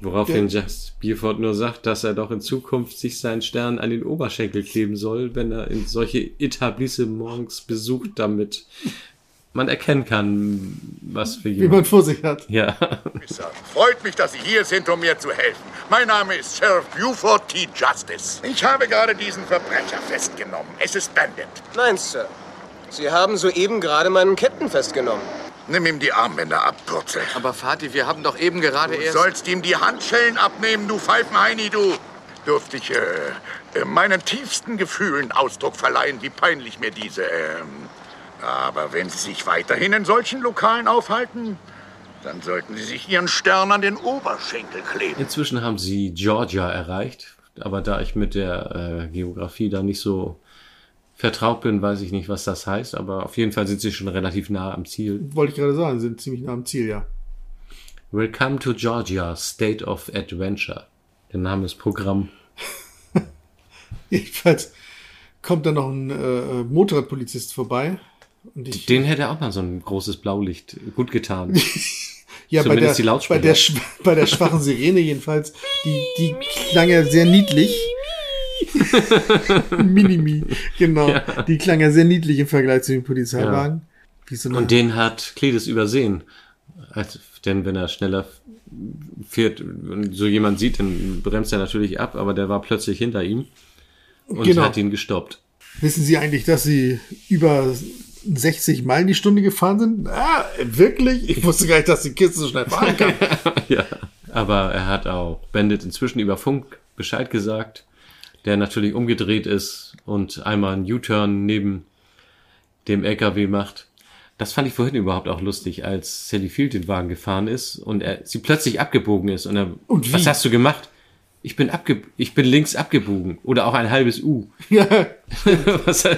D: Woraufhin Just Bierford nur sagt, dass er doch in Zukunft sich seinen Stern an den Oberschenkel kleben soll, wenn er in solche Etablissements besucht, damit man erkennen kann, was für
B: Wie man vor sich hat.
D: Ja.
A: Freut mich, dass Sie hier sind, um mir zu helfen. Mein Name ist Sheriff Buford T. Justice. Ich habe gerade diesen Verbrecher festgenommen. Es ist Bandit.
R: Nein, Sir. Sie haben soeben gerade meinen Captain festgenommen.
A: Nimm ihm die Armbänder ab, Purzel.
R: Aber Vati, wir haben doch eben
A: Du sollst ihm die Handschellen abnehmen, du Pfeifenheini, du. Dürfte ich äh, äh, meinen tiefsten Gefühlen Ausdruck verleihen, wie peinlich mir diese... Ähm, aber wenn Sie sich weiterhin in solchen Lokalen aufhalten, dann sollten Sie sich Ihren Stern an den Oberschenkel kleben.
D: Inzwischen haben sie Georgia erreicht, aber da ich mit der äh, Geografie da nicht so vertraut bin, weiß ich nicht, was das heißt, aber auf jeden Fall sind sie schon relativ nah am Ziel.
B: Wollte ich gerade sagen, sind ziemlich nah am Ziel, ja.
D: Welcome to Georgia, State of Adventure. Der Name ist Programm.
B: Jedenfalls kommt dann noch ein äh, Motorradpolizist vorbei. Und ich,
D: Den hätte auch mal so ein großes Blaulicht gut getan.
B: ja, bei der,
D: Zumindest die Lautsprecher.
B: bei, der, schw- bei der schwachen Sirene jedenfalls, die, die klang ja sehr niedlich. Minimi, genau.
D: Ja.
B: Die klang ja sehr niedlich im Vergleich zu dem Polizeiwagen. Wie so eine-
D: Und den hat Cletus übersehen. Als, denn wenn er schneller fährt und so jemand sieht, dann bremst er natürlich ab, aber der war plötzlich hinter ihm und
B: Genau.
D: hat ihn gestoppt.
B: Wissen Sie eigentlich, dass Sie über 60 Meilen die Stunde gefahren sind? Ah, wirklich? Ich wusste gar nicht, dass die Kiste so schnell fahren kann.
D: ja. Aber er hat auch Bandit inzwischen über Funk Bescheid gesagt, der natürlich umgedreht ist und einmal einen U-Turn neben dem LKW macht. Das fand ich vorhin überhaupt auch lustig, als Sally Field den Wagen gefahren ist und er, sie plötzlich abgebogen ist und er,
B: Und wie?
D: was hast du gemacht? Ich bin abge, ich bin links abgebogen oder auch ein halbes U.
B: Ja.
D: was,
B: Ja,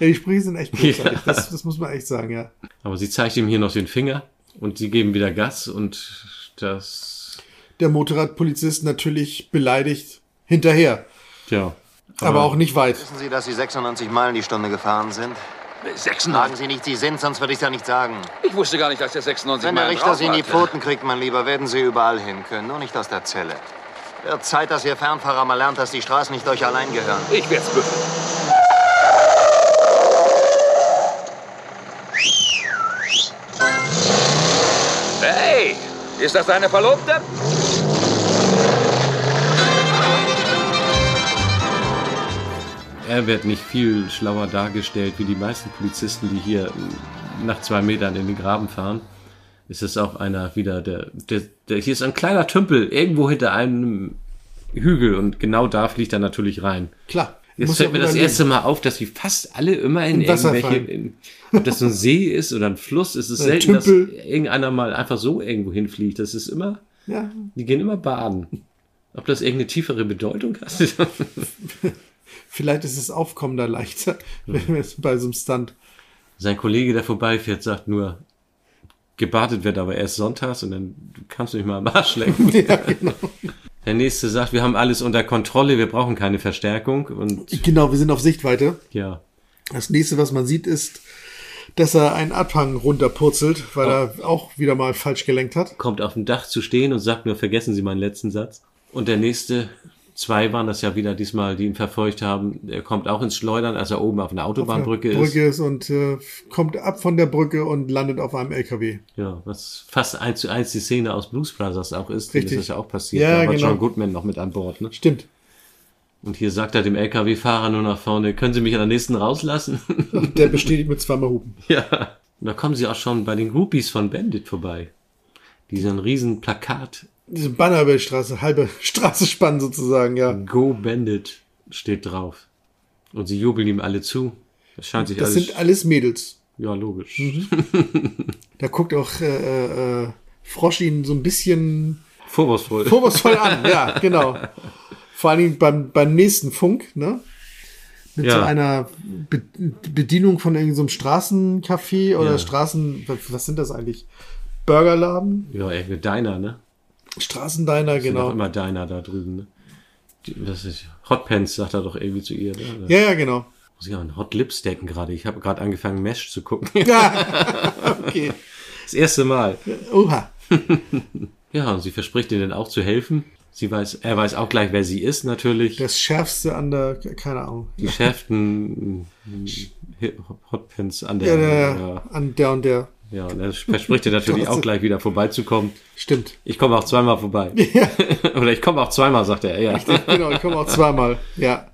B: die Sprüche sind echt großartig.
D: Ja.
B: Das, das muss man echt sagen, ja.
D: aber sie zeigt ihm hier noch den Finger und sie geben wieder Gas und das,
B: Der Motorradpolizist natürlich beleidigt hinterher.
D: ja.
B: Aber, auch nicht weit.
S: Wissen Sie, dass Sie 96 Meilen die Stunde gefahren sind?
I: 96?
S: Sagen Sie nicht, Sie sind, sonst würde ich ja nicht sagen.
I: Ich wusste gar nicht, dass der 96
S: Wenn der
I: Meilen
S: Richter Sie in die
I: drauf hatte.
S: Pfoten kriegt, mein Lieber, werden Sie überall hin können, nur nicht aus der Zelle. Wird Zeit, dass Ihr Fernfahrer mal lernt, dass die Straßen nicht euch allein gehören.
I: Ich werd's büffeln. Hey, ist das deine Verlobte?
D: Er wird nicht viel schlauer dargestellt wie die meisten Polizisten, die hier äh, nach zwei Metern in den Graben fahren. Es ist auch einer wieder, der, der, der hier ist ein kleiner Tümpel irgendwo hinter einem Hügel und genau da fliegt er natürlich rein.
B: Klar.
D: Jetzt
B: Muss
D: fällt
B: ja
D: mir das
B: überleben.
D: erste Mal auf, dass sie fast alle immer in
B: In Wasser
D: irgendwelche,
B: fallen.
D: in, ob das so ein See ist oder ein Fluss, es ist
B: Oder ein
D: selten, dass
B: Tümpel.
D: irgendeiner mal einfach so irgendwo hinfliegt. Das ist immer,
B: Ja.
D: die gehen immer baden. Ob das irgendeine tiefere Bedeutung hat?
B: Vielleicht ist das Aufkommen da leichter, wenn wir es bei so einem Stunt.
D: Sein Kollege, der vorbeifährt, sagt nur, gebadet wird aber erst sonntags und dann kannst du mich mal am Arsch lecken.
B: genau.
D: Der nächste sagt, wir haben alles unter Kontrolle, wir brauchen keine Verstärkung und
B: Genau, wir sind auf Sichtweite.
D: ja.
B: Das nächste, was man sieht, ist, dass er einen Abhang runterpurzelt, weil er auch wieder mal falsch gelenkt hat.
D: kommt auf dem Dach zu stehen und sagt nur, vergessen Sie meinen letzten Satz. Und der nächste, zwei waren das ja wieder diesmal, die ihn verfolgt haben, er kommt auch ins Schleudern, als er oben auf einer Autobahnbrücke
B: Auf der
D: ist.
B: Brücke ist und äh, kommt ab von der Brücke und landet auf einem LKW.
D: Ja, was fast eins zu eins die Szene aus Blues Brothers auch ist, denn
B: Richtig.
D: das ist ja auch passiert.
B: Ja,
D: da war
B: genau.
D: John Goodman noch mit an Bord, ne?
B: Stimmt.
D: Und hier sagt er dem LKW-Fahrer nur nach vorne, können Sie mich an der nächsten rauslassen?
B: Und der bestätigt mit zweimal Hupen.
D: ja. Und da kommen sie auch schon bei den Groupies von Bandit vorbei. Die so ein riesen Plakat,
B: Diese Bannerbellstraße, halbe Straße spannen sozusagen, ja.
D: Go Bandit, steht drauf. Und sie jubeln ihm alle zu. Das scheint sich
B: Das
D: alles...
B: sind Mhm. alles Mädels.
D: ja, logisch.
B: Da guckt auch äh, äh, äh, Frosch ihn so ein bisschen
D: Vorwurfsvoll.
B: vorwurfsvoll an, ja, genau. Vor allen Dingen beim, beim nächsten Funk, ne? Mit
D: Ja.
B: so einer Be Bedienung von irgendeinem Straßencafé oder
D: Ja.
B: Straßen, was- was sind das eigentlich? Burgerladen?
D: Ja, irgendwie Diner, ne?
B: Straßendiner,
D: Sind auch
B: genau.
D: immer Diner da drüben, ne? Die- Das ist Hot Pants, sagt er doch irgendwie zu ihr. Ne?
B: Ja, ja, genau.
D: Muss ich auch an Hot Lips denken gerade. Ich habe gerade angefangen, Mesh zu gucken.
B: Ja, okay.
D: Das erste Mal.
B: Oha.
D: Ja, und sie verspricht ihnen auch zu helfen. Sie weiß, er weiß auch gleich, wer sie ist, natürlich.
B: Das Schärfste an der, keine Ahnung.
D: Die schärften mm, Hi- Hotpins an der.
B: Ja, der, an der und der.
D: Ja, und er verspricht dir natürlich
B: Trotzdem.
D: auch gleich wieder vorbeizukommen.
B: Stimmt.
D: Ich komme auch zweimal vorbei. Oder ich komme auch zweimal, sagt er, ja.
B: Richtig, genau, ich komme auch zweimal. Ja.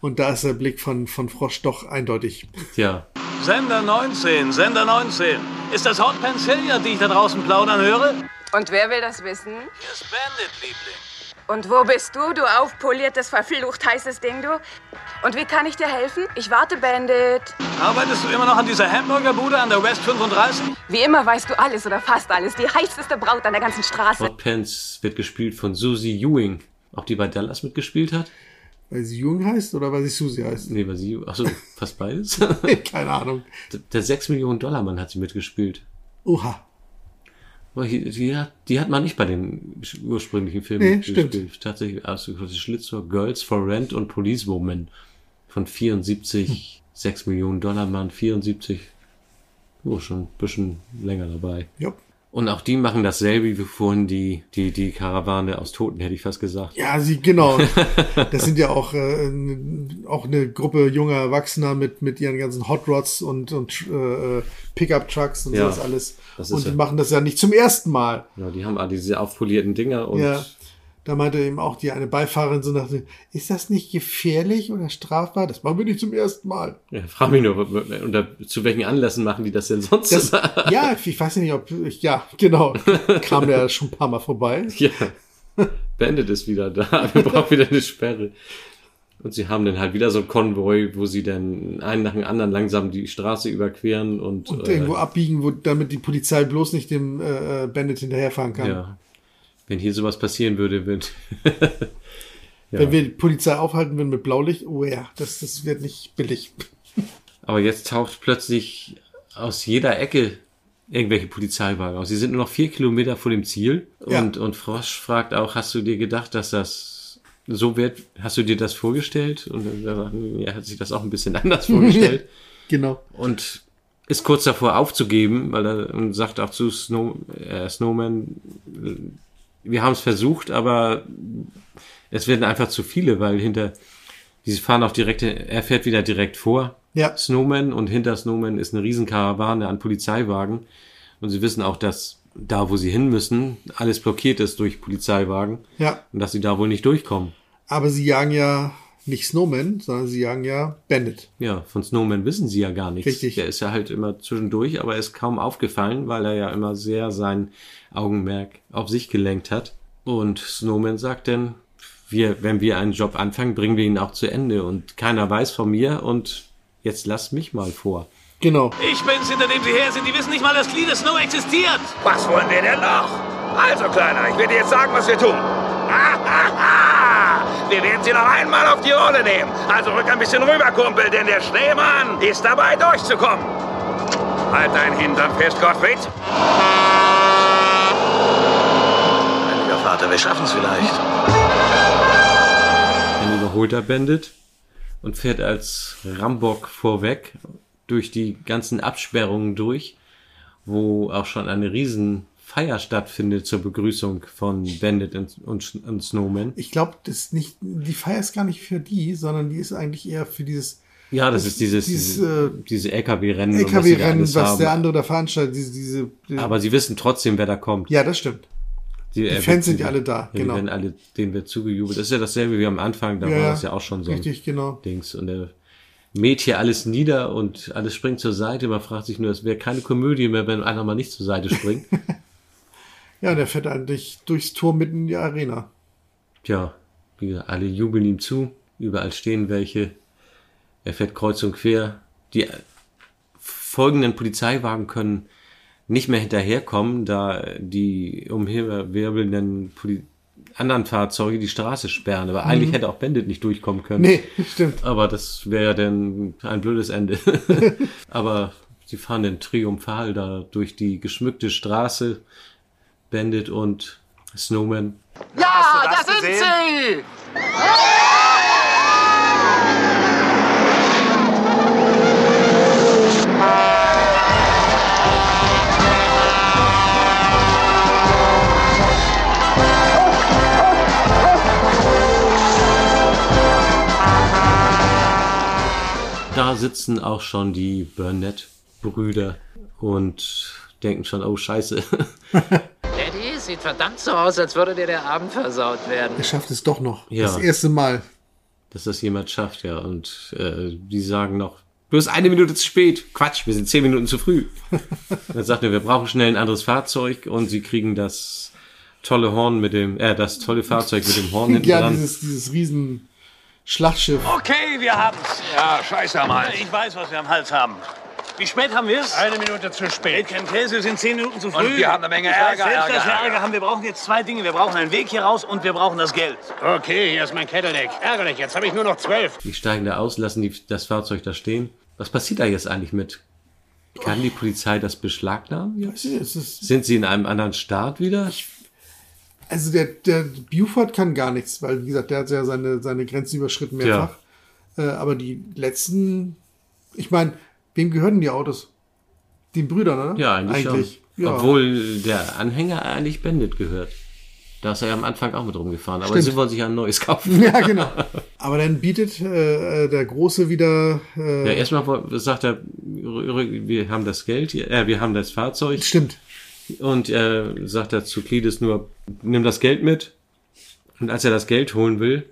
B: Und da ist der Blick von, von Frosch doch eindeutig.
D: Ja.
G: Sender 19, Sender 19. Ist das Hot Pennsylvania, die ich da draußen plaudern höre?
L: Und wer will das wissen?
G: Hier ist Bandit, Liebling.
L: Und wo bist du, du aufpoliertes, verflucht heißes Ding, du? Und wie kann ich dir helfen? Ich warte, Bandit.
G: Arbeitest du immer noch an dieser Hamburgerbude an der West 35?
L: Wie immer weißt du alles oder fast alles. Die heißeste Braut an der ganzen Straße.
D: Hot Pants wird gespielt von Susie Ewing. Auch die bei Dallas mitgespielt hat?
B: Weil sie Jung heißt oder weil sie Susi heißt?
D: Nee, weil sie, achso, fast beides.
B: Keine Ahnung.
D: Der 6 Millionen Dollar Mann hat sie mitgespielt.
B: Oha.
D: Aber die, die, hat, die hat man nicht bei den ursprünglichen Filmen
B: Nee,
D: gespielt. Tatsächlich ausgekoste Schlitzohr, Girls for Rent und Police Woman von
B: Hm.
D: 74, 6 Millionen Dollar Mann, 74. Oh, schon ein bisschen länger dabei.
B: Ja.
D: Und auch die machen dasselbe wie vorhin die, die, die Karawane aus Toten, hätte ich fast gesagt.
B: Ja, sie, genau. Das sind ja auch, äh, n- auch eine Gruppe junger Erwachsener mit, mit ihren ganzen Hot Rods und, und äh, Pickup-Trucks und
D: Ja,
B: sowas alles.
D: das ist
B: und die
D: ja-
B: machen das ja nicht zum ersten Mal.
D: Ja, Genau, die haben alle diese aufpolierten Dinger und
B: ja. Da meinte eben auch die eine Beifahrerin so nach dem, ist das nicht gefährlich oder strafbar? Das machen wir nicht zum ersten Mal.
D: ja, frag mich nur, unter, zu welchen Anlässen machen die das denn sonst?
B: Das, ja, ich weiß ja nicht, ob, ja, genau. Kam der schon ein paar Mal vorbei.
D: Ja. Bandit ist wieder da. Wir brauchen wieder eine Sperre. Und sie haben dann halt wieder so einen Konvoi, wo sie dann einen nach dem anderen langsam die Straße überqueren und,
B: Und
D: äh,
B: irgendwo abbiegen, wo, damit die Polizei bloß nicht dem äh, äh, Bandit hinterherfahren kann.
D: ja. Wenn hier sowas passieren würde, wird. ja.
B: Wenn wir die Polizei aufhalten würden mit Blaulicht, oh ja, das, das wird nicht billig.
D: Aber jetzt taucht plötzlich aus jeder Ecke irgendwelche Polizeiwagen aus. Sie sind nur noch vier Kilometer vor dem Ziel.
B: Ja.
D: Und, und Frosch fragt auch, hast du dir gedacht, dass das so wird? Hast du dir das vorgestellt? Und er sagt, "Hm, er hat sich das auch ein bisschen anders vorgestellt.
B: genau.
D: Und ist kurz davor aufzugeben, weil er und sagt auch zu Snow, äh, Snowman, äh, wir haben es versucht, aber es werden einfach zu viele, weil hinter, die fahren auch direkt, er fährt wieder direkt vor
B: Ja.
D: Snowman und hinter Snowman ist eine Riesenkarawane an Polizeiwagen. Und sie wissen auch, dass da, wo sie hin müssen, alles blockiert ist durch Polizeiwagen
B: Ja.
D: und dass sie da wohl nicht durchkommen.
B: Aber sie jagen ja nicht Snowman, sondern sie jagen ja Bandit.
D: Ja, von Snowman wissen sie ja gar nichts. Richtig. Der ist ja halt immer zwischendurch, aber er ist kaum aufgefallen, weil er ja immer sehr sein Augenmerk auf sich gelenkt hat. Und Snowman sagt dann, wir, wenn wir einen Job anfangen, bringen wir ihn auch zu Ende und keiner weiß von mir und jetzt lass mich mal vor.
B: Genau.
G: Ich bin's, hinter dem sie her sind. Die wissen nicht mal, dass Glieder Snow existiert.
I: Was wollen wir denn noch? Also, Kleiner, ich will dir jetzt sagen, was wir tun. Wir werden sie noch einmal auf die Rolle nehmen. Also rück ein bisschen rüber, Kumpel, denn der Schneemann ist dabei, durchzukommen. Halt deinen Hintern fest, Gottfried.
G: Heiliger Vater, wir schaffen's vielleicht.
D: Dann überholt er Bandit und fährt als Rambock vorweg durch die ganzen Absperrungen durch, wo auch schon eine riesen Feier stattfindet zur Begrüßung von Bandit und, und, und Snowman.
B: Ich glaube, das ist nicht, die Feier ist gar nicht für die, sondern die ist eigentlich eher für dieses
D: Ja, das ist dieses,
B: Dieses,
D: diese, diese LKW-Rennen. und was sie da
B: LKW-Rennen, was,
D: alles haben.
B: der andere da veranstaltet. Diese, diese,
D: Aber sie wissen trotzdem, wer da kommt.
B: ja, das stimmt.
D: Die,
B: Fans sind ja alle da,
D: Die
B: genau.
D: werden alle, denen wird zugejubelt. Das ist ja dasselbe wie am Anfang, da
B: Ja,
D: war
B: ja.
D: das ja auch schon so. ein
B: Richtig, genau.
D: Dings. Und er mäht hier alles nieder und alles springt zur Seite. Man fragt sich nur, es wäre keine Komödie mehr, wenn einer mal nicht zur Seite springt.
B: Ja, der fährt eigentlich durchs Tor mitten in die Arena.
D: Tja, wie gesagt, alle jubeln ihm zu. Überall stehen welche. Er fährt kreuz und quer. Die folgenden Polizeiwagen können nicht mehr hinterherkommen, da die umherwirbelnden Poli anderen Fahrzeuge die Straße sperren. Aber eigentlich
B: Mhm.
D: hätte auch Bandit nicht durchkommen können.
B: Nee, stimmt.
D: Aber das wäre dann ein blödes Ende. Aber sie fahren dann triumphal da durch die geschmückte Straße. Bandit und Snowman.
P: Ja,
E: das
P: da sind sie!
D: da sitzen auch schon die Burnett-Brüder und denken schon, oh Scheiße.
T: Daddy, sieht verdammt so aus, als würde dir der Abend versaut werden.
B: Er schafft es doch noch.
D: Ja.
B: Das erste Mal.
D: Dass das jemand schafft, ja. Und äh, die sagen noch, du bist eine Minute zu spät. Quatsch, wir sind zehn Minuten zu früh. Dann sagt er, wir brauchen schnell ein anderes Fahrzeug und sie kriegen das tolle Horn mit dem, äh, das tolle Fahrzeug mit dem Horn hinten
B: ja,
D: dran.
B: dieses, dieses riesen Schlachtschiff.
G: Okay, wir haben's.
I: Ja, scheiße am Hals.
G: Ich weiß, was wir am Hals haben. Wie spät haben wir's? Eine Minute zu spät. Red Käse, wir sind zehn Minuten zu früh.
I: Und wir haben eine Menge
G: ich weiß
I: Ärger,
G: selbst,
I: Ärger,
G: dass wir
I: Ärger.
G: Ärger haben. Wir brauchen jetzt zwei Dinge. Wir brauchen einen Weg hier raus und wir brauchen das Geld.
U: Okay, hier ist mein Ketteldeck. Ärgerlich, jetzt habe ich nur noch zwölf.
D: Die steigen da aus, lassen die, das Fahrzeug da stehen. Was passiert da jetzt eigentlich mit? Kann die Polizei das beschlagnahmen?
B: Weißt du, es ist-
D: Sind sie in einem anderen Staat wieder?
B: Also der, der Buford kann gar nichts, weil wie gesagt, der hat ja seine, seine Grenzen überschritten mehrfach. Äh, aber die letzten, ich meine, wem gehören die Autos? Den Brüdern, oder?
D: Ja, eigentlich, schon.
B: Ja.
D: Obwohl der Anhänger eigentlich Bandit gehört. Da ist er ja am Anfang auch mit rumgefahren. Aber
B: Stimmt.
D: sie wollen sich ja ein neues kaufen.
B: Ja, genau. Aber dann bietet äh, äh, der Große wieder. Äh,
D: Ja, erstmal woll- sagt er, wir haben das Geld, hier, äh, wir haben das Fahrzeug.
B: Stimmt.
D: Und äh, sagt er zu Cletus nur, nimm das Geld mit. Und als er das Geld holen will,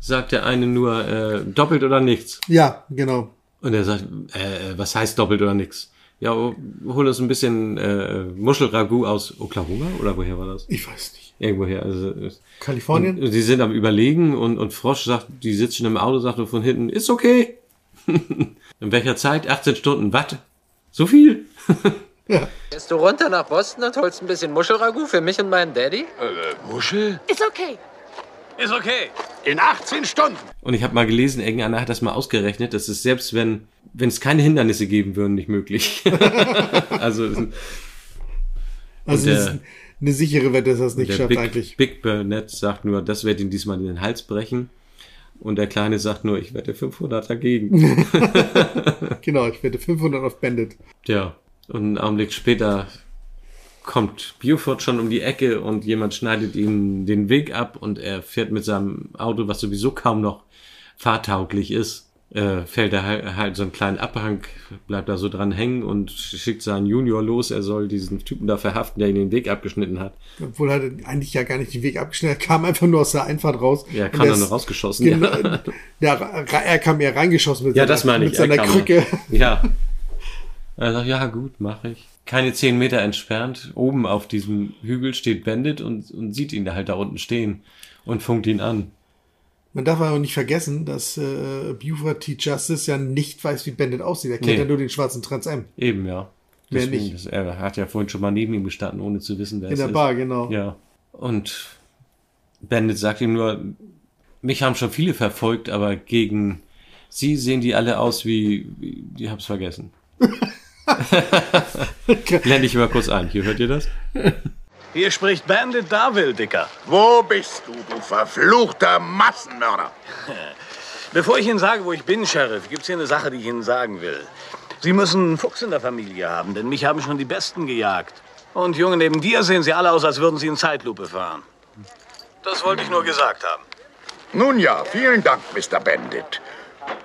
D: sagt der eine nur, äh, doppelt oder nichts.
B: ja, genau.
D: Und er sagt, äh, was heißt doppelt oder nix? Ja, oh, hol uns ein bisschen äh, Muschelragout aus Oklahoma oder woher war das?
B: Ich weiß nicht.
D: Irgendwoher. Also, äh,
B: Kalifornien?
D: Und, und die sind am Überlegen und, und Frosch sagt, die sitzen im Auto, sagt nur von hinten, ist okay. In welcher Zeit? 18 Stunden. Was? So viel?
T: Gehst du runter nach Boston und holst ein bisschen Muschelragout für mich und meinen Daddy?
K: Muschel?
T: Ist okay.
K: Ist okay. In 18 Stunden.
D: Und ich habe mal gelesen, irgendeiner hat das mal ausgerechnet, dass es selbst wenn wenn es keine Hindernisse geben würden, nicht möglich. also
B: Also
D: Und
B: das
D: der-
B: ist eine sichere Wette, dass er es
D: Und
B: nicht
D: der
B: schafft
D: Big,
B: eigentlich.
D: Big Burnett sagt nur, das wird ihm diesmal den Hals brechen. Und der Kleine sagt nur, ich wette 500 dagegen.
B: genau, ich wette 500 auf Bandit.
D: Tja, und einen Augenblick später kommt Buford schon um die Ecke und jemand schneidet ihm den Weg ab und er fährt mit seinem Auto, was sowieso kaum noch fahrtauglich ist, äh, fällt er halt, halt so einen kleinen Abhang, bleibt da so dran hängen und schickt seinen Junior los, er soll diesen Typen da verhaften, der ihm den Weg abgeschnitten hat.
B: Obwohl er eigentlich ja gar nicht den Weg abgeschnitten hat, kam einfach nur aus der Einfahrt raus.
D: Ja,
B: Und
D: kam
B: er
D: dann
B: ist-
D: nur rausgeschossen, ja.
B: Genau, ja, ra- er kam eher reingeschossen mit
D: Ja,
B: seiner,
D: das meine ich.
B: mit seiner
D: er kam
B: Krücke.
D: mal. Ja. Er sagt, ja gut, mache ich. Keine zehn Meter entfernt, oben auf diesem Hügel steht Bandit und, und sieht ihn da halt da unten stehen und funkt ihn an.
B: Man darf aber nicht vergessen, dass äh, Buford T. Justice ja nicht weiß, wie Bandit aussieht. Er kennt
D: Nee.
B: ja nur den schwarzen Trans M.
D: Eben, ja.
B: Mehr
D: Deswegen,
B: nicht.
D: das- Er hat ja vorhin schon mal neben ihm gestanden, ohne zu wissen, wer
B: In
D: es
B: der
D: ist.
B: Bar, genau.
D: Ja. Und Bandit sagt ihm nur, mich haben schon viele verfolgt, aber gegen sie sehen die alle aus wie, wie ich hab's vergessen. Blende ich mal kurz ein. Hier hört ihr das?
G: Hier spricht Bandit Darwill, Dicker.
A: Wo bist du, du verfluchter Massenmörder?
G: Bevor ich Ihnen sage, wo ich bin, Sheriff, gibt's hier eine Sache, die ich Ihnen sagen will. Sie müssen einen Fuchs in der Familie haben, denn mich haben schon die Besten gejagt. Und Junge, neben dir sehen Sie alle aus, als würden Sie in Zeitlupe fahren. Das wollte ich nur gesagt haben.
A: Nun ja, vielen Dank, Mr. Bandit.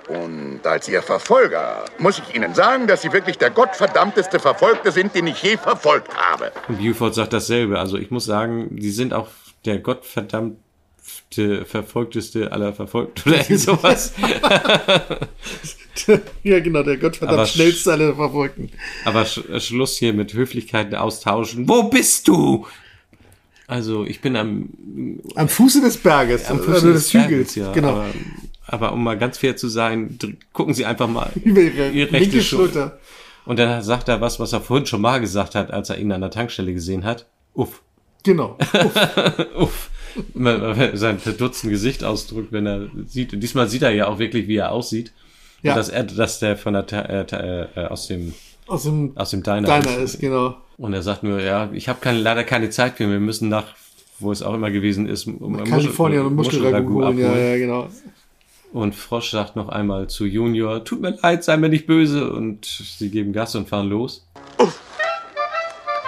A: Und als Ihr Verfolger muss ich Ihnen sagen, dass Sie wirklich der gottverdammteste Verfolgte sind, den ich je verfolgt habe.
D: Und Buford sagt dasselbe. Also ich muss sagen, die sind auch der gottverdammte verfolgteste aller verfolgt oder irgend sowas.
B: ja, genau, der Gottverdammt
D: Aber
B: schnellste aller Verfolgten.
D: Aber Sch äh, Schluss hier mit Höflichkeiten austauschen. Wo bist du? Also ich bin am,
B: Am Fuße des Berges,
D: am
B: also
D: Fuße des Hügels.
B: Hügels,
D: Ja,
B: genau.
D: aber, aber um mal ganz fair zu sein, dr- gucken Sie einfach mal
B: Über Ihre linke Schulter.
D: Und dann sagt er was, was er vorhin schon mal gesagt hat, als er ihn an der Tankstelle gesehen hat. Uff.
B: Genau.
D: Uff. Man- man- Sein verdutzten Gesicht ausdrückt, wenn er sieht. Und diesmal sieht er ja auch wirklich, wie er aussieht. Ja.
B: Ja.
D: Und dass er, dass der von der, Ta- äh, Ta- äh, aus dem,
B: Aus dem
D: aus dem Diner,
B: Deiner ist, genau.
D: Und er sagt nur, ja, ich habe keine, leider keine Zeit für, wir müssen nach, wo es auch immer gewesen ist, um
B: Nach Kalifornien und Muschelragout holen, ja, ja, genau.
D: Und Frosch sagt noch einmal zu Junior, tut mir leid, sei mir nicht böse. Und sie geben Gas und fahren los.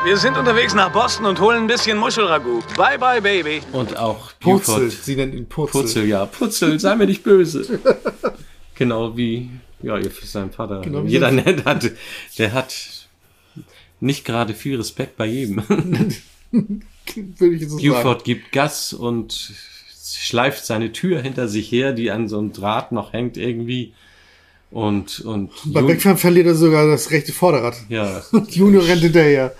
G: Wir sind unterwegs nach Boston und holen ein bisschen Muschelragout. Bye, bye, Baby.
D: Und auch
G: Purzel,
D: Buford.
B: sie nennt ihn Purzel.
D: Purzel, ja, Purzel, sei mir nicht böse. genau wie Ja, ihr sein Vater.
B: Genau wie
D: Jeder
B: das.
D: nennt hat, der hat nicht gerade viel Respekt bei jedem.
B: Würde ich jetzt so sagen.
D: Buford gibt Gas und schleift seine Tür hinter sich her, die an so einem Draht noch hängt irgendwie. Und, und
B: Bei
D: Jun-
B: Beckmann verliert er sogar das rechte Vorderrad.
D: Ja.
B: Und Junior rennt hinterher.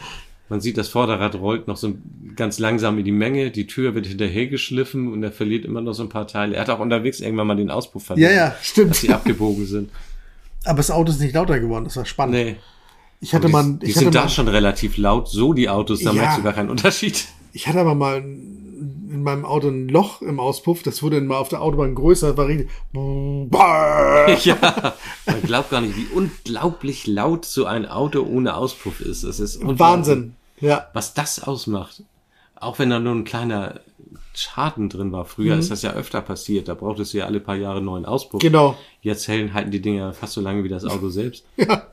D: Man sieht, das Vorderrad rollt noch so ein- ganz langsam in die Menge, die Tür wird hinterhergeschliffen und er verliert immer noch so ein paar Teile. Er hat auch unterwegs irgendwann mal den Auspuff verloren.
B: Ja, ja, stimmt.
D: Dass die abgebogen sind.
B: Aber das Auto ist nicht lauter geworden, das war spannend.
D: Nee.
B: Ich hatte
D: Und die,
B: mal,
D: die
B: ich hatte
D: sind da
B: mal,
D: schon relativ laut, so die Autos, da
B: Ja.
D: merkst du gar keinen Unterschied.
B: ich hatte aber mal in meinem Auto ein Loch im Auspuff, das wurde dann mal auf der Autobahn größer, das war richtig.
D: ja, man glaubt gar nicht, wie unglaublich laut so ein Auto ohne Auspuff ist. Es ist unglaublich,
B: Wahnsinn. Ja.
D: Was das ausmacht. Auch wenn da nur ein kleiner Schaden drin war. Früher
B: Mhm.
D: ist das ja öfter passiert. Da brauchtest du ja alle paar Jahre einen neuen Auspuff.
B: Genau.
D: Jetzt hellen halten die Dinger fast so lange wie das Auto selbst.
B: Ja.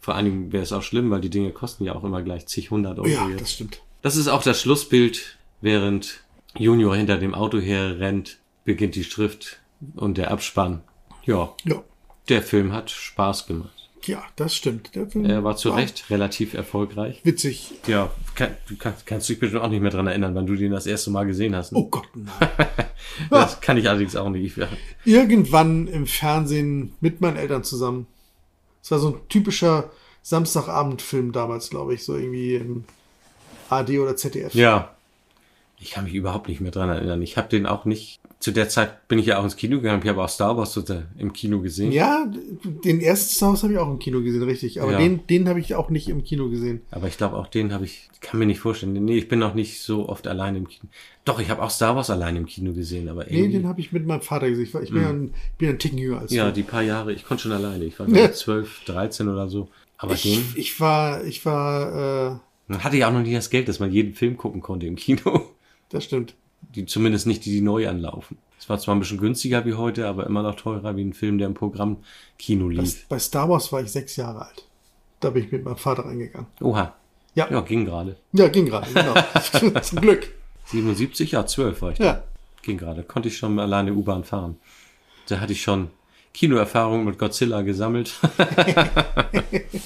D: Vor allen Dingen wäre es auch schlimm, weil die Dinge kosten ja auch immer gleich zig hundert Euro.
B: Ja,
D: jetzt.
B: das stimmt.
D: Das ist auch das Schlussbild, während Junior hinter dem Auto herrennt, beginnt die Schrift und der Abspann. Ja.
B: Ja.
D: Der Film hat Spaß gemacht.
B: Ja, das stimmt. Der Film
D: Er war zu Recht relativ erfolgreich.
B: Witzig.
D: Ja, kann, du kannst, kannst dich bestimmt auch nicht mehr dran erinnern, wann du den das erste Mal gesehen hast. Ne?
B: Oh Gott, nein.
D: das kann ich allerdings auch nicht.
B: Irgendwann im Fernsehen mit meinen Eltern zusammen. Es war so ein typischer Samstagabendfilm damals, glaube ich, so irgendwie im AD oder ZDF.
D: Ja. Ich kann mich überhaupt nicht mehr dran erinnern. Ich habe den auch nicht. Zu der Zeit bin ich ja auch ins Kino gegangen. Ich habe auch Star Wars unter- im Kino gesehen.
B: Ja, den ersten Star Wars habe ich auch im Kino gesehen, richtig. Aber
D: Ja.
B: den, den habe ich auch nicht im Kino gesehen.
D: Aber ich glaube, auch den habe ich, kann mir nicht vorstellen. Nee, ich bin noch nicht so oft allein im Kino. Doch, ich habe auch Star Wars allein im Kino gesehen, aber
B: Nee,
D: irgendwie.
B: den habe ich mit meinem Vater gesehen. Ich, war, ich, bin,
D: Mhm.
B: ja ein, ich bin ja ein Ticken jünger als
D: ja,
B: du.
D: die paar Jahre, ich konnte schon alleine. Ich war
B: Ja.
D: ja. 12, 13 oder so. Aber
B: ich,
D: den,
B: ich war, ich war, äh,
D: man hatte ja auch noch nicht das Geld, dass man jeden Film gucken konnte im Kino.
B: Das stimmt.
D: Die, zumindest nicht die, die neu anlaufen. Es war zwar ein bisschen günstiger wie heute, aber immer noch teurer wie ein Film, der im Programm Kino
B: bei,
D: lief.
B: bei Star Wars war ich sechs Jahre alt. Da bin ich mit meinem Vater reingegangen.
D: Oha.
B: Ja.
D: Ja, ging gerade.
B: Ja, ging gerade, genau. Zum Glück.
D: 77, ja, 12 war ich
B: Ja.
D: da. Ging gerade. Konnte ich schon alleine U-Bahn fahren. Da hatte ich schon Kinoerfahrung mit Godzilla gesammelt.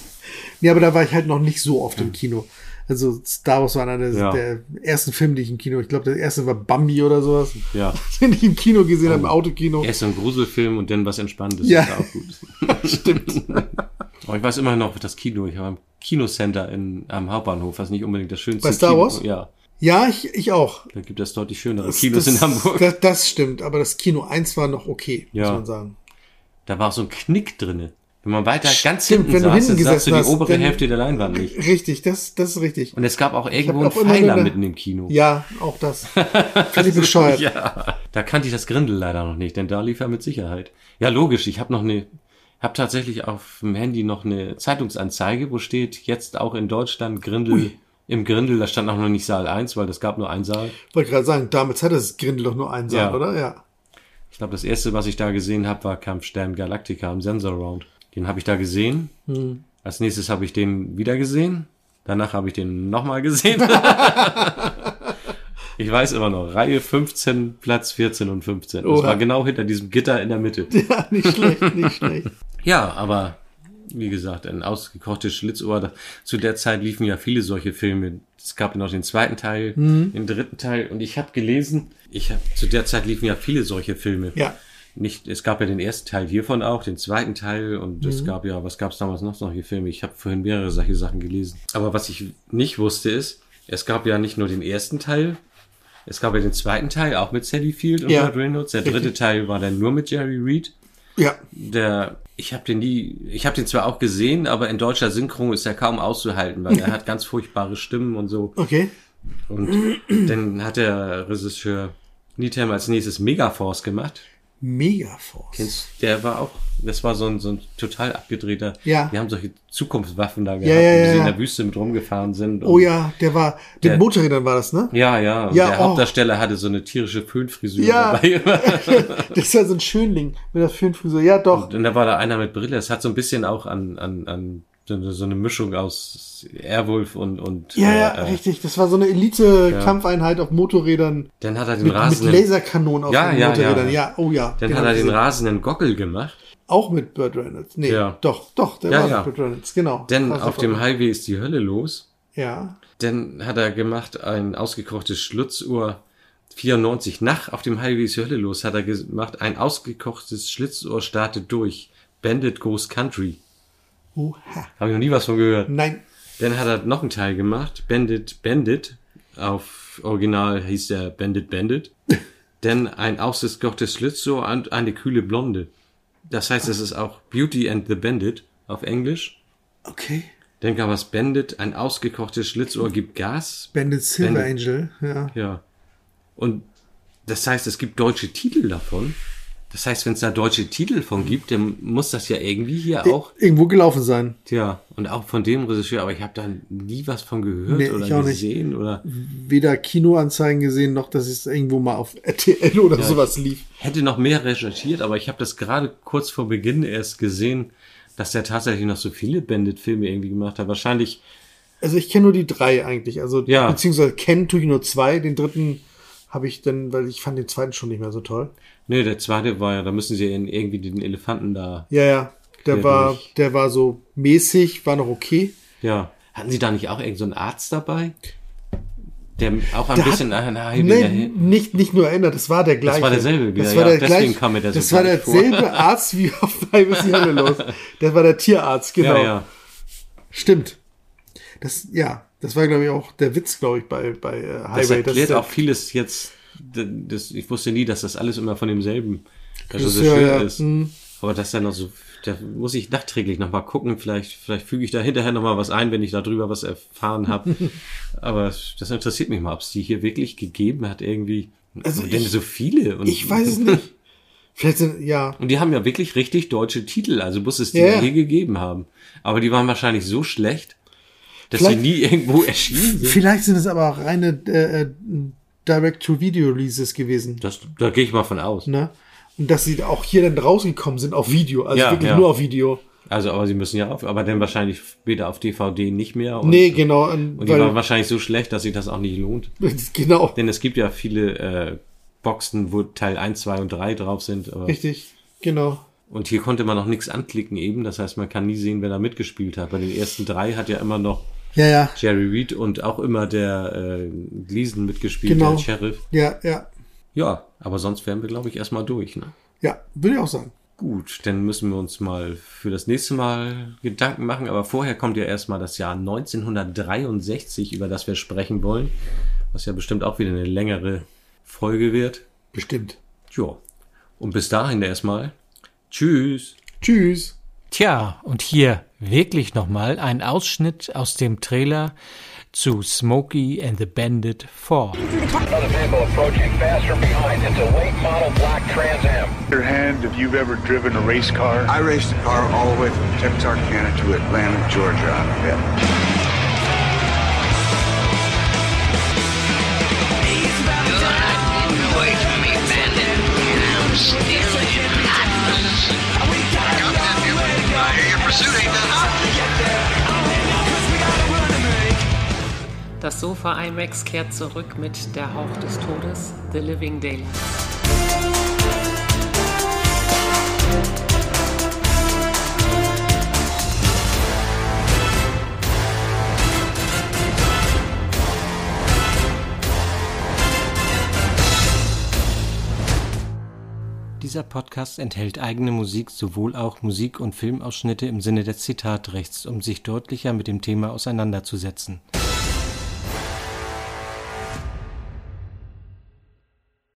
B: Nee, aber da war ich halt noch nicht so oft im Kino. Also Star Wars war einer der,
D: Hm. Ja.
B: der ersten Filme, die ich im Kino, ich glaube, der erste war Bambi oder sowas,
D: ja. Oh.
B: den ich im Kino gesehen habe, im Autokino.
D: Erst so ein Gruselfilm und dann was Entspanntes.
B: Ja.
D: Ist auch gut. Stimmt. Aber ich weiß immer noch das Kino. Ich war im Kinocenter in, am Hauptbahnhof, was nicht unbedingt das schönste
B: Bei Star
D: Kino.
B: Wars?
D: Ja.
B: Ja, ich, ich auch.
D: Da gibt es deutlich schönere
B: Das-
D: Kinos
B: das,
D: in Hamburg.
B: Das, das stimmt, aber das Kino 1 war noch okay,
D: Ja.
B: muss man sagen.
D: Da war auch so ein Knick drinne. Wenn man weiter ganz
B: Stimmt,
D: hinten
B: wenn du
D: saß,
B: hinten
D: dann sahst du die
B: gesessen hast,
D: obere
B: dann-
D: Hälfte der Leinwand nicht.
B: Richtig, das, das ist richtig.
D: Und es gab auch irgendwo einen
B: hab auch immer nur
D: Pfeiler
B: eine-
D: mitten im Kino.
B: Ja, auch das. Völlig bescheuert.
D: Ja, da kannte ich das Grindel leider noch nicht, denn da lief er mit Sicherheit. Ja, logisch, ich habe noch eine, habe tatsächlich auf dem Handy noch eine Zeitungsanzeige, wo steht jetzt auch in Deutschland Grindel.
B: Ui.
D: Im Grindel, da stand auch noch nicht Saal 1, weil das gab nur einen Saal.
B: Wollte gerade sagen, damals hatte das Grindel doch nur einen Saal,
D: Ja.
B: oder? Ja.
D: Ich glaube, das erste, was ich da gesehen habe, war Kampfstern Galactica im Sensor Round. Den habe ich da gesehen.
B: Hm.
D: Als nächstes habe ich den wieder gesehen. Danach habe ich den nochmal gesehen. ich weiß immer noch, Reihe 15, Platz 14 und 15. Das
B: Oha.
D: war genau hinter diesem Gitter in der Mitte.
B: Ja, nicht schlecht, nicht schlecht.
D: Ja, aber wie gesagt, ein ausgekochtes Schlitzohr. Da- Zu der Zeit liefen ja viele solche Filme. Es gab noch den zweiten Teil,
B: Mhm.
D: den dritten Teil. Und ich habe gelesen, ich hab, zu der Zeit liefen ja viele solche Filme.
B: Ja.
D: Nicht, es gab ja den ersten Teil hiervon auch, den zweiten Teil und es
B: Mhm.
D: gab ja, was gab es damals noch solche Filme? Ich habe vorhin mehrere solche Sachen gelesen. Aber was ich nicht wusste ist, es gab ja nicht nur den ersten Teil, es gab ja den zweiten Teil auch mit Sally Field und
B: Ja.
D: Burt Reynolds. Der dritte
B: Richtig.
D: Teil war dann nur mit Jerry Reed.
B: Ja.
D: Der, ich habe den nie, ich habe den zwar auch gesehen, aber in deutscher Synchro ist er kaum auszuhalten, weil er hat ganz furchtbare Stimmen und so.
B: Okay.
D: Und dann hat der Regisseur Needham als nächstes Megaforce gemacht.
B: Megaforce.
D: Kennst, der war auch, das war so ein, so ein total abgedrehter.
B: Ja.
D: Wir haben solche Zukunftswaffen da gehabt,
B: ja,
D: wo
B: ja,
D: sie in
B: ja.
D: der Wüste mit rumgefahren sind.
B: Oh
D: und-
B: ja, der war. Mit
D: Der-
B: Motorrädern war das, ne?
D: Ja, ja. Und
B: Ja,
D: der
B: oh.
D: Hauptdarsteller hatte so eine tierische Föhnfrisur
B: Ja.
D: dabei.
B: Das ist ja so ein Schönling mit der Föhnfrisur. Ja, doch.
D: Und dann war da einer mit Brille. Es hat so ein bisschen auch an, an, an So eine, so eine Mischung aus Airwolf und. und
B: Ja,
D: äh,
B: ja,
D: äh,
B: richtig. Das war so eine Elite-Kampfeinheit auf Motorrädern.
D: Dann hat er den
B: mit,
D: Rasen.
B: Mit Laserkanonen auf
D: ja,
B: den
D: ja,
B: Motorrädern.
D: Ja.
B: Ja. oh ja.
D: Dann
B: den
D: hat
B: hab
D: er
B: ich
D: den
B: gesehen.
D: rasenden Gockel gemacht.
B: Auch mit Burt Reynolds. Nee,
D: Ja.
B: doch, doch, der
D: Ja,
B: war
D: ja.
B: mit Burt Reynolds, genau.
D: Denn
B: War
D: auf
B: super.
D: dem Highway ist die Hölle los.
B: Ja.
D: Dann hat er gemacht ein ausgekochtes Schlitzohr 94 nach auf dem Highway ist die Hölle los hat er gemacht ein ausgekochtes Schlitzohr startet durch Bandit Goes Country.
B: Oha.
D: Habe ich noch nie was von gehört.
B: Nein.
D: Dann hat er noch einen Teil gemacht Bandit Bandit auf Original hieß der Bandit Bandit. Denn ein ausgekochtes Schlitzohr und eine kühle Blonde. Das heißt, es ist auch Beauty and the Bandit auf Englisch.
B: Okay.
D: Dann gab es Bandit, ein ausgekochtes Schlitzohr gibt Gas.
B: Bandit Silver
D: Bandit.
B: Angel, ja.
D: Ja. Und das heißt, es gibt deutsche Titel davon. Das heißt, wenn es da deutsche Titel von gibt, dann muss das ja irgendwie hier
B: Ir-
D: auch.
B: Irgendwo gelaufen sein.
D: Tja, und auch von dem Regisseur, aber ich habe da nie was von gehört
B: Nee, ich
D: oder
B: auch nicht.
D: gesehen oder.
B: Weder Kinoanzeigen gesehen, noch dass es irgendwo mal auf RTL oder
D: Ja,
B: sowas
D: ich
B: lief.
D: Hätte noch mehr recherchiert, aber ich habe das gerade kurz vor Beginn erst gesehen, dass der tatsächlich noch so viele Bandit-Filme irgendwie gemacht hat. Wahrscheinlich
B: Also ich kenne nur die drei eigentlich. Also
D: Ja.
B: beziehungsweise kennen tue ich nur zwei. Den dritten habe ich dann, weil ich fand den zweiten schon nicht mehr so toll.
D: Nee, ne, der zweite war ja, da müssen sie in- irgendwie den Elefanten da.
B: Ja, ja. Der
D: Quer
B: war,
D: durch.
B: der war so mäßig, war noch okay.
D: Ja. Hatten sie da nicht auch irgendeinen so einen Arzt dabei? Der auch ein
B: Der
D: bisschen
B: hat-
D: nach einer halben
B: Nee,
D: dahin.
B: nicht, nicht nur erinnert, das war der gleiche.
D: war derselbe wieder,
B: das war
D: ja,
B: der
D: deswegen
B: gleiche,
D: kam mir der so
B: Das war
D: gar nicht vor.
B: derselbe Arzt wie auf Highway ist die Hölle los. Das war der Tierarzt, genau.
D: Ja, ja.
B: Stimmt. Das, ja, das war, glaube ich, auch der Witz, glaube ich, bei, bei äh, Highway.
D: Das
B: dass
D: erklärt
B: der-
D: Also, auch vieles jetzt. D- Das, ich wusste nie, dass das alles immer von demselben, dass das so
B: Regisseur,
D: schön
B: ja.
D: ist.
B: Mhm.
D: Aber das dann noch so, da muss ich nachträglich nochmal gucken. Vielleicht, vielleicht füge ich da hinterher nochmal was ein, wenn ich darüber was erfahren habe. Aber das interessiert mich mal, ob es die hier wirklich gegeben hat, irgendwie.
B: Also
D: denn
B: ich-
D: so viele. Und
B: ich weiß es nicht. Vielleicht sind, ja,
D: Und die haben ja wirklich richtig deutsche Titel, also muss es die
B: Ja, ja.
D: hier gegeben haben. Aber die waren wahrscheinlich so schlecht, dass
B: Vielleicht-
D: sie nie irgendwo erschienen sind.
B: Vielleicht sind es aber auch reine äh, äh, Direct-to-Video-Releases gewesen.
D: Das, da gehe ich mal von aus.
B: Ne? Und dass sie auch hier dann rausgekommen sind auf Video, also
D: Ja,
B: wirklich
D: ja.
B: nur auf Video.
D: Also, aber sie müssen ja auf, aber dann wahrscheinlich später auf DVD nicht mehr. Und,
B: nee, genau. ähm,
D: Und die waren
B: weil,
D: wahrscheinlich so schlecht, dass sich das auch nicht lohnt.
B: genau,
D: Denn es gibt ja viele äh, Boxen, wo Teil 1, 2 und 3 drauf sind. Aber
B: richtig, genau.
D: Und hier konnte man noch nichts anklicken eben. Das heißt, man kann nie sehen, wer da mitgespielt hat. Bei den ersten drei hat ja immer noch
B: Ja, ja.
D: Jerry Reed und auch immer der äh, Gleason mitgespielt,
B: Genau.
D: der Sheriff.
B: Ja, ja,
D: Ja, aber sonst wären wir, glaube ich, erstmal durch. Ne?
B: ja, würde ich auch sagen.
D: Gut, dann müssen wir uns mal für das nächste Mal Gedanken machen. Aber vorher kommt ja erstmal das Jahr 1963, über das wir sprechen wollen. Was ja bestimmt auch wieder eine längere Folge wird.
B: Bestimmt.
D: Ja. Und bis dahin erstmal. Tschüss.
B: Tschüss.
C: Tja, und hier wirklich nochmal ein Ausschnitt aus dem Trailer zu Smokey and the Bandit 4.
V: Another vehicle approaching fast from behind. It's a late model black Trans Am.
W: Your hand, if you've ever driven a race car? I raced a car all the way from Texarkana to Atlanta, Georgia on a bit.
X: Das Sofa IMAX kehrt zurück mit Der Hauch des Todes, The Living Daylights.
C: Dieser Podcast enthält eigene Musik, sowohl auch Musik- und Filmausschnitte im Sinne des Zitatrechts, um sich deutlicher mit dem Thema auseinanderzusetzen.